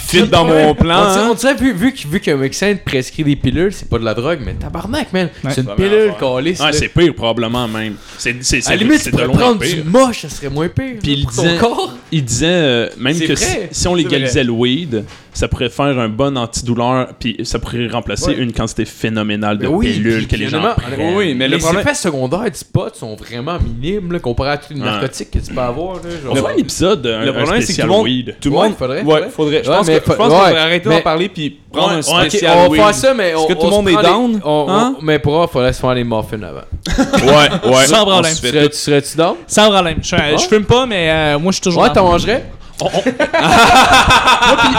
Fit dans mon plan.
On dirait,
hein.
on dirait, vu, vu, que- vu qu'un médecin te prescrit des pilules, c'est pas de la drogue, mais tabarnak, man. c'est une pilule, calée.
Ouais, c'est pire, probablement, même. C'est c'est-
hein. À
c'est-
la limite,
c'est
tu
de
pourrais
loin
prendre
pire.
du moche, ça serait moins pire.
Puis il
pour ton
disait-
corps.
Il disait euh, même
C'est
que si,
vrai.
si on légalisait le weed, ça pourrait faire un bon antidouleur, puis ça pourrait remplacer
Ouais.
une quantité phénoménale de
Ben oui,
pilules
puis
que les gens
finalement,
prennent.
honnêtement,
Oui, mais le
les
problème-
effets secondaires du pot sont vraiment minimes là, comparé à tous les
Ouais.
narcotiques que tu peux avoir. Là, genre.
On fera un épisode, un,
Le
un
problème, c'est que tout
spécial
le monde.
weed.
Tout le
Ouais,
monde.
faudrait,
Ouais,
faudrait.
faudrait. Je
Ouais,
pense que-
mais
je pense qu'on
fa- ouais,
devrait arrêter d'en
mais-
parler puis prendre
Ouais,
un
ouais, ok,
spécial
on va
weed.
faire ça, mais
Est-ce
on,
que tout
on
le
se
monde est
prend
down?
les- on- on-
Hein?
mais pour avoir, faudrait se faire les morphines avant.
Ouais, <laughs> ouais.
Sans problème.
On se
Tu
fait-
serais- tu serais-tu down?
Sans problème. Je, je fume pas, mais euh, moi, je suis toujours.
Ouais,
dans-
t'en mangerais?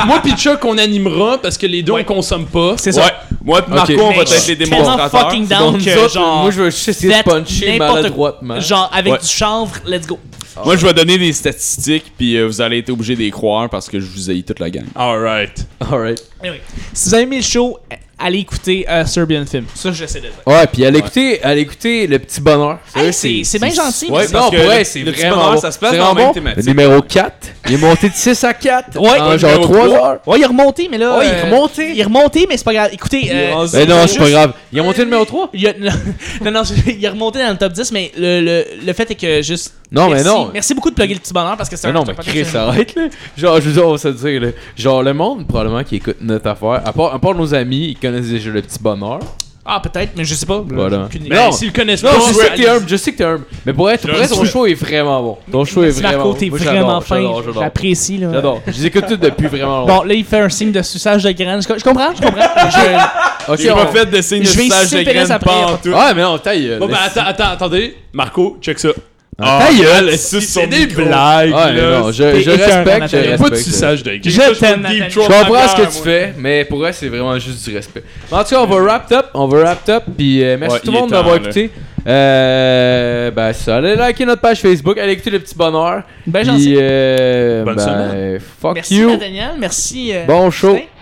Moi pis Chuck, on animera parce que les deux, on consomme pas.
C'est ça.
Ouais. Moi pis Marco,
Ok.
on va
Mais je
être
suis
les
tellement
démonstrateurs.
fucking down
Nous
euh,
que
autres,
genre.
moi, je veux juste essayer de
faites
puncher
n'importe-
maladroitement.
Genre, avec
Ouais.
du chanvre, let's go.
Moi, je vais donner des statistiques puis euh, vous allez être obligés d'y croire parce que je vous haïs toute la gang.
Alright.
Alright.
Anyway. Si vous avez aimé le show, allez écouter euh, Serbian Film. Ça, j'essaie de le faire.
Ouais, puis à l'écouter, à l'écouter, le petit bonheur.
Hey, c'est c'est bah, bien gentil. mais
Ouais,
c'est-
Non,
parce
pour
que
vrai,
le-
c'est
le petit
vraiment
bonheur,
bon.
ça se place
C'est
dans la
vraiment
même
bon.
thématique.
Le numéro 4, il est monté de 6 à 4
Ouais,
en
le
Ah, genre
numéro
3
trois.
heures.
Ouais, il est remonté, mais là.
Ouais, il est
euh,
remonté.
Il est remonté, mais c'est pas grave. Écoutez. euh,
rendu-
Mais Ben non, c'est pas
juste-
grave. Il est monté le numéro 3?
il a- <laughs> non, non, non, je- il est remonté dans le top 10, mais le, le, le fait est que juste.
Non, mais
merci,
non.
Merci beaucoup de plugger le petit bonheur parce que c'est
Mais
un-
non, mais
c'est un podcast
Chris,
que j'aime.
arrête, là. Genre, je veux dire, on va se le dire, là. Genre, le monde, probablement, qui écoute notre affaire, à part, à part nos amis, ils connaissent déjà le petit bonheur.
Ah, peut-être, mais je sais pas.
Voilà.
Aucune idée. Ben,
Non,
S'ils le connaissent
non,
pas,
je sais que t'es
allez-
humble, je sais que t'es humble. Mais pour être, pour
Là,
être, ton
tu-
show est vraiment bon. Ton show est
Merci
vraiment
Marco,
bon.
t'es
Moi, j'adore,
vraiment
j'adore,
fin.
j'adore.
J'apprécie, là.
J'adore. Je les écoute toutes depuis vraiment longtemps.
Bon, là, il fait un signe de suçage de graines. Je, je comprends, je comprends.
<laughs>
Je,
ok,
J'ai
on-
pas fait de signe de
je vais
sage
ici
de
le pénis
graines
après.
pas en tout.
Ouais, mais non, ta gueule.
Bon, ben, attends, attends, attendez. Marco, check ça. Ah.
Ta gueule,
c'est
C'est son
des
micro.
blagues,
Ouais, mais
là.
non,
t'es
je, je
écœurant,
respecte, je
Nathalie.
respecte.
Pas de suçage de gueule.
Je
Moi,
t'aime,
vais deep
Nathalie.
throat
Je comprends
ma
ce
gueule,
que tu
moi.
fais, mais pour vrai, c'est vraiment juste du respect. En tout cas, on va wrap up. On va wrap up. Puis euh, merci
Ouais,
tout le
il est
monde
temps,
d'avoir
là.
écouté. Euh, ben, ça. Allez liker notre page Facebook. Allez écouter le petit bonheur.
ben, j'en
Puis,
sais.
euh,
Bonne
ben,
semaine.
fuck
Merci,
you.
Nathaniel. Merci. euh,
Bon show.
Justin.